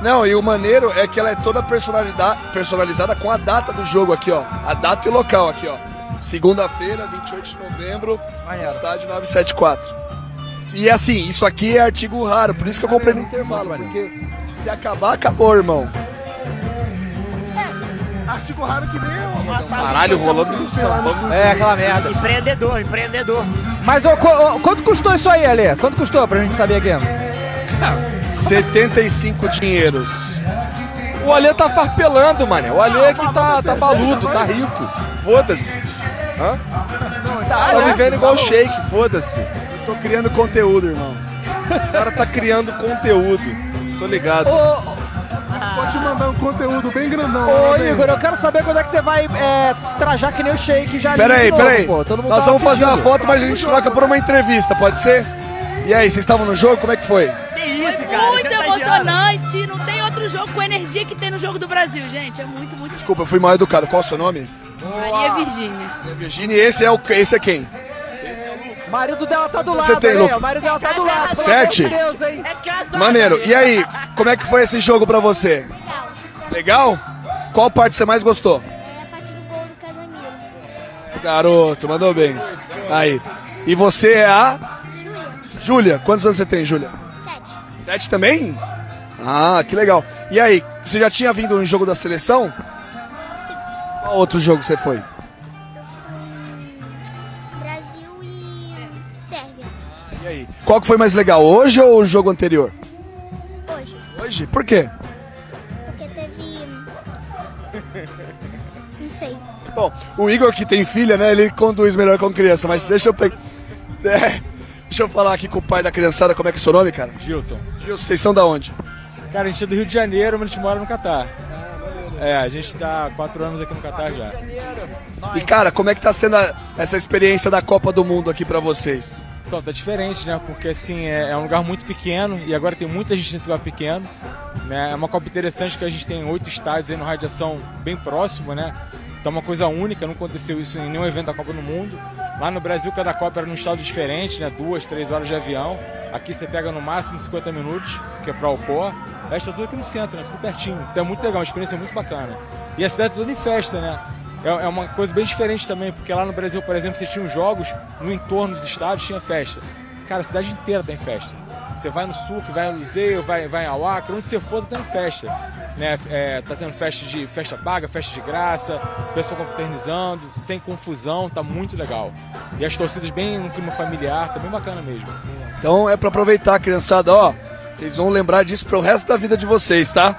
I: Não, e o maneiro é que ela é toda personalida- personalizada com a data do jogo aqui, ó. A data e local aqui, ó. Segunda-feira, 28 de novembro, estádio 974. E assim, isso aqui é artigo raro, por isso que eu comprei no intervalo, porque se acabar, acabou, irmão.
E: Tá
C: É, Artigo raro que nem o.
I: Caralho, rolando um no sambão.
E: É, aquela merda.
F: Empreendedor, empreendedor.
E: Mas ô, co- ô, quanto custou isso aí, Ale? Quanto custou pra gente saber aqui?
I: 75 dinheiros.
K: O Alê tá farpelando, mano. O Alê que tá, tá baluto, tá rico. Foda-se. Hã? Tá vivendo igual o shake, foda-se.
I: Tô criando conteúdo, irmão.
K: O cara tá criando conteúdo. Tô ligado.
C: Pode te mandar um conteúdo bem grandão.
E: Ô,
C: lá no
E: Igor, eu quero saber quando é que você vai é, se trajar que nem o Shake já ali
I: Pera aí,
E: de novo,
I: pera aí.
E: pô. Todo mundo tá
I: Nós
E: tava
I: vamos fazer uma
E: pedindo.
I: foto, mas a gente troca por uma entrevista, pode ser? E aí, vocês estavam no jogo? Como é que foi?
F: Que isso, tá
O: Muito emocionante. Não tem outro jogo com a energia que tem no jogo do Brasil, gente. É muito, muito.
I: Desculpa, eu fui mal educado. Qual é o seu nome?
O: Maria Virgínia.
I: Virginia, esse é o esse é quem?
E: marido dela tá do
I: Você
E: lado,
I: tem
E: Ale,
I: louco.
E: O marido dela tá do lado. pelo
I: Sete.
E: amor de Deus, hein?
O: É
I: Maneiro. E aí, como é que foi esse jogo pra você? Legal. É, Qual parte você mais gostou? Garoto, mandou bem. Aí. E você é a Júlia. Quantos anos você tem, Júlia? Sete. Sete também? Ah, que legal. E aí, você já tinha vindo no jogo da seleção? Sim. Qual outro jogo você foi?
P: Brasil e Sérvia.
I: E aí? Qual que foi mais legal, hoje ou o jogo anterior?
P: Hoje.
I: Hoje? Por quê?
P: Porque teve. Não sei.
I: Bom, o Igor que tem filha, né? Ele conduz melhor com criança, mas deixa eu pegar. deixa eu falar aqui com o pai da criançada, como é que é seu nome, cara?
Q: Gilson.
I: Gilson, vocês são da onde?
Q: Cara, a gente é do Rio de Janeiro, mas a gente mora no Catar. É, a gente tá há quatro anos aqui no Catar já.
I: E cara, como é que tá sendo a- essa experiência da Copa do Mundo aqui pra vocês?
Q: Então, tá diferente, né? Porque assim, é, é um lugar muito pequeno e agora tem muita gente nesse lugar pequeno. Né? É uma Copa interessante que a gente tem oito estádios aí no radiação bem próximo, né? Então é uma coisa única, não aconteceu isso em nenhum evento da Copa no mundo. Lá no Brasil, cada Copa era num estádio diferente, né? Duas, três horas de avião. Aqui você pega no máximo 50 minutos, que é pra Alcor. Festa tudo aqui no centro, né? Tudo pertinho. Então é muito legal, uma experiência muito bacana. E a cidade toda em festa, né? É, é uma coisa bem diferente também, porque lá no Brasil, por exemplo, você tinha os jogos, no entorno dos estádios tinha festa. Cara, a cidade inteira tem festa. Você vai no Sul, que vai no Museu, vai, vai em Awacra, onde você for, tá tendo festa. Né? É, tá tendo festa de festa paga, festa de graça, pessoal confraternizando, sem confusão, tá muito legal. E as torcidas bem no clima familiar, tá bem bacana mesmo.
I: Então é pra aproveitar, criançada, ó. Vocês vão lembrar disso pro resto da vida de vocês, tá?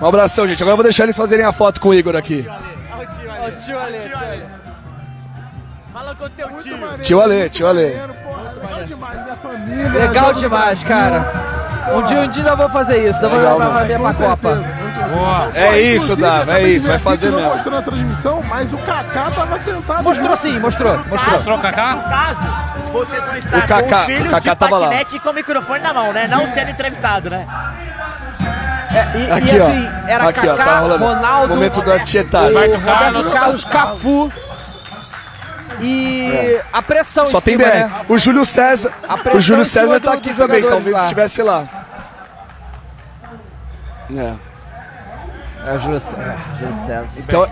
I: Um abração, gente. Agora eu vou deixar eles fazerem a foto com o Igor aqui.
Q: Ô, tio Ale, tio Ale.
F: Fala com o teu tio.
I: Tio Ale, tio Ale.
E: Legal demais, cara. Um dia, um dia eu vou fazer isso. Eu vou
I: Legal,
E: levar
I: mano.
E: a minha pra Copa.
I: É isso, Dava, é isso. Vai fazer
C: não
I: mesmo.
C: mostrou na Tá transmissão, mas o Kaká tava sentado.
E: Mostrou sim, mostrou. Mostrou.
F: Mostrou o Kaká? No caso, você só está
I: O Kaká-
F: com os filhos
I: o Kaká
F: de
I: tava lá.
F: patinete e com o microfone na mão, né? Não sendo entrevistado, né?
E: e, assim,
I: Aqui, ó. aqui, ó, tá rolando. Momento da tietagem.
E: o Roberto Carlos, Cafu. E
I: É.
E: a pressão
I: Só
E: em
I: tem
E: cima,
I: BR.
E: né?
I: O Júlio César,
E: A
I: o
E: pressão em
I: Júlio
E: cima
I: César
E: do-
I: tá aqui
E: dos
I: também,
E: jogadores
I: talvez
E: lá.
I: estivesse lá. É.
E: É o Júlio César. Júlio César.
I: Então,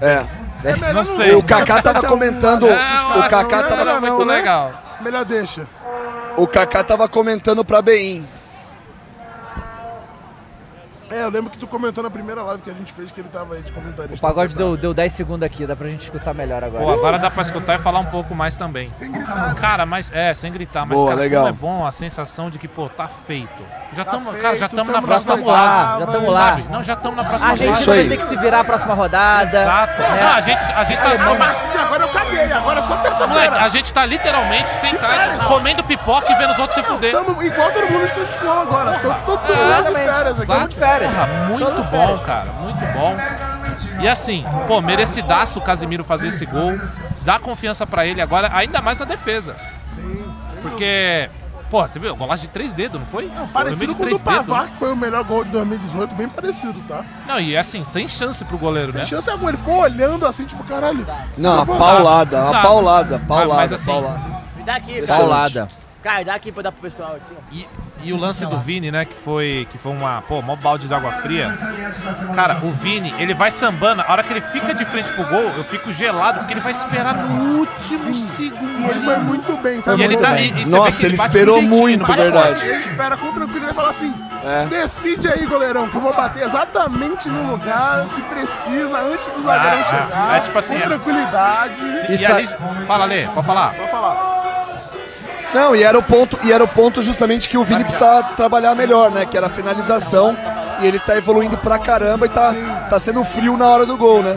I: é.
C: melhor Não sei.
I: O Kaká
E: Tá
I: tava comentando,
C: Não,
I: o Kaká
C: não,
I: tava
C: não, não, Muito né? legal. Melhor deixa.
I: O Kaká tava comentando pra Bein.
C: É, eu lembro que tu comentou na primeira live que a gente fez que ele tava aí de comentarista.
E: O pagode deu, deu 10 segundos aqui, dá pra gente escutar melhor agora.
G: Pô, agora dá pra escutar e falar um pouco mais também. Cara, mas é, sem gritar, mas
E: Boa,
G: cara,
E: legal.
G: como é bom a sensação de que, pô, tá feito. Já
E: Tá
G: estamos,
E: feito,
G: cara, já estamos na
E: tamo
G: próxima
E: nas oitavas,
G: rodada.
E: já tamo lá.
G: Sabe? Não, já estamos na próxima
E: A gente
G: rodada.
E: vai ter que se virar a próxima rodada.
G: Exato.
E: né?
G: Ah, a gente, a gente tá
E: Alemão.
G: numa-
C: partir de agora eu
B: cadeia. Agora é só
G: Moleque,
B: terça-feira.
G: a gente tá literalmente sentado, comendo pipoca e vendo os outros se fuder.
B: Tamo igual todo mundo no estúdio de futebol agora. Tô, tô,
G: É.
B: todo mundo de férias aqui.
G: Exato. Porra, muito
B: Todo de
G: bom,
B: férias.
G: cara. Muito bom. E assim, pô, merecidaço o Casimiro fazer esse gol. Dá confiança pra ele agora, ainda mais na defesa. Sim. Porque, pô, você viu? Golaço de três dedos, não foi? Não,
C: Parecido com o do Pavar, que foi o melhor gol de 2018, bem parecido, tá?
G: Não, e assim, sem chance pro goleiro,
C: Sem
G: né?
C: chance é alguma, ele ficou olhando assim, tipo, caralho.
I: Não,
C: Eu
I: a
C: vou-
I: paulada, a
G: Tá.
I: paulada, a
G: Mas-
I: paulada,
G: mas assim,
I: paulada.
F: Me dá aqui, cara.
G: Paulada.
F: Cara, dá aqui pra dar pro pessoal aqui, ó.
R: E o lance do Vini, né? Que foi, que foi uma, pô, mó balde d'água fria.
G: Cara, o Vini, ele vai sambando. A hora que ele fica de frente pro gol, eu fico gelado, porque ele vai esperar no último segundo.
C: E ele foi muito bem, foi
G: E ele
C: muito
G: tá-
C: bem.
G: e- e você Nossa, vê que ele ele bate esperou direitinho, muito, não bate verdade. forte.
C: Ele espera com tranquilidade e fala assim,
G: É.
C: decide aí, goleirão, que eu vou bater exatamente no lugar que precisa antes do zagueirão
G: Ah, ah,
C: chegar.
G: é tipo assim,
C: Com
G: é-
C: tranquilidade.
G: E, e ali,
C: é-
G: fala, Lê, pode falar.
C: Pode falar.
I: Não, e era o ponto, e era o ponto justamente que o Vini precisava trabalhar melhor, né? Que era a finalização. E ele tá evoluindo pra caramba e tá, tá sendo frio na hora do gol, né?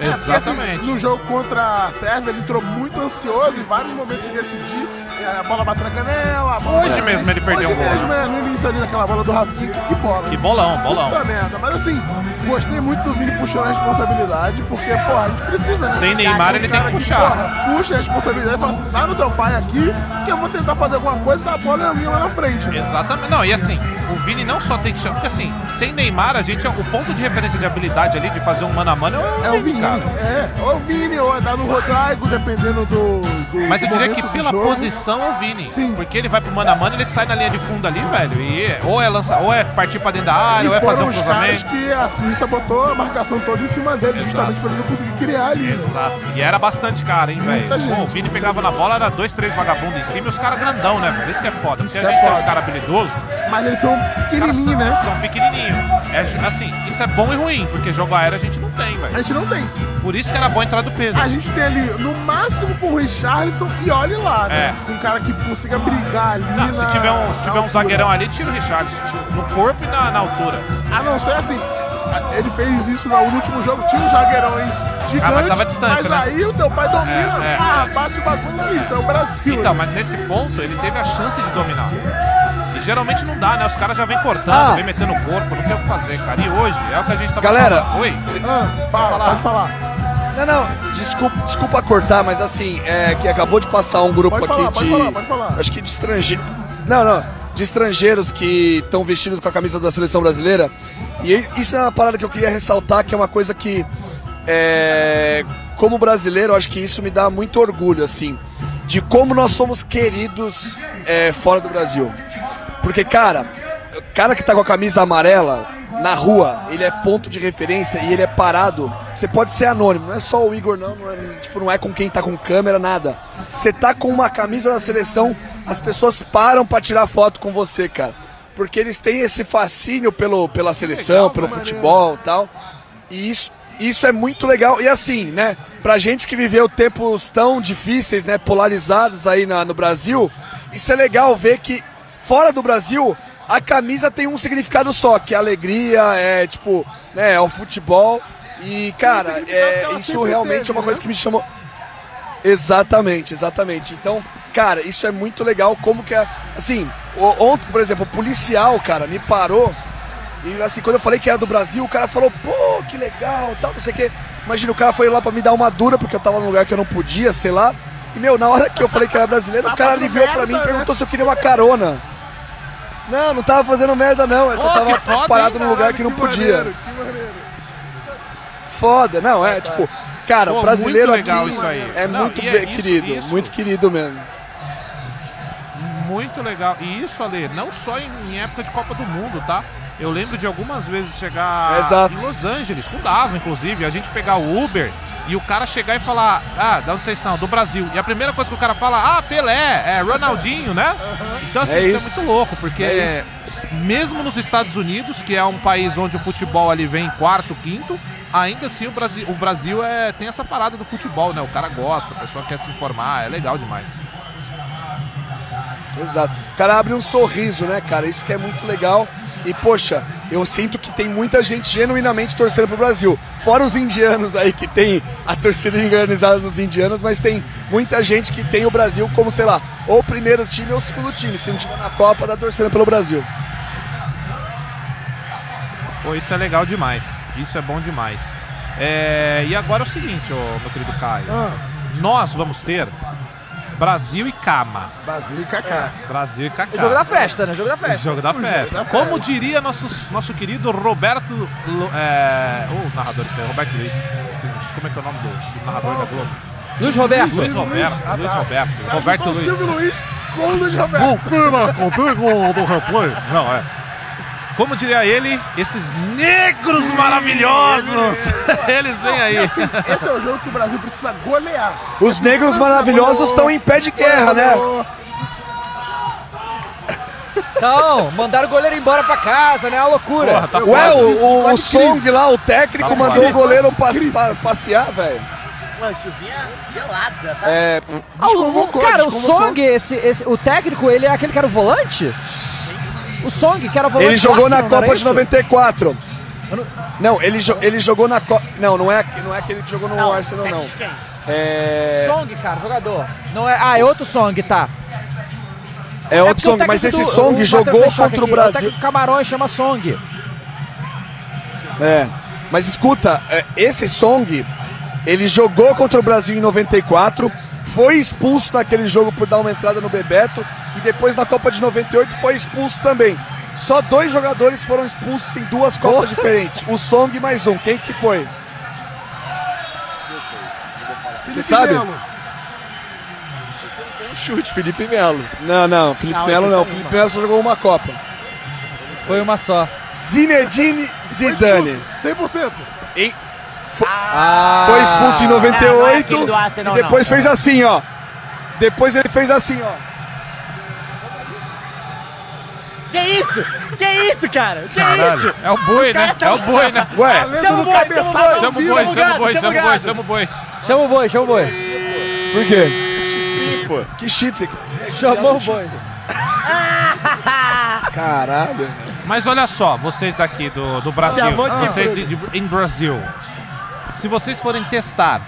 C: É, porque, assim, no jogo contra a Sérvia, ele entrou muito ansioso em vários momentos de decidir. é, A bola bateu na canela. a bola-
G: Hoje mesmo ele perdeu
C: Hoje
G: um gol.
C: mesmo, é, no início ali naquela bola do Rafinha. Que, que
I: né?
C: bola.
G: Que bolão, bolão.
C: Puta merda. Mas assim, gostei muito do Vini puxando a responsabilidade, porque, porra, a gente precisa. né?
G: Sem Neymar, ele tem que
C: cara
G: puxar.
C: porra, puxa a responsabilidade e fala assim: dá no teu pai aqui, que eu vou tentar fazer alguma coisa da bola é minha lá na frente.
G: Exatamente. Não, e assim, o Vini não só tem que chamar. Porque assim, sem Neymar, a gente. é, O ponto de referência de habilidade ali de fazer um mano a mano é
C: É
G: o
C: o
G: Vini,
C: Vini,
G: cara.
C: é. Ou é o Vini, ou é dar no Rodaico, dependendo do. do
G: Mas eu
C: do
G: diria
C: momento
G: que
C: do
G: pela
C: jogo.
G: posição é o Vini. Porque ele vai pro mano a mano, ele sai na linha de fundo ali, velho. E é- ou é lançar, ou é partir pra dentro da área, ou
C: E
G: é fazer
C: foram
G: um
C: os caras
G: cruzamento. É
C: que a Suíça botou a marcação toda em cima dele, justamente pra ele não conseguir criar ali.
G: Exato. E era bastante cara, hein, velho.
C: Muita gente.
G: Pô, O Vini pegava na bola, era dois, três vagabundos em cima e os caras grandão, né, velho? Isso que é foda. Porque a
C: que é
G: gente tem
C: foda.
G: os caras habilidosos.
C: Mas eles são pequenininhos, né?
G: São pequenininhos. É, ju- assim, isso é bom e ruim, porque jogo aéreo a gente não tem, velho.
C: A gente não tem.
G: Por isso que era bom entrar do Pedro.
C: A gente tem ali, no máximo, com o Richarlison e olhe lá, né?
G: É.
C: Um cara que consiga brigar ali.
G: Não, se
C: na-
G: tiver um, se
C: na
G: tiver um
C: altura.
G: zagueirão ali, tira o Richardson. tira- No corpo e na, na altura.
C: A não ser assim, a- ele fez isso no último jogo, tinha um zagueirão aí gigante.
G: Ah, mas tava distante,
C: mas
G: né?
C: aí o teu pai domina,
G: É, é.
C: ah, bate o bagulho, isso, é o Brasil.
G: Então, mas nesse ponto ele teve a chance de dominar. E geralmente não dá, né? Os caras já vem cortando,
I: Ah.
G: vem metendo o corpo, não tem o que fazer, cara. E hoje é o que a gente tá
I: Galera.
G: Oi?
C: ah, fala, pode falar.
I: Não, não, desculpa, desculpa cortar, mas assim, é que acabou de passar um grupo
C: Pode
I: aqui
C: falar,
I: de.
C: pode falar, pode falar.
I: Acho que de estrangeiros. Não, não. De estrangeiros que estão vestidos com a camisa da seleção brasileira. E isso é uma parada que eu queria ressaltar, que é uma coisa que. é, como brasileiro, eu acho que isso me dá muito orgulho, assim. De como nós somos queridos é, fora do Brasil. Porque, cara, o cara que tá com a camisa amarela na rua, ele é ponto de referência e ele é parado. Você pode ser anônimo, não é só o Igor, não. não é, tipo, não é com quem tá com câmera, nada. Você tá com uma camisa da seleção, as pessoas param pra tirar foto com você, cara. Porque eles têm esse fascínio pelo, pela seleção, pelo futebol e tal. E isso, isso é muito legal. E assim, né? Pra gente que viveu tempos tão difíceis, né? Polarizados aí na- no Brasil, isso é legal ver que fora do Brasil, a camisa tem um significado só, que é alegria, é tipo, né? É o futebol. E, cara, é, isso realmente é uma coisa que me chamou. Exatamente, exatamente. Então, cara, isso é muito legal. Como que é. Assim, o- ontem, por exemplo, o policial, cara, me parou. E assim, quando eu falei que era do Brasil, o cara falou, pô, que legal, tal, não sei o quê. Imagina, o cara foi lá pra me dar uma dura, porque eu tava num lugar que eu não podia, sei lá. E, meu, na hora que eu falei que era brasileiro, o cara aliviou pra
G: né?
I: mim e perguntou se eu queria uma carona. Não, não tava fazendo merda, não. Eu só
B: Pô,
I: tava
B: que foda,
I: parado
B: hein,
I: num lugar
B: caralho,
I: que não
B: que
I: podia.
B: maneiro,
I: Foda, não, é tipo, cara,
G: Pô,
I: o brasileiro
G: muito legal
I: aqui
G: isso aí.
I: é
G: Não,
I: muito
G: e é
I: bem
G: isso,
I: querido,
G: isso.
I: muito querido mesmo.
G: Muito legal. E isso, Ale, não só em, em época de Copa do Mundo, tá? Eu lembro de algumas vezes chegar
I: Exato.
G: em Los Angeles, com Dava, inclusive, a gente pegar o Uber e o cara chegar e falar, ah, da onde vocês são? Do Brasil. E a primeira coisa que o cara fala, ah, Pelé, é Ronaldinho, né? Então, assim,
I: É
G: isso.
I: isso.
G: é muito louco, porque
I: É
G: mesmo nos Estados Unidos, que é um país onde o futebol ali vem em quarto, quinto, ainda assim o Brasil, o Brasil é, tem essa parada do futebol, né? O cara gosta, a pessoa quer se informar, é legal demais.
I: Exato. O cara abre um sorriso, né, cara? Isso que é muito legal. E, poxa, eu sinto que tem muita gente genuinamente torcendo pro Brasil. Fora os indianos aí, que tem a torcida organizada dos indianos, mas tem muita gente que tem o Brasil como, sei lá, ou o primeiro time ou o segundo time. Se não tiver na Copa, tá torcendo pelo Brasil.
G: Pô, isso é legal demais. Isso é bom demais. É, e agora é o seguinte, ô, meu querido Caio. Nós vamos ter Brasil e Cama.
C: Brasil e Kaká.
G: Brasil e Kaká.
E: O jogo da festa, né? O jogo da festa.
G: O jogo da
E: O jogo
G: festa.
E: da
G: Como diria nosso, nosso querido Roberto. Lu- É, o narrador esse daí, Roberto Luiz. Esse- Como é que é o nome do, do narrador da Globo?
E: Luiz Roberto.
G: Luiz Roberto.
E: Ah, tá.
G: Luiz Roberto. Roberto Luiz.
C: com o Luiz
G: Confira comigo do replay. Não, é. Como diria ele, esses negros maravilhosos, eles vêm aí.
C: Assim, esse é o jogo que o Brasil precisa golear.
I: Os negros maravilhosos estão em pé de guerra, né?
E: Então, mandaram o goleiro embora pra casa, né? A loucura.
I: Porra, tá Ué, foda. o- o- o Song lá, o técnico,
G: Tá
I: mandou o goleiro pas- pa- passear, velho.
S: Uma chuvinha gelada, tá?
I: É.
E: Ah, o- o,
S: desconvocou,
E: cara, o
S: desconvocou.
E: Song, esse, esse, o técnico, ele é aquele que era o volante? O Song, que era volante.
I: Ele jogou na
E: Arsenal, não
I: Copa
E: era
I: de
E: isso?
I: 94. Não, ele, jo- ele jogou na Copa. Não, não é, aqu- não é aquele que jogou no Arsenal, não. É.
E: Song, cara, jogador. Não é, ah, é outro Song, tá.
I: É
E: porque
I: outro
E: o
I: Song, mas
E: técnico
I: esse
E: do- o
I: Song
E: Matheus
I: jogou
E: Fechok
I: contra o
E: aqui, é
I: Brasil.
E: técnico do Camarões chama Song.
I: É. Mas escuta, é, esse Song, ele jogou contra o Brasil em 94, foi expulso naquele jogo por dar uma entrada no Bebeto e depois na Copa de 98 foi expulso também. Só dois jogadores foram expulsos em duas Copas diferentes. O Song e mais um. Quem que foi? Você sabe? Chute, Felipe Melo. Não, não, um Felipe
E: Não,
I: Melo
E: essa
I: não.
E: é
I: Felipe
E: uma.
I: Melo só jogou uma Copa.
E: Foi uma só.
I: Zinedine Zidane.
C: 100%.
I: Foi,
G: Ah.
I: foi expulso em
F: Não, não é
I: 98
F: aquele do Arsenal,
I: e depois
F: não.
I: fez assim, ó. Depois ele fez assim, ó.
F: Que isso? Que isso, cara? Que
G: Caralho,
F: isso?
G: é o boi,
F: cara
G: né?
F: tá-
G: É o boi, né?
I: Ué.
F: Chama o boi,
G: Chama o boi, chama o boi, chama o boi,
F: gado.
G: chama o boi.
E: Chama o boi, chama o boi.
I: Por quê? Que chifre.
E: Chamou o boi.
I: Caralho.
G: Mas olha só, vocês daqui do, do Brasil,
Q: Chamou de
G: vocês de,
Q: chifre.
G: de- em Brasil, se vocês forem testar,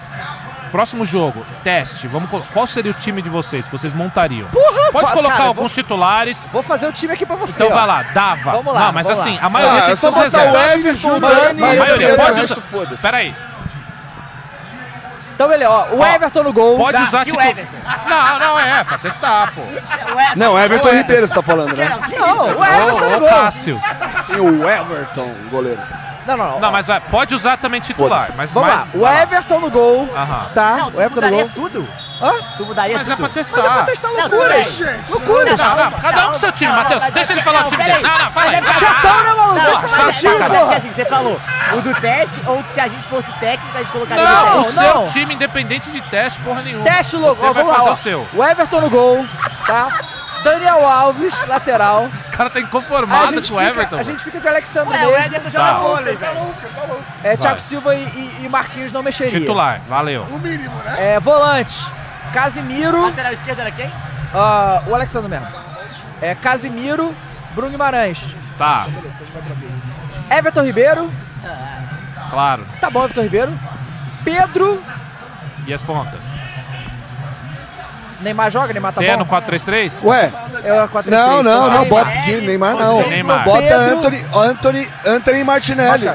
G: próximo jogo, teste, vamos, col- qual seria o time de vocês que vocês montariam?
E: Porra,
G: Pode
E: fa-
G: colocar
E: cara,
G: alguns titulares.
E: Vou fazer o time aqui pra você.
G: Então
E: ó.
G: vai lá, dava.
E: Vamos lá,
G: Não, mas
E: vamos
G: assim,
E: lá.
G: a maioria
E: Ah,
G: tem
E: é
G: que
E: só
G: ser os
E: botar
G: reservas.
E: o Everton,
G: A
E: o Dani,
G: maioria,
E: o
G: pode
E: resto,
G: usar-
E: foda-se.
G: Peraí.
E: Então, beleza, ó. O Everton no gol.
G: Pode
E: Tá,
G: usar
E: e
G: titu- Não, não é, pra testar, pô.
I: Não, Everton Ribeiro você tá falando, né?
E: Não, o
I: é
E: Everton no
G: Ô, ô,
E: gol.
G: Cássio.
I: E o Everton, goleiro.
E: Não, não, não.
G: Não, mas vai, pode usar também titular. Mas
E: Vamos
G: mais,
E: lá. Tá, O Everton no gol.
F: Ah,
E: Tá? o Everton no gol.
S: tudo.
E: Hã?
S: Tu mudaria
G: Mas é
S: tudo.
G: pra testar.
E: Mas é pra testar loucuras. loucuras.
G: Não, não, cada um com seu time, Matheus. Deixa ele falar o time dele. Não, não, fala
F: é
G: aí.
E: Chatão, né, maluco? Deixa eu falar o time,
F: Não,
E: porra.
F: é assim, você falou o do teste ou que se a gente fosse técnico, a gente colocaria
G: Não,
F: o
G: o
F: teste.
G: seu time, independente de teste, porra nenhuma.
E: Teste o logo.
G: Você
E: Ó,
G: vai
E: vamos
G: fazer
E: lá, ó.
G: o seu.
E: O Everton no gol, tá? Daniel Alves, lateral.
G: O cara tá
E: A
G: inconformado
E: gente
G: com o
E: fica-
G: Everton.
E: A gente fica de Alexandre
F: Ué, o
E: mesmo.
F: Ederson
G: joga
E: Tá.
G: vôlei,
E: É,
G: Vai.
E: Thiago Silva e, e- e Marquinhos não mexeria.
G: Titular, valeu.
E: mínimo, né? É, volante. Casimiro.
F: Lateral esquerdo era quem?
E: Ah, o Alexandre mesmo. É, Casimiro, Bruno Guimarães.
G: Tá,
E: Everton Ribeiro.
G: claro.
E: Tá bom, Everton Ribeiro. Pedro.
G: E as pontas?
E: Neymar joga, Neymar tá
G: Você é no
E: bom?
G: 4-3-3?
I: Ué.
E: É o 4-3-3.
I: Não, não, não,
E: Neymar.
I: bota aqui, Neymar Ah, não.
E: Neymar.
I: Bota
E: Pedro.
I: Anthony, Anthony, Anthony Martinelli.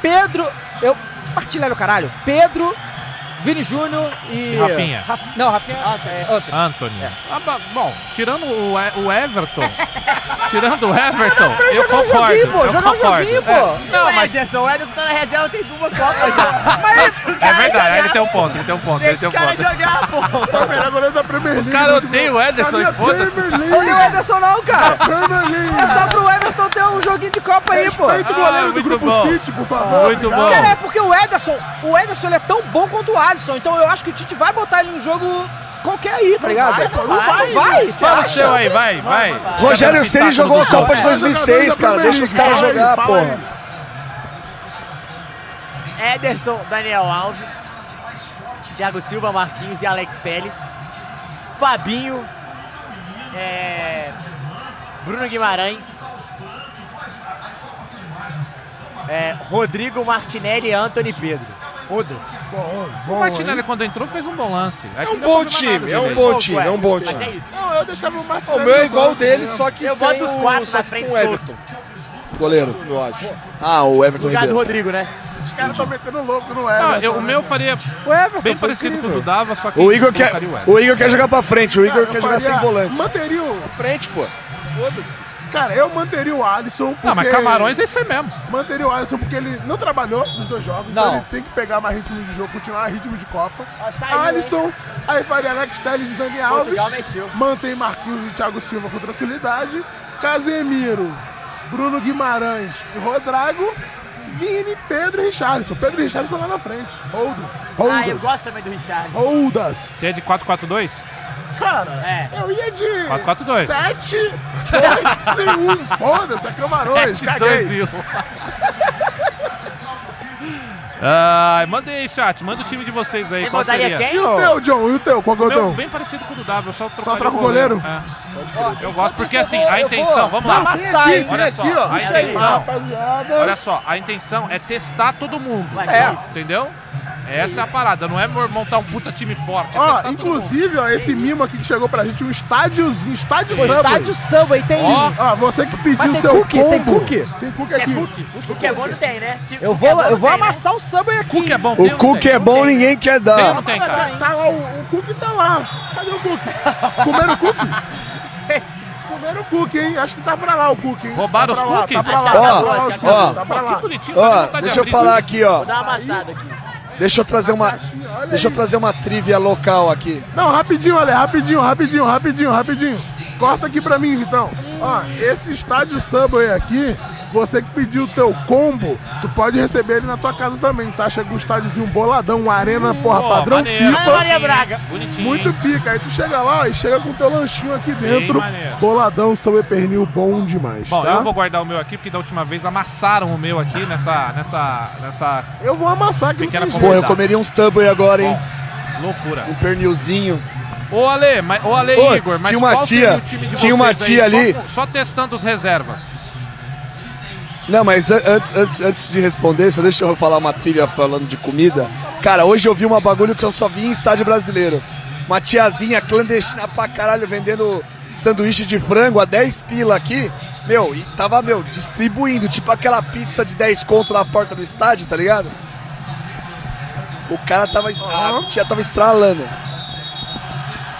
E: Pedro. Eu. Martinelli, o caralho. Pedro, Vini Júnior e.
G: E Rafinha.
E: Raf- Não, Rafinha.
C: Ah,
E: é outro.
G: Anthony. Ah, ba- bom, tirando o, E- o Everton. tirando o Everton,
F: pra ele
G: eu
F: jogar um
G: concordo.
F: joguinho, pô,
G: eu
F: jogar um
G: concordo.
F: joguinho, pô.
G: É. Não,
F: o
G: mas é
F: Ederson, o Ederson tá na reserva, tem duas copas já.
G: verdade, ele tem um ponto, ele tem um ponto, ele tem um
F: Cara,
G: ponto.
F: jogar, pô.
C: Foi o melhor goleiro da Premier League.
G: O cara odeia o Ederson,
C: Cadê a
G: foda-se.
C: Premier League?
E: Não tem o Ederson, não, cara.
C: Premier League.
E: É só pro Everton ter um joguinho de Copa aí, pô.
C: Respeita o goleiro do Grupo City, por favor.
G: Ah, Muito
C: obrigado.
E: Cara, é porque o Ederson, o Ederson ele é tão bom quanto o Alisson, então eu acho que o Tite vai botar ele num jogo qualquer aí, tá ligado?
C: vai,
E: Não
C: não
E: vai,
C: vai.
E: não vai, você
G: Fala o
E: acha?
G: seu aí, vai, vai.
I: Rogério Ceni jogou a Copa de 2006,
C: Jogador da
I: cara.
C: Premier
I: Deixa os
C: League,
I: caras
C: fala aí,
I: jogar,
C: fala
I: porra.
F: Ederson, Daniel Alves, Thiago Silva, Marquinhos e Alex Telles, Fabinho, é, Bruno Guimarães, É, Rodrigo Martinelli e Anthony Pedro. Foda-se.
G: O Martinelli, quando entrou, fez um bom lance. Aí
F: É
G: não
F: um
G: deu
F: bom
G: problema
F: time,
G: nada
F: é um
G: dele.
F: bom time, é um bom time. Mas é isso.
C: Não, eu deixava o
K: O
C: Martinelli.
K: meu é
C: no
K: igual
C: banco,
K: dele,
C: né?
K: só que
F: Eu
K: sem
F: boto os
K: o-
F: quatro
K: só
F: na
K: que
F: frente
K: com o
F: solto.
K: Everton. Goleiro. Eu acho.
I: Ah, o Everton
F: Lugar do
I: Ribeiro.
F: Rodrigo, né?
C: Os caras estão metendo louco no
G: Não,
C: Everton.
G: Ah, eu- o meu eu faria bem parecido com o do Dava, só que
I: O Igor, quer,
G: colocaria
C: é, né?
G: Everton.
I: o Igor quer jogar pra frente, o Igor
C: Cara, eu
I: quer jogar
C: faria-
I: sem volante.
C: Manteria o...
I: Frente, pô. Foda-se.
C: Cara, eu manteria o Alisson porque...
G: Não, mas Camarões é isso aí mesmo.
C: Manteria o Alisson porque ele não trabalhou nos dois jogos.
G: Não.
C: Então ele tem que pegar mais ritmo de jogo, continuar ritmo de Copa.
F: aí,
C: Alisson, aí faria Alex Telles e Dani Alves.
F: Portugal venceu.
C: Mantém Marquinhos e Thiago Silva com tranquilidade. Casemiro, Bruno Guimarães e Rodrigo. Vini, Pedro e Richarlison. Pedro e Richarlison lá na frente. Foda-se.
F: Ah, eu
C: Foda-se.
F: gosto também do Richard.
C: Foda-se.
G: Você é de 4-4-2?
C: Cara,
F: É.
C: eu ia de
G: 4-4-2.
C: 7, 2 e 1. Foda-se, é Camarões.
G: 7,
C: Caguei.
G: 2 e 1. Ai, manda aí, chat. Manda o time de vocês aí.
F: Você
G: qual
F: mandaria
G: seria?
F: quem?
C: E o teu, John? E o teu? Qual que é
G: O
C: o
G: meu,
C: teu?
G: bem parecido com o do W, eu só trocaria
C: troca o goleiro?
G: É. Eu gosto, porque assim,
E: vou-
G: a
E: eu
G: intenção,
E: vou
G: vamos lá.
E: amassar, hein?
G: Olha
E: Vem
G: só,
E: aqui, ó.
G: a
E: Deixa aí,
G: intenção,
C: rapaziada.
G: olha só, a intenção é testar todo mundo.
C: É.
G: Entendeu? Essa é a parada, não é montar um puta time forte. é
C: Ó,
G: testar todo mundo.
C: inclusive, ó, esse mimo aqui que chegou pra gente, um estádiozinho, estádio
E: O
F: Um
C: Subway.
E: estádio Subway tem-
C: Ó, ó, você que pediu
E: Mas
C: o
E: tem
C: seu
E: cookie,
C: combo.
E: tem cookie?
K: um
C: Tem cookie
F: É
C: aqui.
F: cookie. O que é bom não tem, né? Que-
E: Eu
F: o que é
E: vou,
F: bom
E: eu
F: não
E: vou
F: tem, né?
E: amassar o Subway aqui.
G: Cookie é bom, tem
I: O
G: ou não
I: Cook
G: tem?
I: é bom, ninguém quer
G: Tem ou não
I: dar.
G: tem, cara?
C: Tá lá, o, o cookie tá lá. Cadê o cookie? Comeram o cookie? Comeram o cookie, hein? Acho que tá pra lá o cookie, hein?
G: Roubaram
C: tá
G: os
C: pra lá,
G: cookies?
C: Tá pra lá,
I: Ó,
C: tá pra lá os cookies,
I: ó,
C: tá pra lá.
G: bonitinho, dá
I: Ó,
G: vontade de
I: deixa eu
G: abrir.
I: falar aqui, ó.
F: Vou dar uma amassada aqui.
I: Deixa eu trazer uma, deixa eu trazer uma trivia local aqui.
C: Não, rapidinho, Ale, rapidinho, rapidinho, rapidinho, rapidinho. Corta aqui pra mim, Vitão. Ó, esse estádio Subway aqui, você que pediu o teu combo, tu pode receber ele na tua casa também, tá? Chega um estádiozinho boladão, uma arena, porra,
G: Pô,
C: padrão
G: maneiro,
C: FIFA.
F: Maria Braga.
G: Bonitinho.
C: Muito pica. Aí tu chega lá ó, e chega com teu lanchinho aqui dentro.
G: maneiro.
C: Boladão, Subway pernil, bom demais,
G: Bom,
C: tá?
G: eu vou guardar o meu aqui, porque da última vez amassaram o meu aqui nessa. nessa. nessa.
C: Eu vou amassar aqui
G: Pequena
C: no
G: combo.
I: Pô, eu comeria um Subway agora, hein?
G: loucura.
I: Um pernilzinho.
G: Ô Ale, mas, ô Ale
I: Ô,
G: Igor, mas
I: tinha uma
G: qual seria
I: tia-
G: o time de
I: tinha uma
G: vocês aí?
I: tia
G: Só
I: ali-
G: com- Só, testando os reservas.
I: Não, mas an- antes, antes, antes de responder, só deixa eu falar uma trilha falando de comida. Cara, hoje eu vi uma bagulho que eu só vi em estádio brasileiro. Uma tiazinha clandestina pra caralho vendendo sanduíche de frango a 10 pila aqui. Meu, e tava, meu, distribuindo, tipo aquela pizza de 10 conto na porta do estádio, tá ligado? O cara tava. es- A tia tava estralando.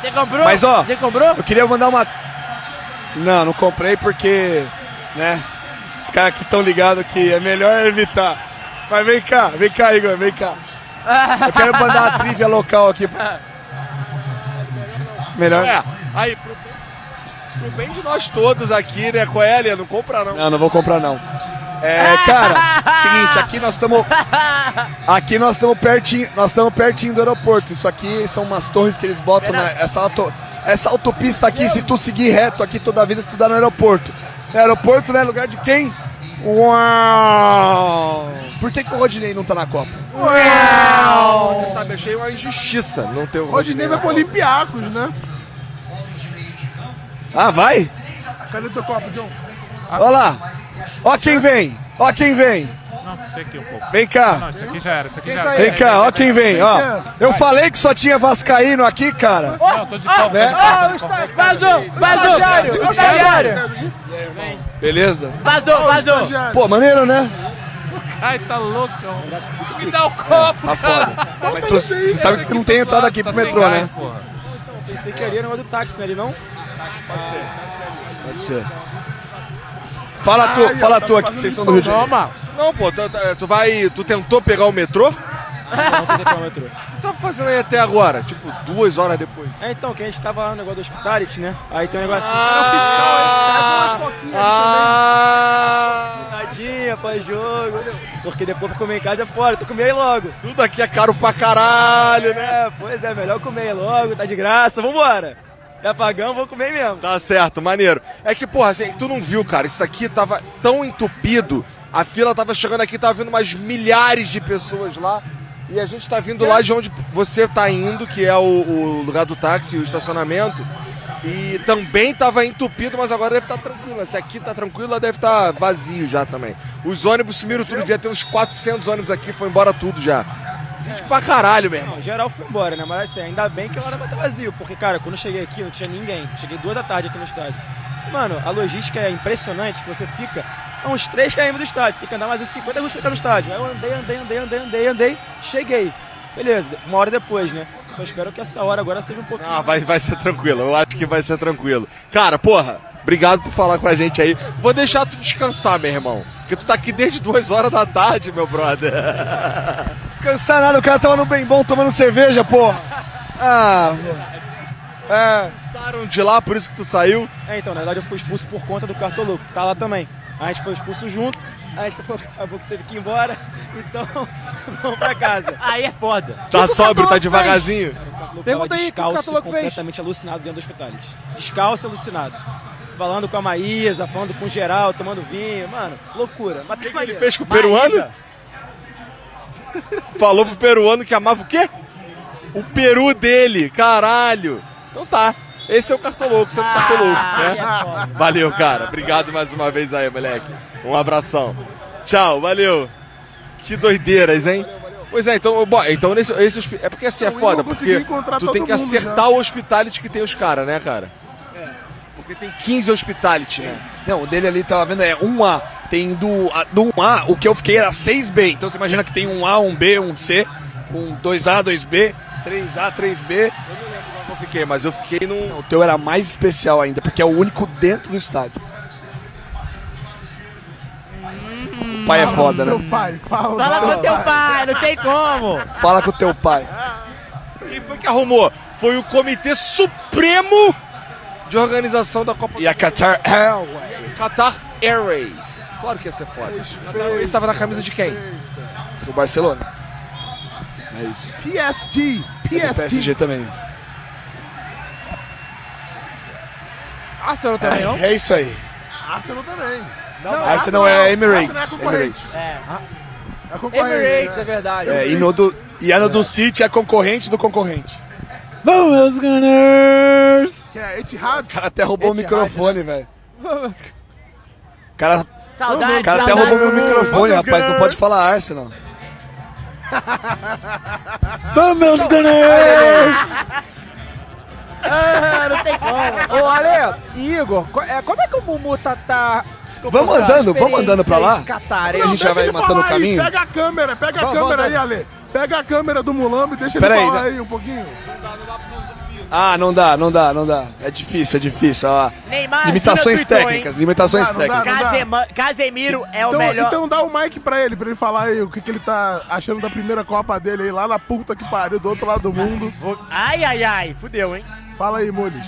F: Você comprou?
I: Mas, ó,
F: Você comprou?
I: Eu queria mandar uma. Não, não comprei porque. né? Os caras que estão ligados que é melhor evitar. Mas vem cá, vem cá, Igor, vem cá. Eu quero mandar a trilha local aqui. Melhor.
K: É, aí, pro bem, pro bem de nós todos aqui, né, Coelha? Não compra não.
I: Não, não vou comprar não. É, cara, seguinte, aqui nós estamos. Aqui nós estamos pertinho, nós estamos pertinho do aeroporto. Isso aqui são umas torres que eles botam na, essa, auto- essa autopista aqui, se tu seguir reto aqui toda a vida, se tu dá no aeroporto. No aeroporto, né? Lugar de quem? Uau! Por que, que o Rodinei não tá na Copa?
K: Não, sabe, achei uma injustiça não ter o
C: Rodinei vai pro Olympiacos, né?
I: Ah, vai?
C: Cadê teu copo, John?
I: Olha lá! Ó quem vem! Ó quem vem!
G: Não, esse aqui um pouco.
I: Vem
G: Não,
I: cá!
G: isso aqui já era, isso aqui já
F: tá
G: era.
I: Vem cá, ó quem vem, ó! Eu falei que só tinha Vascaíno aqui, cara!
G: Não, tô de
F: ah!
G: pau,
I: Né?
G: tô de pau.
E: Vazou,
F: Vazou, vazou.
E: estagiário, o estagiário.
I: Beleza?
F: Vazou, vazou.
I: Pô, maneiro, né?
G: Ai, tá louco. Me dá o copo,
I: Tá
G: cara.
I: foda. Mas tu, você sabe que não tem
K: Ah,
I: entrada aqui pro
G: Tá
I: metrô,
G: sem
I: né?
G: gás, porra.
T: Pensei que ali era o negócio do táxi, né? Ali não?
I: Pode ser. Fala tu, fala tu aqui que vocês são do Rio de Janeiro.
G: Toma.
K: Não, pô, tu, tu vai. Tu tentou pegar o metrô? O que
T: Não, não tem cronômetro.
K: tu tá fazendo aí até agora? Tipo, duas horas depois.
T: É, então, que a gente tava lá no negócio do hospitality, né? Aí tem um negócio assim.
I: tá
K: Ah,
T: é o fiscal, ele
K: ah,
T: tá Tadinha, pós-jogo. Porque depois pra comer em casa é fora, tu comer aí logo.
K: tudo aqui é caro pra caralho, né?
T: É, pois é, melhor comer aí logo, tá de graça, vambora. Já pagamos, vou comer mesmo.
K: Tá certo, maneiro. É que, porra, assim, tu não viu, cara, isso aqui tava tão entupido, a fila tava chegando aqui, tava vindo umas milhares de pessoas lá, e a gente tá vindo lá de onde você tá indo, que é o, o lugar do táxi, o estacionamento, E também estava entupido, mas agora deve estar tranquilo. Se aqui está tranquilo, lá deve estar vazio já também. Os ônibus sumiram tudo, dia tem uns 400 ônibus aqui, foi embora tudo já. Gente pra caralho, meu irmão.
T: Não, geral foi embora, né? Mas assim, ainda bem que a Laraba tá vazio, porque, cara, quando eu cheguei aqui não tinha ninguém. Cheguei duas da tarde aqui no estádio. Mano, a logística é impressionante, que você fica a uns 3 km do estádio, você tem que andar mais uns 50 minutos pra ficar no estádio. Aí eu andei, andei, andei, andei, andei, andei, cheguei. Beleza, uma hora depois, né? Só espero que essa hora agora seja um pouquinho.
K: Ah, vai, vai ser tranquilo, eu acho que vai ser tranquilo. Cara, porra, obrigado por falar com a gente aí. Vou deixar tu descansar, meu irmão. Porque tu tá aqui desde duas horas da tarde, meu brother.
I: Descansar nada, o cara tava no bem bom tomando cerveja, porra. Ah,
K: É. Passaram de lá, por isso que tu saiu.
T: É, então, na verdade eu fui expulso por conta do Cartoluco, que tá lá também. A gente foi expulso junto, a gente acabou que teve que ir embora, então vamos pra casa.
F: Aí é foda.
K: Tá sóbrio, tá devagarzinho.
T: Pergunta aí,
F: que o
T: descalço,
F: Cartoluco fez?
T: completamente alucinado dentro do hospital. Descalço, alucinado. Falando com a Maísa, falando com geral, tomando vinho, mano, loucura. Mas tem
K: Ele fez com o peruano? Falou pro peruano que amava o quê? O peru dele, caralho. Então tá. Esse é o cartoloco, sendo cartoloco, né? Valeu, cara. Obrigado mais uma vez aí, moleque. Um abração. Tchau, valeu. Que doideiras, hein? Pois é, então, bom, então nesse, esse hospi- é porque assim é
I: Não, eu
K: foda,
I: não consegui
K: porque
I: encontrar
K: tu
I: todo
K: tem que
I: mundo,
K: acertar
I: né?
K: o hospitality que tem os caras, né, cara? Porque tem 15 hospitality, né?
I: Não, o dele ali tava vendo é 1A. Tem do, a- do 1A, o que eu fiquei era 6B. Então você imagina que tem um A, um B, um C, um 2A, 2B, 3A, 3B.
K: Eu fiquei, mas eu fiquei num.
I: o teu Então, era mais especial ainda, porque é o único dentro do estádio. O pai é foda, né?
C: pai, fala.
F: Fala com teu pai, não tem como.
I: Fala com o teu pai.
K: Quem foi que arrumou? Foi o Comitê Supremo de Organização da Copa
I: E a Qatar
K: Airways. Qatar Airways. Claro que ia ser foda. Qatar Airways estava na camisa de quem?
I: Do Barcelona. É isso.
C: PST,
I: E do PSG
C: PST.
I: também.
E: Arsenal
I: É,
E: também, não?
I: é isso aí.
C: Arsenal também.
I: Arsenal é Emirates,
C: Arsenal é concorrente.
I: Emirates.
E: É.
C: É concorrente.
E: Emirates, é verdade.
I: É, e, no do, e a no do City é concorrente do concorrente.
E: Vamos, Gunners!
C: Que é Etihad?
I: O cara até roubou o
C: Etihad,
I: microfone, velho.
E: Vamos,
I: O cara,
F: Saudades,
I: o cara até
F: saudades.
I: roubou meu microfone, rapaz. Não pode falar Arsenal.
E: Vamos, Gunners! Ah, não tem como. Ô, Ale, e Igor, co- é, como é que o Mumu tá... tá se comportando?
I: Vamos andando, vamos andando
E: é
I: pra lá?
E: Catar, hein?
I: A gente já
C: deixa
I: vai
C: ele
I: matando o
C: falar aí,
I: caminho?
C: Pega a câmera, pega a
E: Vamos,
C: câmera aí,
E: vamos.
C: Ale. Pega a câmera do Mulambo e deixa ele
I: Pera aí,
C: falar
I: né?
C: aí um pouquinho.
I: Ah, não dá, não dá, não dá. É difícil, é difícil. Ó.
F: Neymar,
I: Limitações
F: Júnior tweetou,
I: técnicas,
F: hein?
I: limitações
C: Não dá, não dá,
I: técnicas.
C: não dá.
F: Casema- Casemiro é o
C: Então,
F: melhor.
C: então dá o mic pra ele, pra ele falar aí o que, que ele tá achando da primeira Copa dele aí, lá na puta que pariu, do outro lado do mundo.
F: Ai, ai, ai, fudeu, hein?
C: Fala aí, Mules.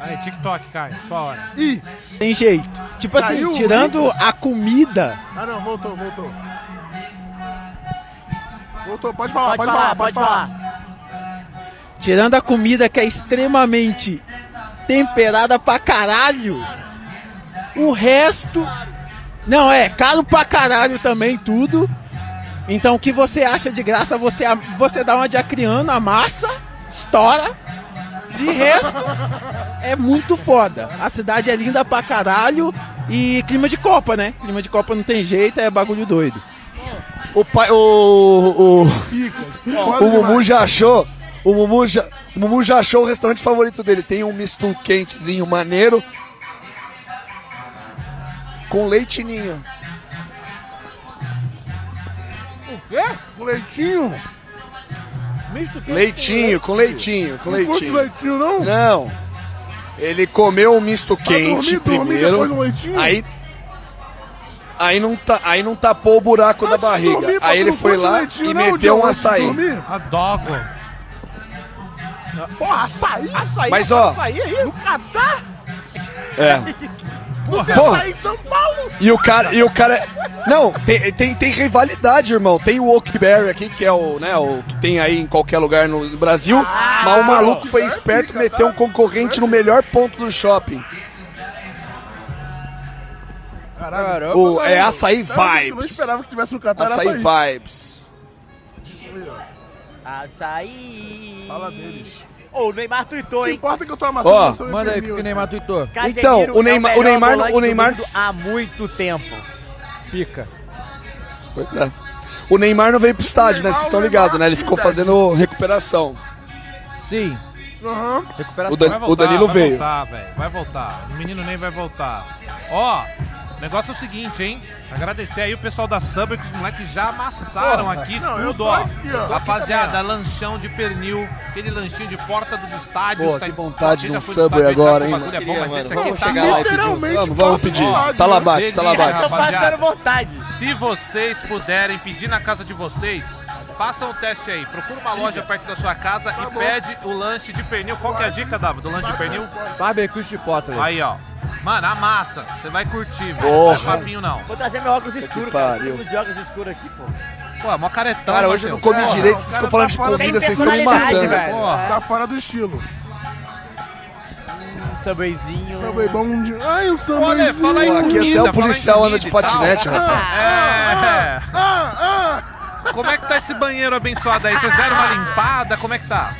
R: Aí, TikTok, Caio, sua hora.
C: Ih!
U: Tem jeito. Tipo assim,
C: Caiu o
U: tirando
C: Igor.
U: a comida.
C: Ah, não, voltou, voltou. Voltou, pode falar,
F: Pode
C: pode,
F: falar,
C: falar,
F: pode
C: pode falar.
U: Tirando a comida que é extremamente temperada pra caralho. O resto. Não, é caro pra caralho também tudo. Então o que você acha de graça, você, você dá uma de acriano, amassa, estoura. De resto, é muito foda. A cidade é linda pra caralho e clima de Copa, né? Clima de Copa não tem jeito, é bagulho doido.
I: O pai. O. O, o Mumu já achou. O Mumu já, o Mumu já achou o restaurante favorito dele. Tem um misto quentezinho maneiro. Com leitinho.
C: O quê? Com leitinho?
I: Leitinho, com leitinho, com
C: Não curte
I: leitinho.
C: leitinho, não?
I: Não. Ele comeu um misto quente
C: dormir, dormir depois no
I: primeiro.
C: leitinho?
I: Aí. Aí não, ta, aí não tapou o buraco da barriga.
C: dormir, pô,
I: aí ele
C: não
I: foi
C: curte
I: lá
C: leitinho,
I: e
C: não,
I: meteu um
C: Diogo, antes de
I: açaí.
C: dormir?
R: Adogo.
C: Porra, açaí? açaí
I: Mas, ó,
C: Açaí
F: é
C: aí? No Catar?
I: É.
C: Porra.
I: Porra.
C: Açaí em São Paulo?
I: E o cara, e o cara. é- Não, tem, tem, tem rivalidade, irmão. Tem o Oakberry aqui, que é o, né, o que tem aí em qualquer lugar no Brasil.
C: Ah,
I: mas o maluco foi esperto, meteu um concorrente no melhor ponto do shopping.
C: Caralho.
I: O- é açaí
C: Eu não
I: vibes.
C: esperava que tivesse no Catar
I: Açaí,
C: açaí.
I: Vibes.
F: Açaí.
C: Fala deles.
F: Ô, o Neymar tuitou, hein?
C: importa que eu tô
F: amassando
C: Ó.
F: sobre
E: Manda aí o
F: mil,
E: que o Neymar tuitou.
F: Casemiro
I: Então, o
F: é
I: Neymar- o
F: melhor
I: Neymar-
F: volante
I: o
F: do
I: Neymar-
F: mundo há muito tempo.
E: Pica.
I: Pois é. O Neymar não veio pro estádio, né? Vocês estão ligados, né? Ele ficou fazendo recuperação.
E: Sim.
C: Aham.
I: O Dan-
G: Vai
I: o Danilo
G: vai
I: veio.
G: Voltar, velho, vai voltar. O menino nem vai voltar. Ó, o negócio é o seguinte, hein? Agradecer aí o pessoal da Subway, que os moleques já amassaram
V: Porra,
G: aqui
V: não, eu
G: tudo,
V: tô
G: ó.
V: aqui, ó. Tô aqui
G: Rapaziada, lanchão de pernil, aquele lanchinho de porta dos estádios.
I: Pô,
G: tá
I: que
G: em-
I: vontade
G: quem
I: de
G: já
I: um
G: foi no
I: Subway
G: estádio sabe
I: agora,
G: que
I: hein,
G: o bagulho
I: mano?
G: é bom, mas esse
I: Queria,
G: aqui
I: mano.
G: tá
I: Vamos chegar lá e pedir um Literalmente Subway, vamos papo pedir. Tá de Talabate,
G: Delícia,
I: Talabate.
G: rapaziada.
I: Tô passando
F: vontade.
G: Se vocês puderem pedir na casa de vocês, façam o teste aí. Procura uma loja perto da sua
I: Tá
G: casa e pede o lanche de pernil. Qual que é a dica, Dava, do lanche de pernil?
E: Barbecue de potre.
G: Aí, ó. Mano, amassa. Você vai curtir, velho. Não é
I: Porra.
G: papinho, não.
F: Vou trazer meu óculos escuro, cara.
I: pariu.
F: Todo mundo de óculos escuro aqui, pô.
G: Pô, é mó caretão.
I: Cara, hoje eu não comi
G: Porra,
I: direito,
G: o
I: vocês
G: cara
I: ficam falando
G: tá
I: de
G: fora
I: comida,
G: do-
I: vocês estão me matando.
G: Porra.
C: Tá fora do estilo.
F: Um subwayzinho.
C: Subway bom de... Ai, o Subwayzinho.
G: Olha, fala em
I: Pô, aqui
G: comida,
I: até o
G: fala em
I: policial
G: comida
I: anda Tá de
G: e tal. Ah,
I: patinete, rapaz.
G: É. Como é que tá esse banheiro abençoado aí? Vocês deram uma limpada? Como é que tá?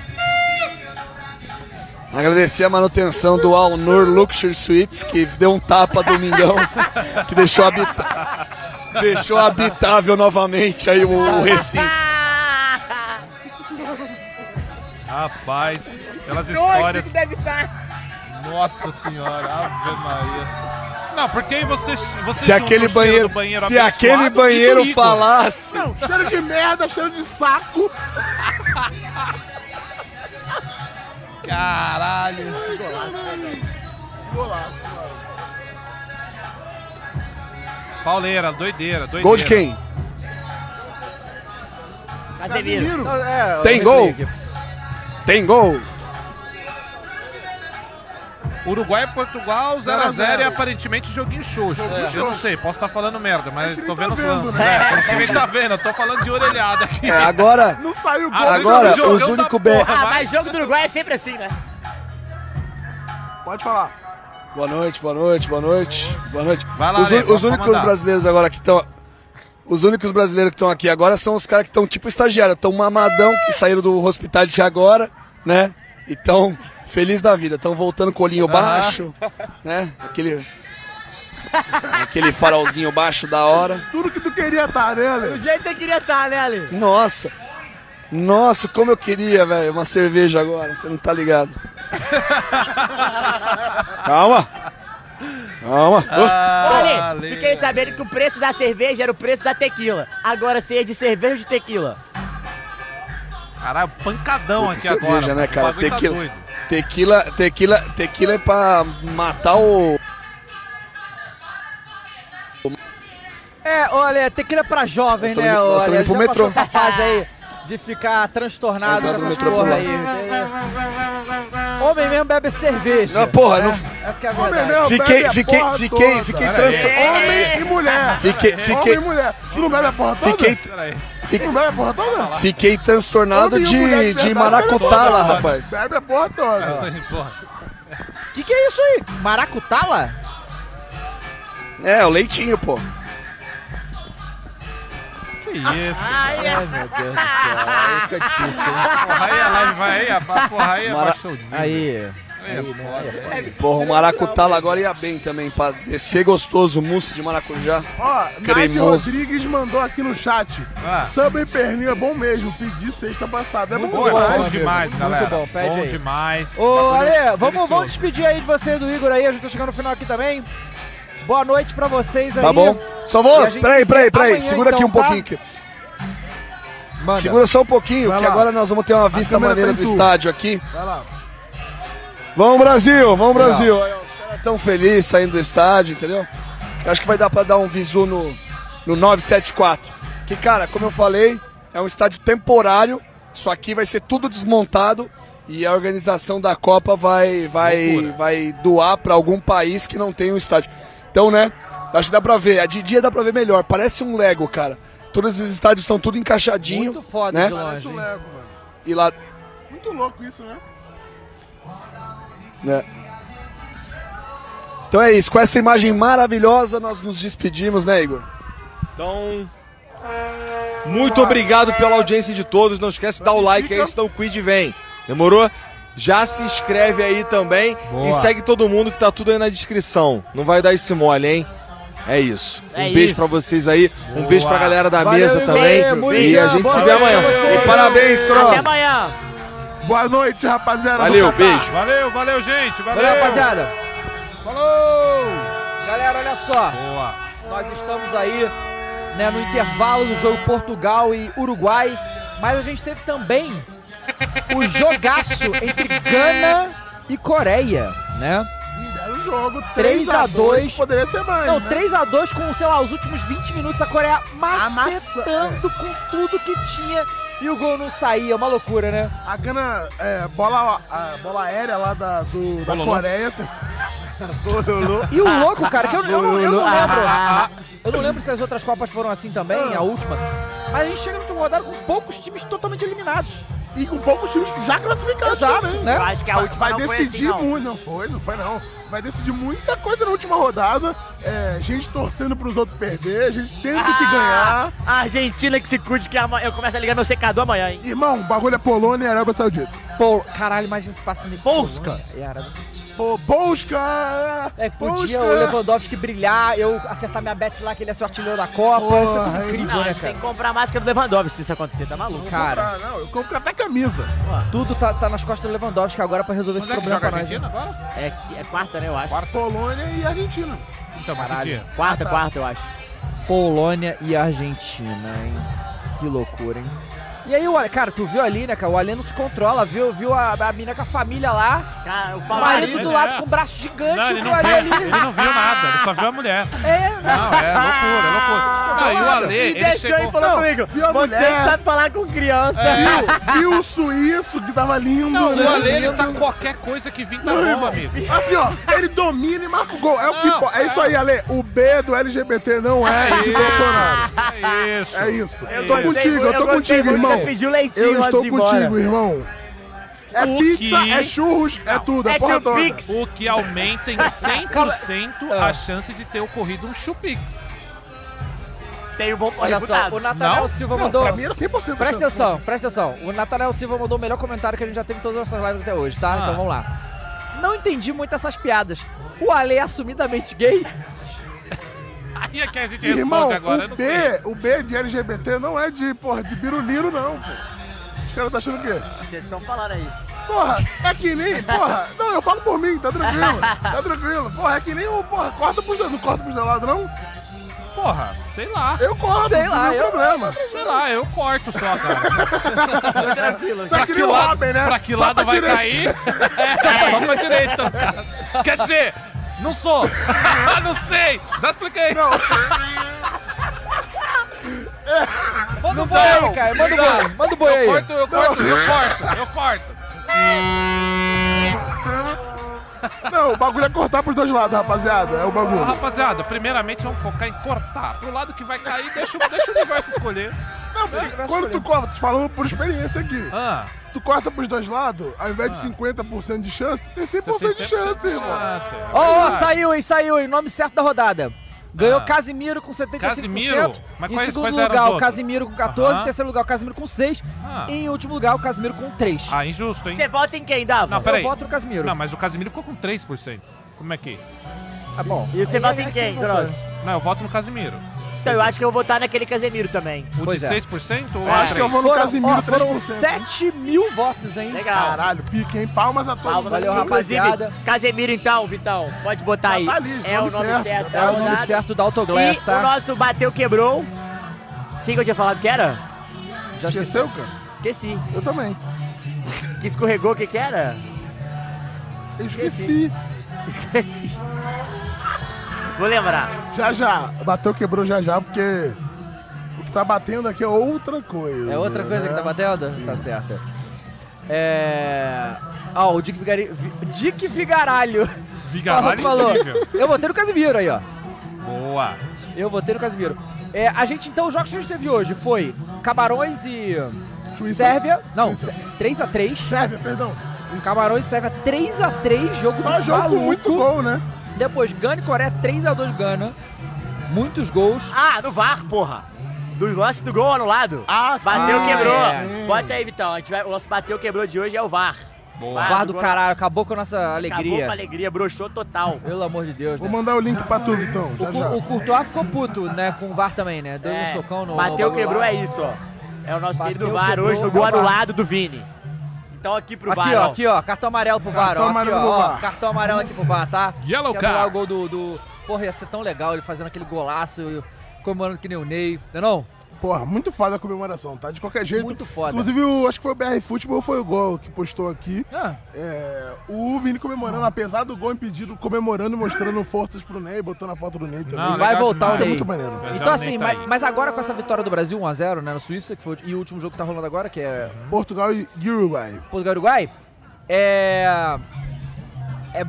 I: Agradecer a manutenção do Alnor Luxury Suites, que deu um tapa domingão, que deixou, habita- deixou habitável novamente aí o, o recinto.
G: Rapaz, aquelas
V: Que nojo
G: histórias.
V: que
F: deve estar.
G: Nossa senhora, Ave Maria. Não, porque aí você, você
I: Se
G: junta
I: aquele
G: o cheiro
I: banheiro-
G: do banheiro
I: se
G: abençoado
I: aquele
G: e do
I: banheiro
G: rico.
I: falasse-
C: Não, cheiro de merda, cheiro de saco.
G: Caralho.
C: né, Golaço, mano.
G: Pauleira, doideira, doideira.
I: Gol de quem?
F: Casemiro.
E: Não, é, o
I: Tem
E: Premier
I: gol?
E: League.
I: Tem gol?
G: Uruguai e Portugal
V: 0 a 0.
G: 0x0 e aparentemente joguinho xoxo.
V: Joguinho
G: É, Eu não
V: xoxo.
G: sei, posso estar falando merda, mas tô vendo os
V: vendo,
G: lances.
V: né?
G: É, o time tá vendo, eu tô falando de orelhada aqui.
I: É, agora- um
C: Não saiu
I: gol, agora,
G: não jogou
I: os
G: da
I: único
G: porra,
I: be-
F: Ah,
G: vai.
F: mas jogo do Uruguai é sempre assim, né?
C: Pode falar.
I: Boa noite, boa noite, boa noite, boa noite.
G: Vai lá,
I: os, un-
G: Alex,
I: os
G: pode
I: únicos
G: mandar.
I: brasileiros agora que estão. Os únicos brasileiros que estão aqui agora são os caras que estão tipo estagiário, estão mamadão, que saíram do hospital de agora, né? E estão feliz da vida, estão voltando com o olhinho
V: Aham.
I: baixo, né? Aquele. Aquele farolzinho baixo da hora.
C: Tudo que tu queria estar, né, Ale?
F: Do jeito que você queria estar, né, Ale?
I: Nossa! Nossa, como eu queria, velho, uma cerveja agora, você não tá ligado. Calma! Calma!
F: Olha, Ale, fiquei sabendo que o preço da cerveja era o preço da tequila. Agora se é de cerveja ou de tequila?
G: Caralho, pancadão
I: Puta,
G: aqui
I: cerveja,
G: agora.
I: né,
G: o
I: cara?
G: bagulho tá
I: Tequila,
G: doido.
I: tequila, tequila, tequila é pra matar o.
E: É, olha, tequila pra jovem,
I: Nós tamo
E: né?
I: indo- nós
E: olha,
I: tamo indo pro
E: já passou
I: metrô.
E: Essa fase aí de ficar transtornado
I: Entrando
E: com
I: no
E: essas
I: metrô por
E: porra
I: lá.
E: aí. Homem mesmo bebe cerveja.
I: Não, porra, não-
E: Essa que é a
C: Homem
E: verdade.
C: mesmo bebe
I: Fiquei,
C: a
I: fiquei,
C: porra
I: fiquei,
C: toda.
I: fiquei
C: Pera
I: transtor-
C: aí. Homem e mulher.
I: Fiquei- fiquei-
C: Homem e mulher. Tu não bebe a porra toda?
I: Fiquei-
C: Tu não bebe a porra toda?
I: Fiquei transtornado
C: Homem e mulher
I: de, de
C: verdade,
I: maracutá
C: bebe a
I: lá,
C: porra toda.
I: rapaz.
C: Bebe a porra toda.
E: Que que é isso aí? Maracutala?
I: É, o leitinho, pô.
G: Que isso?
F: Ai,
E: Ai, meu Deus do céu. Aí fica difícil, hein?
G: Porra, aí a live vai aí, a porra aí é
I: Mara-
G: abaixou de
E: Aí.
G: Aí é foda.
I: Porra, o maracutá lá agora ia bem também, pra descer gostoso, mousse de maracujá.
C: Ó, Nath
I: Cremoso.
C: Rodrigues mandou aqui no chat.
I: Ah.
C: Samba e pernil é bom mesmo. Pedi sexta passada. É muito
G: bom,
C: bom.
G: é bom demais,
C: Muito
G: galera.
C: bom, pede
G: bom
C: aí.
G: demais.
E: Ô,
G: Bagulho
E: Ale, vamos,
G: delicioso.
E: vamos despedir aí de você e do Igor aí. A gente tá chegando no final aqui também. Boa noite pra vocês aí.
I: Tá bom? Só
E: E
I: vou.
E: a gente
I: Peraí,
E: se
I: peraí,
E: vê
I: peraí.
E: amanhã,
I: Segura aqui
E: então,
I: um pouquinho.
E: tá?
I: que- Segura só um pouquinho,
E: Vai
I: que
E: lá.
I: agora nós vamos ter uma vista
E: câmera
I: maneira
E: tá em
I: do
E: tu.
I: estádio aqui.
C: Vai lá.
I: Vamos, Brasil! Vamos,
C: Legal.
I: Brasil! Olha, Os caras Tá tão felizes saindo do estádio, entendeu? Eu acho que vai dar pra dar um visu no, no 974. Que, cara, como eu falei, é um estádio temporário. Isso aqui vai ser tudo desmontado e a organização da Copa vai, vai, vai doar pra algum país que não tem um estádio. Então, né? Acho que dá pra ver. A de dia dá pra ver melhor. Parece um Lego, cara. Todos esses estádios estão tudo encaixadinho.
E: Muito foda
I: né?
E: de longe. hein?
I: E lá,
C: um Muito louco isso, né?
I: né? Então é isso, com essa imagem maravilhosa nós nos despedimos, né, Igor?
K: Então, muito obrigado pela audiência de todos. Não esquece de dar o like aí, senão o Quid vem. Demorou? Já se inscreve aí também
G: Boa.
K: e segue todo mundo que tá tudo aí na descrição. Não vai dar esse mole, hein? É isso.
G: É
K: um beijo
G: isso.
K: pra vocês aí, um beijo pra galera da
C: Valeu, É
K: mesa
C: Igor.
K: também.
C: Valeu,
K: e a
C: Igor.
K: gente se vê
C: Valeu,
K: amanhã.
C: vocês.
K: E parabéns, Cross.
C: Até
F: amanhã.
C: Boa noite, rapaziada.
K: Valeu,
C: Vamos
K: beijo.
G: Valeu, valeu, gente. Valeu,
C: Valeu,
E: rapaziada.
G: Falou!
E: Galera, olha só.
G: Boa.
E: Nós estamos aí né, no intervalo do jogo Portugal e Uruguai, mas a gente teve também o jogaço entre Gana e Coreia, né?
C: um Belo jogo,
E: 3 a 2
C: Poderia ser mais.
E: Não,
C: né?
E: 3 a 2 com, sei lá, os últimos 20 minutos a Coreia macetando
C: Amassando.
E: com tudo que tinha e o gol não saía, uma loucura, né?
C: A Gana, é, bola, a bola aérea lá da, do, da
E: Bololô.
C: Coreia. Ah, Bololô.
E: E
F: Ah,
E: o louco, cara, que eu, eu não, eu não
C: Bololô.
E: lembro. Eu não lembro se as outras Copas foram assim também, a última. Mas a gente chega no último rodada com poucos times totalmente eliminados.
C: E com poucos times já classificados
E: Exato,
C: também.
E: né?
C: Vai- vai decidir
F: assim,
C: muito, assim, não foi, não foi não. Vai decidir muita coisa na última rodada. É, gente torcendo pros outros perder, gente tendo que ganhar.
F: A Argentina que se cuide que amanhã eu começo a ligar meu secador amanhã, hein?
C: Irmão, o bagulho é Polônia e Arábia Saudita.
E: Pô, caralho, imagina se passa nesse.
C: Polska! Pô, Polska!
E: É,
C: Polska.
E: podia o Lewandowski brilhar, eu acertar minha bet lá que ele ia ser o artilheiro da Copa. isso é tudo incrível,
F: Não, a
E: né,
F: gente
E: cara?
F: tem que comprar a máscara do Lewandowski se isso acontecer, tá maluco?
E: Cara.
C: Não, eu compro até camisa.
E: Tudo tá, tá nas costas do Lewandowski agora pra resolver esse
F: é que
E: problema
F: joga
E: pra
F: a
E: nós.
F: Argentina
E: né?
F: É, é quarta, né, eu acho.
C: Polônia e Argentina.
G: Então,
E: Caralho.
F: Quarta, quarta, eu acho.
E: Polônia e Argentina, hein? Que loucura, hein? E aí, o Ale- cara, tu viu ali, né, cara? O Alê não se controla, viu? Viu a, a mina com a família lá.
F: Cara, o
E: O marido do lado com o braço gigante,
G: Não, ele
E: o
G: não,
E: cara
G: viu,
E: ali.
G: ele não viu nada, ele só viu a mulher.
E: É,
G: Não, é loucura, é loucura. Não, e o Ale,
F: E
G: ele
F: deixou
G: chegou...
F: e falou comigo,
C: viu a
F: você
C: mulher?
G: tá
C: É.
F: que sabe falar com criança.
C: Viu, viu o suíço que tava lindo,
G: Não,
C: né?
G: o Ale, ele tá qualquer coisa que vim tá
C: Não,
G: bom,
C: irmão.
G: amigo.
C: Assim, ó, ele domina e marca o gol. É o que
G: Não,
C: po- É isso aí, Ale. O B do LGBT não é de Bolsonaro.
G: É isso.
C: É isso.
G: É
C: Eu tô
G: isso.
C: contigo, eu
G: Eu
C: tô
G: gostei
C: contigo,
G: muito,
C: irmão.
G: eu pedi o leitinho
C: Eu estou
G: antes de ir
C: contigo,
G: embora.
C: irmão. É
G: O
C: pizza,
G: que-
C: é churros, é tudo, é, porra toda.
G: O que aumenta em 100% a chance de ter ocorrido um chupix.
F: Tem um bom
E: Olha só, o Natanael Silva mandou.
C: pra mim era 100%
E: Presta
C: chance.
E: atenção, presta atenção. O Natanael Silva mandou o melhor comentário que a gente já teve em todas as nossas lives até hoje, tá?
G: Ah.
E: Então vamos lá. Não entendi muito essas piadas. O Ale é assumidamente gay?
G: Aí é que a gente
C: Irmão,
G: responde agora, eu
C: o
G: não
C: B,
G: sei.
C: o B de LGBT não é de, porra, de biruliro, não, pô. Os caras tá achando o quê?
F: Vocês estão falando aí.
C: Porra, é que nem, porra. Não, eu falo por mim, tá tranquilo. Tá tranquilo. Porra, é que nem o, porra, corta pros dois, não corta pros dois lados, não?
G: Porra, sei lá.
C: Eu corto,
G: Sei
C: não
G: lá,
C: tem
G: eu-
C: problema.
G: Sei lá, eu corto só, cara.
C: Tranquilo,
G: Pra
C: tá
G: que
C: que nem o
G: lado-
C: Robin, né?
G: pra que
C: Só
G: lado vai
C: direita.
G: cair? É, só pra direita. Quer dizer, não sou. Ah, não sei. Já expliquei.
C: Não.
G: um
E: Manda o boi aí, cara. Manda o boi. Manda o boi aí.
G: Eu corto, eu corto,
E: Não.
G: eu corto, eu corto.
C: Não, o bagulho é cortar pros dois lados, rapaziada. É o
G: Ó,
C: bagulho.
G: rapaziada, primeiramente vamos focar em cortar. Pro lado que vai cair, deixa, o- deixa o universo escolher.
C: Não, porque quando tu corta, te falando por experiência aqui. Tu corta pros dois lados, ao invés de 50% de chance, tu Ah. tem 100%, de chance,
G: Ah,
C: irmão.
E: Ó, ó, saiu, hein, saiu, hein. Nome certo da rodada. Ganhou
G: Ah.
E: Casimiro com 75%.
G: Casimiro? Mas
E: Em
G: quais-
E: segundo
G: quais eram os
E: lugar, o
G: outros?
E: Casimiro com 14. Em
G: Aham.
E: terceiro lugar, o Casimiro com 6.
G: Ah.
E: E em último lugar, o Casimiro com 3.
G: Ah, injusto, hein?
F: Você vota em quem, Dava?
G: Não, peraí.
E: Eu voto no Casimiro.
G: Não, mas o Casimiro ficou com 3%. Como é que?
E: Ah, bom.
F: E você vota em quem, Gross?
G: Não, eu voto no Casimiro.
F: Então eu acho que eu vou votar naquele Casemiro também. é.
G: O de 6% ou
C: Eu acho que eu vou no Casimiro, 3%.
E: 7 mil votos, hein?
F: Legal.
C: Caralho, pique, hein? Palmas a todos.
F: Valeu, rapaziada. Casemiro, então, Vitão, pode botar aí.
C: tá ali,
F: é o
C: nome
F: nome certo,
C: certo.
F: da
E: É o nome
F: rodada.
E: certo da Autoglass,
F: e
E: tá?
F: o nosso bateu quebrou. Quem que eu tinha falado que era?
C: Já esqueceu, cara?
F: Esqueci.
C: Eu também.
F: Que escorregou, o que que era?
C: Eu esqueci.
F: Esqueci. Vou lembrar.
C: Já, já. Bateu, quebrou já, já, porque o que tá batendo aqui é outra coisa.
E: É outra coisa que tá batendo? Tá certo. É. Ó, o Dick Vigari... Vi- Dick Vigaralho.
G: Vigaralho
E: falou.
G: incrível.
E: Eu botei no Casimiro aí, ó.
G: Boa.
E: Eu botei no Casimiro. É, a gente, então, os jogos que a gente teve hoje foi Camarões e.
C: Suíça.
E: Sérvia. Não, 3x3.
C: Sérvia, perdão.
E: Camarões e Sérvia 3x3, jogo
C: Só
E: de
C: jogo
E: maluco.
C: muito bom, né?
E: Depois, Gana e Coreia 3x2 Gana. Muitos gols.
F: Ah, no VAR, porra. Do lance do gol anulado.
C: Ah,
F: Bateu,
E: sim.
F: quebrou.
E: Ah, é.
F: Bota aí, Vitão. A gente vai, o nosso bateu, quebrou de hoje é o VAR.
E: Boa. Vá do caralho, acabou com a nossa alegria.
F: Acabou com a alegria, broxou total.
E: Pelo amor de Deus,
C: Vou
E: né?
C: mandar o link pra tu, então.
E: O,
C: Já,
E: Cu-
C: já.
E: o Courtois ficou puto, né? Com o VAR também, né? Deu um socão no.
F: É. Bateu,
E: no bagulho
F: quebrou,
E: lá.
F: é isso, ó. É o nosso
E: Bateu,
F: querido VAR
E: quebrou,
F: hoje no
E: deu
F: gol
E: VAR.
F: anulado do Vini. Então aqui pro
E: aqui,
F: VAR,
E: ó,
F: ó.
E: aqui, ó. Cartão amarelo pro VAR,
F: Cartão
E: ó. Aqui,
F: amarelo
E: ó,
F: pro
E: ó,
F: VAR.
E: Cartão amarelo aqui pro VAR, tá?
F: Yellow
E: Quer anular
F: card.
E: o gol do, do. Porra, ia ser tão legal ele fazendo aquele golaço, eu- comemorando que nem o Ney, não é não?
C: Porra, muito foda a comemoração, tá? De qualquer jeito.
E: Muito foda.
C: Inclusive, o- acho que foi o BR Futebol, foi o gol que postou aqui.
E: Ah.
C: É, o Vini comemorando, apesar do gol impedido, comemorando, mostrando forças pro Ney, botando a foto do Ney também.
E: E vai voltar o
C: Isso é
E: Ney.
C: muito maneiro.
E: Então assim, mas, mas agora com essa vitória do Brasil 1 a 0, né, na Suíça, que foi o- e o último jogo que tá rolando agora, que é
C: Portugal e Uruguai.
E: Portugal e Uruguai, é é, é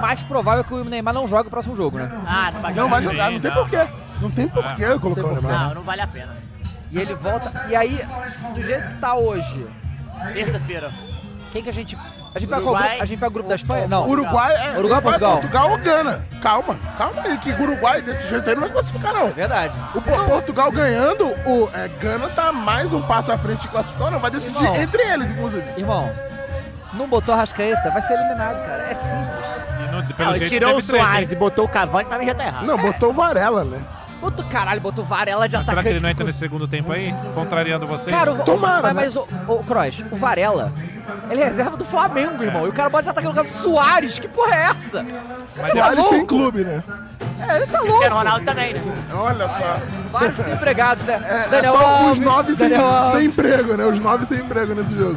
E: mais provável que o Neymar não jogue o próximo jogo, né?
F: Ah, não vai
C: Não vai jogar, não tem porquê. Não tem
E: É.
C: porquê
E: Não
C: colocar
E: tem
C: o
E: porquê.
C: Neymar.
F: Não, não vale a pena.
E: E ele volta. E aí, do jeito que tá hoje,
F: Terça-feira.
E: quem que a gente. A gente pega qual
F: Uruguai,
E: grupo? A gente pega o grupo da Espanha? Não.
C: Uruguai é.
E: Uruguai ou Portugal?
C: Portugal ou Gana. Calma, calma aí, que Uruguai desse jeito aí não vai classificar, não. É
E: verdade.
C: O Po- Portugal ganhando, o é, Gana tá mais um passo à frente de classificar, não. Vai decidir
E: Irmão.
C: entre eles, inclusive.
E: Irmão, não botou a rascaeta, vai ser eliminado, cara. É simples.
F: Não, ele tirou o
E: né?
F: Soares e botou o Cavani, pra mim já tá errado.
C: né? Não, botou o Varela, né?
E: Botou caralho, botou varela de
G: Mas será
E: atacante.
G: que ele não
E: que
G: entra nesse segundo tempo aí? Contrariando vocês?
E: tá Cara, o, mas, mas
C: né?
E: o, o Cross, o Varela, ele é reserva do Flamengo, irmão. E o cara bota de ataque no lugar do Soares. Que porra é essa? Você tá
C: Soares sem
E: louco?
C: clube, né?
E: É, ele tá louco.
F: Cristiano Ronaldo também, né?
C: Olha só.
E: Vários desempregados, né?
C: É, é só os nove sem,
F: Daniel Alves.
C: sem emprego, né? Os nove sem emprego nesse jogo.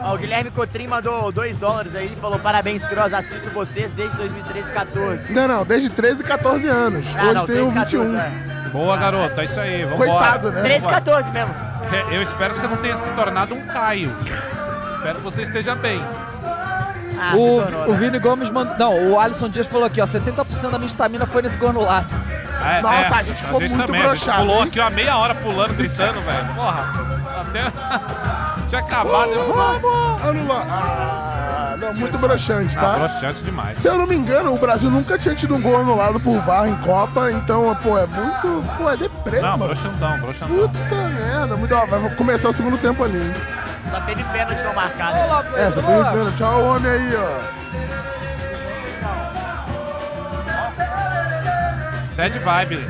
F: Ó, o Guilherme Cotrim mandou 2 dólares aí e falou: parabéns, Cross, assisto vocês desde 2013, 14.
C: Não, não, desde 13, 14 anos.
F: Ah,
C: Hoje
F: não,
C: tem o
F: 13, 14,
C: 21.
G: Boa, garoto, é isso aí, vambora.
C: Coitado, né? 13,
F: 14 mesmo.
G: eu espero que você não tenha se tornado um Caio. espero que você esteja bem.
F: Ah,
E: o, o Vini Gomes mandou. Não, o Alisson Dias falou aqui, ó. 70% da minha estamina foi nesse gol anulado.
G: É,
E: Nossa,
G: é,
E: a gente ficou muito
G: também, a gente
E: broxado,
G: Pulou
E: hein?
G: aqui uma meia hora pulando, gritando, velho. Porra, até tinha acabado. eu-
C: Anular. Ah, não, muito broxante,
G: Ah,
C: tá?
G: broxante demais.
C: Se eu não me engano, o Brasil nunca tinha tido um gol anulado por VAR em Copa, então, pô, é muito. Pô, é deprê,
G: Não,
C: mano.
G: broxantão, broxantão.
C: Puta merda, muito, ó, vai começar o segundo tempo ali. hein?
F: Só teve pênalti não marcado.
C: É, só tem pênalti, ó o homem aí, ó.
G: Bad vibe.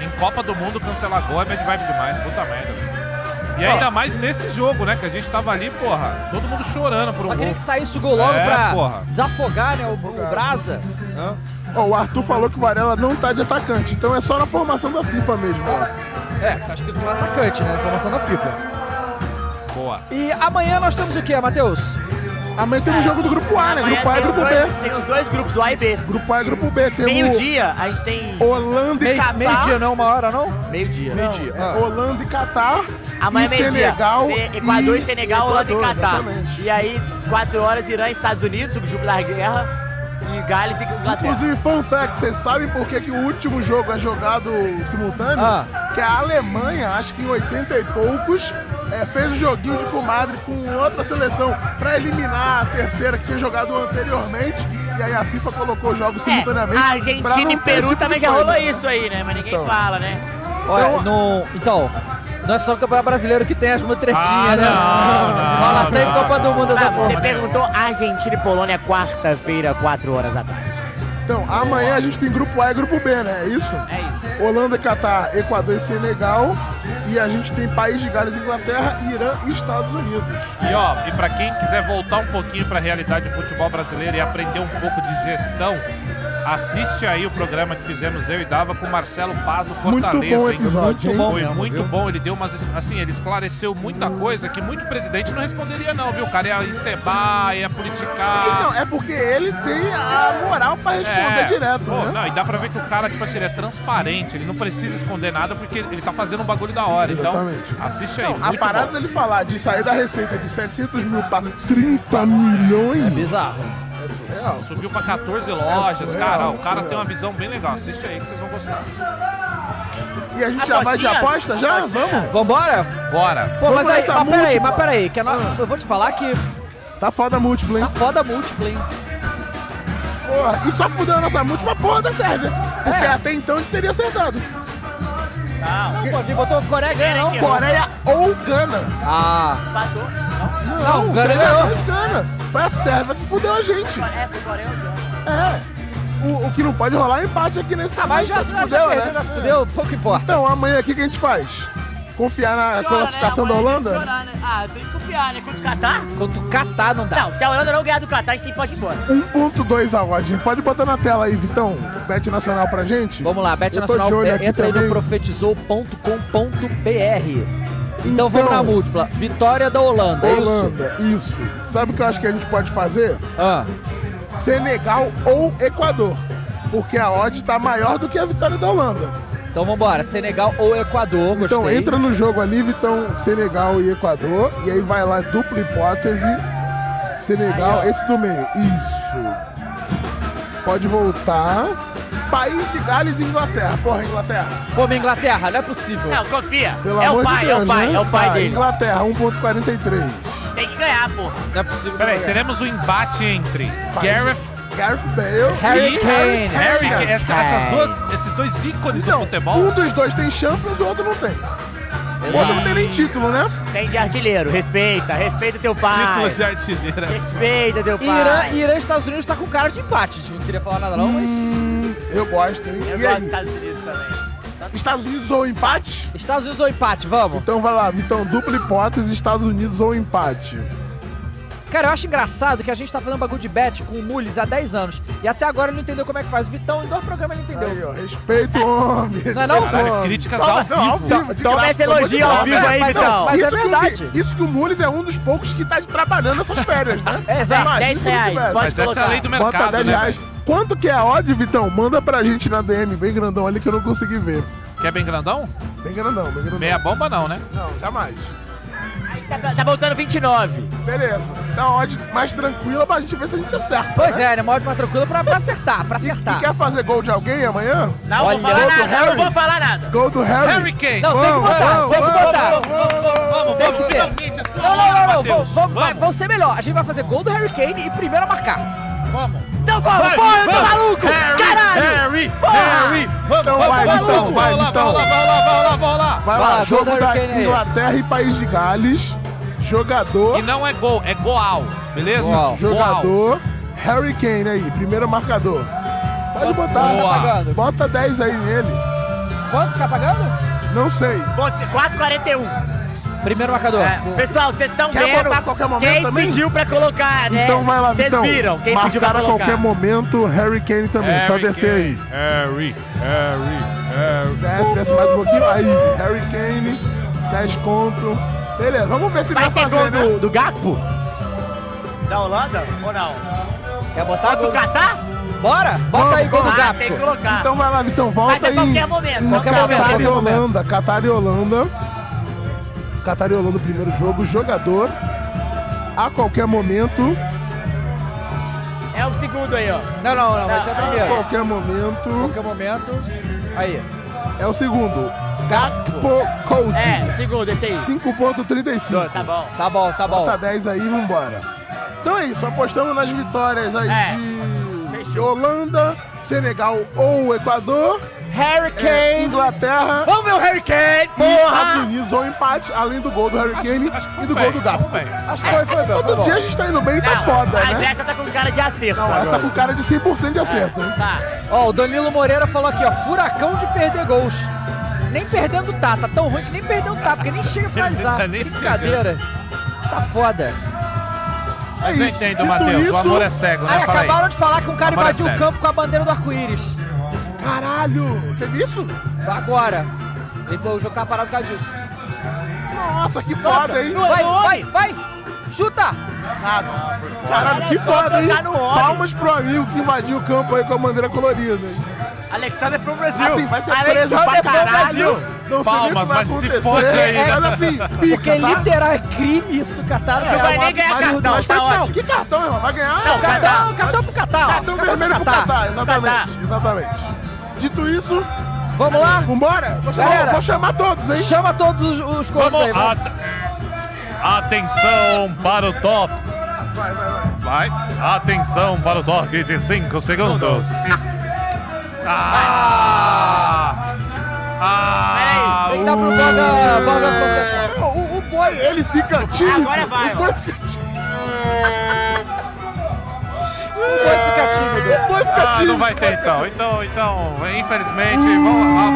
G: Em Copa do Mundo cancelar gol é bad vibe demais, puta merda. E ainda mais nesse jogo, né? Que a gente tava ali, porra, todo mundo chorando por um
E: Só queria
G: gol.
E: que saísse o gol logo
G: É,
E: pra
G: porra.
E: desafogar, né? O, o Brasa.
C: Ó, o Arthur falou que o Varela não tá de atacante, então é só na formação da FIFA mesmo, ó.
E: É, tá escrito lá atacante, né? Formação da FIFA.
G: Boa.
E: E amanhã nós temos o quê, Matheus?
C: Amanhã tem o jogo do Grupo A, né?
F: Amanhã
C: Grupo A e
F: tem um os
C: Grupo
F: dois-
C: B.
F: Tem os dois grupos, o A e B.
C: Grupo A e Grupo B. Tem o-
F: Meio-dia, a gente tem.
C: Holanda e
F: Meio-
C: Catar.
F: meio-dia não,
E: uma hora não?
F: Meio-dia.
C: Meio-dia. É Holanda e Catar.
F: Amanhã
C: e
F: é meio-dia.
C: Senegal.
F: Se- Equador e Senegal, Holanda e
C: Equador,
F: Catar.
C: exatamente.
F: E aí, 4 horas, Irã e Estados Unidos, o jubilar guerra. E Gales e Inglaterra.
C: Inclusive, fun fact, vocês sabem por que, que o último jogo é jogado simultâneo?
E: Ah.
C: Que a Alemanha, acho que em 80 e poucos, é, fez o joguinho de comadre com outra seleção pra eliminar a terceira que tinha jogado anteriormente. E aí a FIFA colocou os jogos simultaneamente.
F: A
C: pra não
F: É, Argentina e
C: ter esse
F: Peru
C: tipo
F: também
C: de
F: já
C: coisa.
F: rolou isso aí, né? Mas ninguém
C: Então.
F: fala, né?
E: Olha, então, no, então, não é só o Campeonato Brasileiro que tem as mutretinhas,
F: Ah,
E: né?
F: não,
E: Rola
F: não,
E: até em
F: não,
E: Copa do Mundo
F: Ah,
E: essa
F: Você
E: porra. né?
F: perguntou Argentina e Polônia quarta-feira, 4 horas da tarde.
C: Então, amanhã a gente tem grupo A e grupo B, né? É isso? É isso. Holanda, Catar, Equador e Senegal. E a gente tem País de Gales, Inglaterra, Irã e Estados Unidos.
G: E ó, e pra quem quiser voltar um pouquinho pra realidade do futebol brasileiro e aprender um pouco de gestão, assiste aí o programa que fizemos eu e Dava com o Marcelo Paz do
C: Muito
G: Fortaleza.
C: bom
G: hein?
C: episódio, hein?
G: Foi
C: Mesmo,
G: muito
C: viu?
G: bom, ele deu umas, es- assim, ele esclareceu muita coisa que muito presidente não responderia não, viu? O cara ia encebar, ia
E: Ah.
G: politicar.
C: Então, é porque ele tem a moral pra responder
G: É.
C: direto,
G: Pô,
C: né?
G: Não, e dá pra ver que o cara, tipo assim, ele é transparente, ele não precisa esconder nada porque ele tá fazendo um bagulho da hora. Então, assiste aí.
C: A
G: muito
C: parada
G: bom.
C: dele falar de sair da receita de 700 mil pra 30 milhões... É
E: bizarro.
C: É surreal.
G: Subiu pra 14 lojas,
C: É surreal,
G: cara. O cara
C: surreal.
G: tem uma visão bem legal. Assiste aí que vocês vão gostar.
C: E a gente já vai de
E: Apostinhas?
C: aposta já? Vamos?
E: Vambora?
G: Bora.
E: Pô, mas
C: Vamos
E: aí,
C: nessa
E: mas peraí,
C: múltipla.
E: mas peraí, que a no- eu vou te falar que
C: Tá foda a múltipla, hein?
E: tá foda a múltipla, hein?
C: Porra, e só fudeu a nossa múltipla porra da Sérvia. Porque até então a gente teria acertado.
E: É. Não, pô, a gente botou Coreia ganha, não?
C: Coreia ou Gana.
E: Ah.
F: Empatou.
C: Não,
E: Não, Gana
C: Coreia
E: ganhou.
C: ou Gana. Foi a Sérvia que fudeu a gente.
F: É, foi Coreia ou Gana?
C: É. O, o que não pode rolar é empate aqui nesse
F: Ah, mas já-
C: se
F: já
C: fudeu,
F: perdeu,
C: né?
F: já se fudeu,
E: pouco importa.
C: Então, amanhã aqui o que a gente faz? Confiar na
F: Chora,
C: classificação
F: né?
C: da
F: Amanhã tem que
C: Holanda?
F: chorar, né? Ah, tem que confiar, né? Contra o Catar?
E: Quanto catar não dá.
F: Não, se a Holanda não ganhar do Catar, a gente tem que pode ir embora.
C: 1.2 a odd. Pode botar na tela aí, Vitão, o bet nacional pra gente?
E: Vamos lá, Bet Nacional, é, entra aí no profetizou.com.br. Então vamos na múltipla. Vitória da Holanda, é isso?
C: Holanda, isso. Sabe o que eu acho que a gente pode fazer?
E: Ah.
C: Senegal ou Equador. Porque a odd tá maior do que a vitória da Holanda.
E: Então vambora, Senegal ou Equador, gostei.
C: Então entra no jogo ali, Vitão, Senegal e Equador. E aí vai lá, dupla hipótese. Senegal, esse do meio. Isso. Pode voltar. País de Gales e Inglaterra. Porra, Inglaterra.
E: Pô, minha Inglaterra, não é possível.
F: Não, confia.
C: Pelo
F: é
C: amor
F: o
C: de
F: pai, é
C: Deus,
F: o pai,
C: né?
F: é o pai
C: Ah,
F: dele.
C: Inglaterra, 1.43.
F: Tem que ganhar, pô.
E: Não é possível.
G: Peraí, teremos um embate entre Gareth
C: Gareth Bale
G: Harry
C: e
G: Kane. Harry Kane. Essa- essas
C: Kane.
G: duas, esses dois ícones do futebol.
C: Um dos dois tem Champions, o outro não tem. O outro não tem nem título, né?
F: Tem de artilheiro, respeita, respeita teu
G: Título
F: pai.
G: de artilheira.
F: Respeita teu pai.
E: Irã, Irã e Estados Unidos tá com cara de empate. Tipo, não queria falar nada não, mas...
C: Hum, Eu gosto, hein?
F: Eu
C: E
F: gosto
C: aí?
F: dos Estados Unidos também.
C: Estados Unidos ou empate?
E: Estados Unidos ou empate, vamos.
C: Então vai lá, então dupla hipótese, Estados Unidos ou empate.
E: Cara, eu acho engraçado que a gente tá fazendo bagulho de bet com o Mules há 10 anos. E até agora ele não entendeu como é que faz. O Vitão, em dois programas, ele entendeu.
C: Aí, ó, respeito o homem.
E: Não é não?
C: Caralho,
G: críticas
C: Toma-
G: ao
C: não,
G: vivo.
C: de
G: Toma
C: graça,
G: esse elogio
C: de graça.
G: ao vivo aí,
C: Não,
G: Vitão.
C: mas
G: Isso
C: é
G: que o
C: verdade. isso que o Mules é um dos poucos que tá trabalhando essas férias, né?
E: É,
F: exato,
C: Imagina
F: 10
C: se não
F: reais,
C: tivesse.
F: pode Mas essa é a colocar. lei do
C: Bota
F: mercado,
C: 10
F: né,
C: reais. Quanto que é a odd, Vitão? Manda pra gente na DM, bem grandão ali que eu não consegui ver.
G: Que é bem grandão?
C: Bem grandão, bem grandão.
G: Meia bomba não, né?
C: Não, jamais.
F: Tá, tá voltando 29.
C: Beleza. Dá uma odd mais tranquila pra gente ver se a gente acerta.
E: Pois é, né? Uma odd mais tranquila pra, pra acertar, pra acertar.
C: E quer fazer gol de alguém amanhã?
F: Não
C: Olha,
F: vou falar
C: gol do
F: nada,
C: Harry?
F: não vou falar nada.
C: Gol do Harry?
G: Harry Kane.
E: Não, tem que
C: Vamos,
E: botar,
C: vamos,
E: tem que
C: vamos,
E: botar.
G: Vamos,
E: tem que ter. Não, não, não, não, vamos, vamos, vai, vamos ser melhor. A gente vai fazer gol do Harry Kane e primeiro a marcar.
G: Vamos.
E: Então vamos,
G: Vai,
E: porra, eu tô
G: vamos.
E: maluco!
G: Harry,
E: Caralho!
G: Harry,
E: Porra!
G: Harry, vamos,
C: Então
G: vamos,
C: vai,
G: vamos,
C: então, vai,
G: vamos lá,
C: então.
G: vamos lá, vamos lá, vamos lá, vamos lá.
C: Vai lá, jogo da Inglaterra e País de Gales. Jogador.
G: E não é gol, é goal, beleza? Goal.
C: Jogador. Harry Kane aí, primeiro marcador. Pode botar. tá
G: Boa.
C: Bota 10 aí nele.
E: Quanto tá pagando?
C: Não sei.
F: Você, 4,41.
E: Primeiro marcador.
F: É, pessoal, vocês estão
C: Quer
F: vendo
C: botar a qualquer momento
F: quem
C: também?
F: pediu pra colocar, né?
C: Então vai lá,
F: Vocês
C: Vitão.
F: viram quem pediu
C: Marcar
F: pra
C: a
F: colocar.
C: qualquer momento, Harry Kane também. Só
G: Harry
C: descer aí.
G: Harry, Harry, Harry.
C: Desce, desce mais um pouquinho. Aí, Harry Kane, 10 conto. Beleza, vamos ver se
F: Vai
C: dá pra
F: ter gol
C: fazer, né?
F: do, do Gakpo? Da Holanda ou não?
E: Quer botar
F: Do
E: gol?
F: Catar?
E: Bora! Bota aí gol do
F: Ah,
E: Gapo.
F: tem que colocar.
C: Então vai lá, Vitão, volta
F: Mas é
C: aí.
F: qualquer momento,
C: Em
F: qualquer
C: Catar
F: momento,
C: e
F: qualquer momento.
C: Holanda, Catar e Holanda. Catar e Holanda, primeiro jogo, jogador. A qualquer momento.
F: É o segundo aí, ó.
E: Não, não, não, vai ser o
C: A
E: primeiro.
C: qualquer momento.
E: Qualquer momento. Aí.
C: É o segundo. Gakpo Coach.
F: É, segundo, esse aí.
C: 5.35.
F: Tá bom.
E: Tá bom, tá bom.
C: Bota 10 aí, vambora. Então é isso, apostamos nas vitórias aí
F: É.
C: de Holanda, Senegal ou Equador.
F: Harry
C: Kane. Inglaterra.
F: Vamos ver o Harry Kane,
C: E
F: porra!
C: Estados Unidos ou empate, além do gol do Harry Kane e do gol do Gato.
E: Acho que foi, foi, meu.
C: Todo dia a gente tá indo bem e tá foda,
F: Mas
C: né?
F: essa tá com cara de acerto.
C: Não, essa tá com cara de 100% de acerto. hein?
E: Tá. Ó, o Danilo Moreira falou aqui, ó, furacão de perder gols. Nem perdendo tá, tá tão ruim que nem perdeu tá, porque nem chega a finalizar.
G: Tá nem
E: que brincadeira. Tá foda.
C: É
G: Mas eu entendo,
C: tipo
G: Matheus, o amor é cego, né?
E: Aí,
G: Fala aí.
E: acabaram de falar que um cara
G: Amor é
E: invadiu o
G: cego.
E: campo com a bandeira do arco-íris.
C: Caralho, teve isso?
E: Agora. E, pô, o jogo tá parado por causa disso.
C: Nossa, que foda, hein?
E: Vai, vai, vai! Chuta!
C: Nada. Caralho, que foda, hein? Palmas pro amigo que invadiu o campo aí com a bandeira colorida. hein?
F: Alexander from Brasil.
C: Assim, vai ser
F: Alexander
C: preso pra
F: from
C: caralho.
F: Brasil. É,
C: Não sei nem o que
G: Palmas,
C: vai
G: mas se
C: acontecer.
G: fode aí.
C: Mas assim,
E: Porque
C: pica, tá?
E: literal é crime isso do Catar.
C: É,
E: é
C: mas-
E: um
C: mas-
E: absurdo.
C: Mas foi não, que cartão, irmão? Vai ganhar?
E: Não,
C: vai
E: cartão-
C: ganhar.
E: cartão pro Catar.
C: Cartão vermelho pro Catar, exatamente. Exatamente. Dito isso...
E: Vamos lá?
C: Vambora? Vou chamar-
E: Galera,
C: vou chamar todos, hein?
E: Chama todos os, os corpos aí. vamos.
W: Atenção para o top.
G: Vai.
W: Atenção para o toque de 5 segundos.
G: Ah! Ah!
E: Tem que dar pro Boga, Boga
C: É,
E: Conceição.
C: O, o boi, ele fica tímido.
F: Agora vai,
C: O boi fica tímido.
X: boi fica tímido. O boi
G: Ah, não vai ter então. Então, então, infelizmente, vamos lá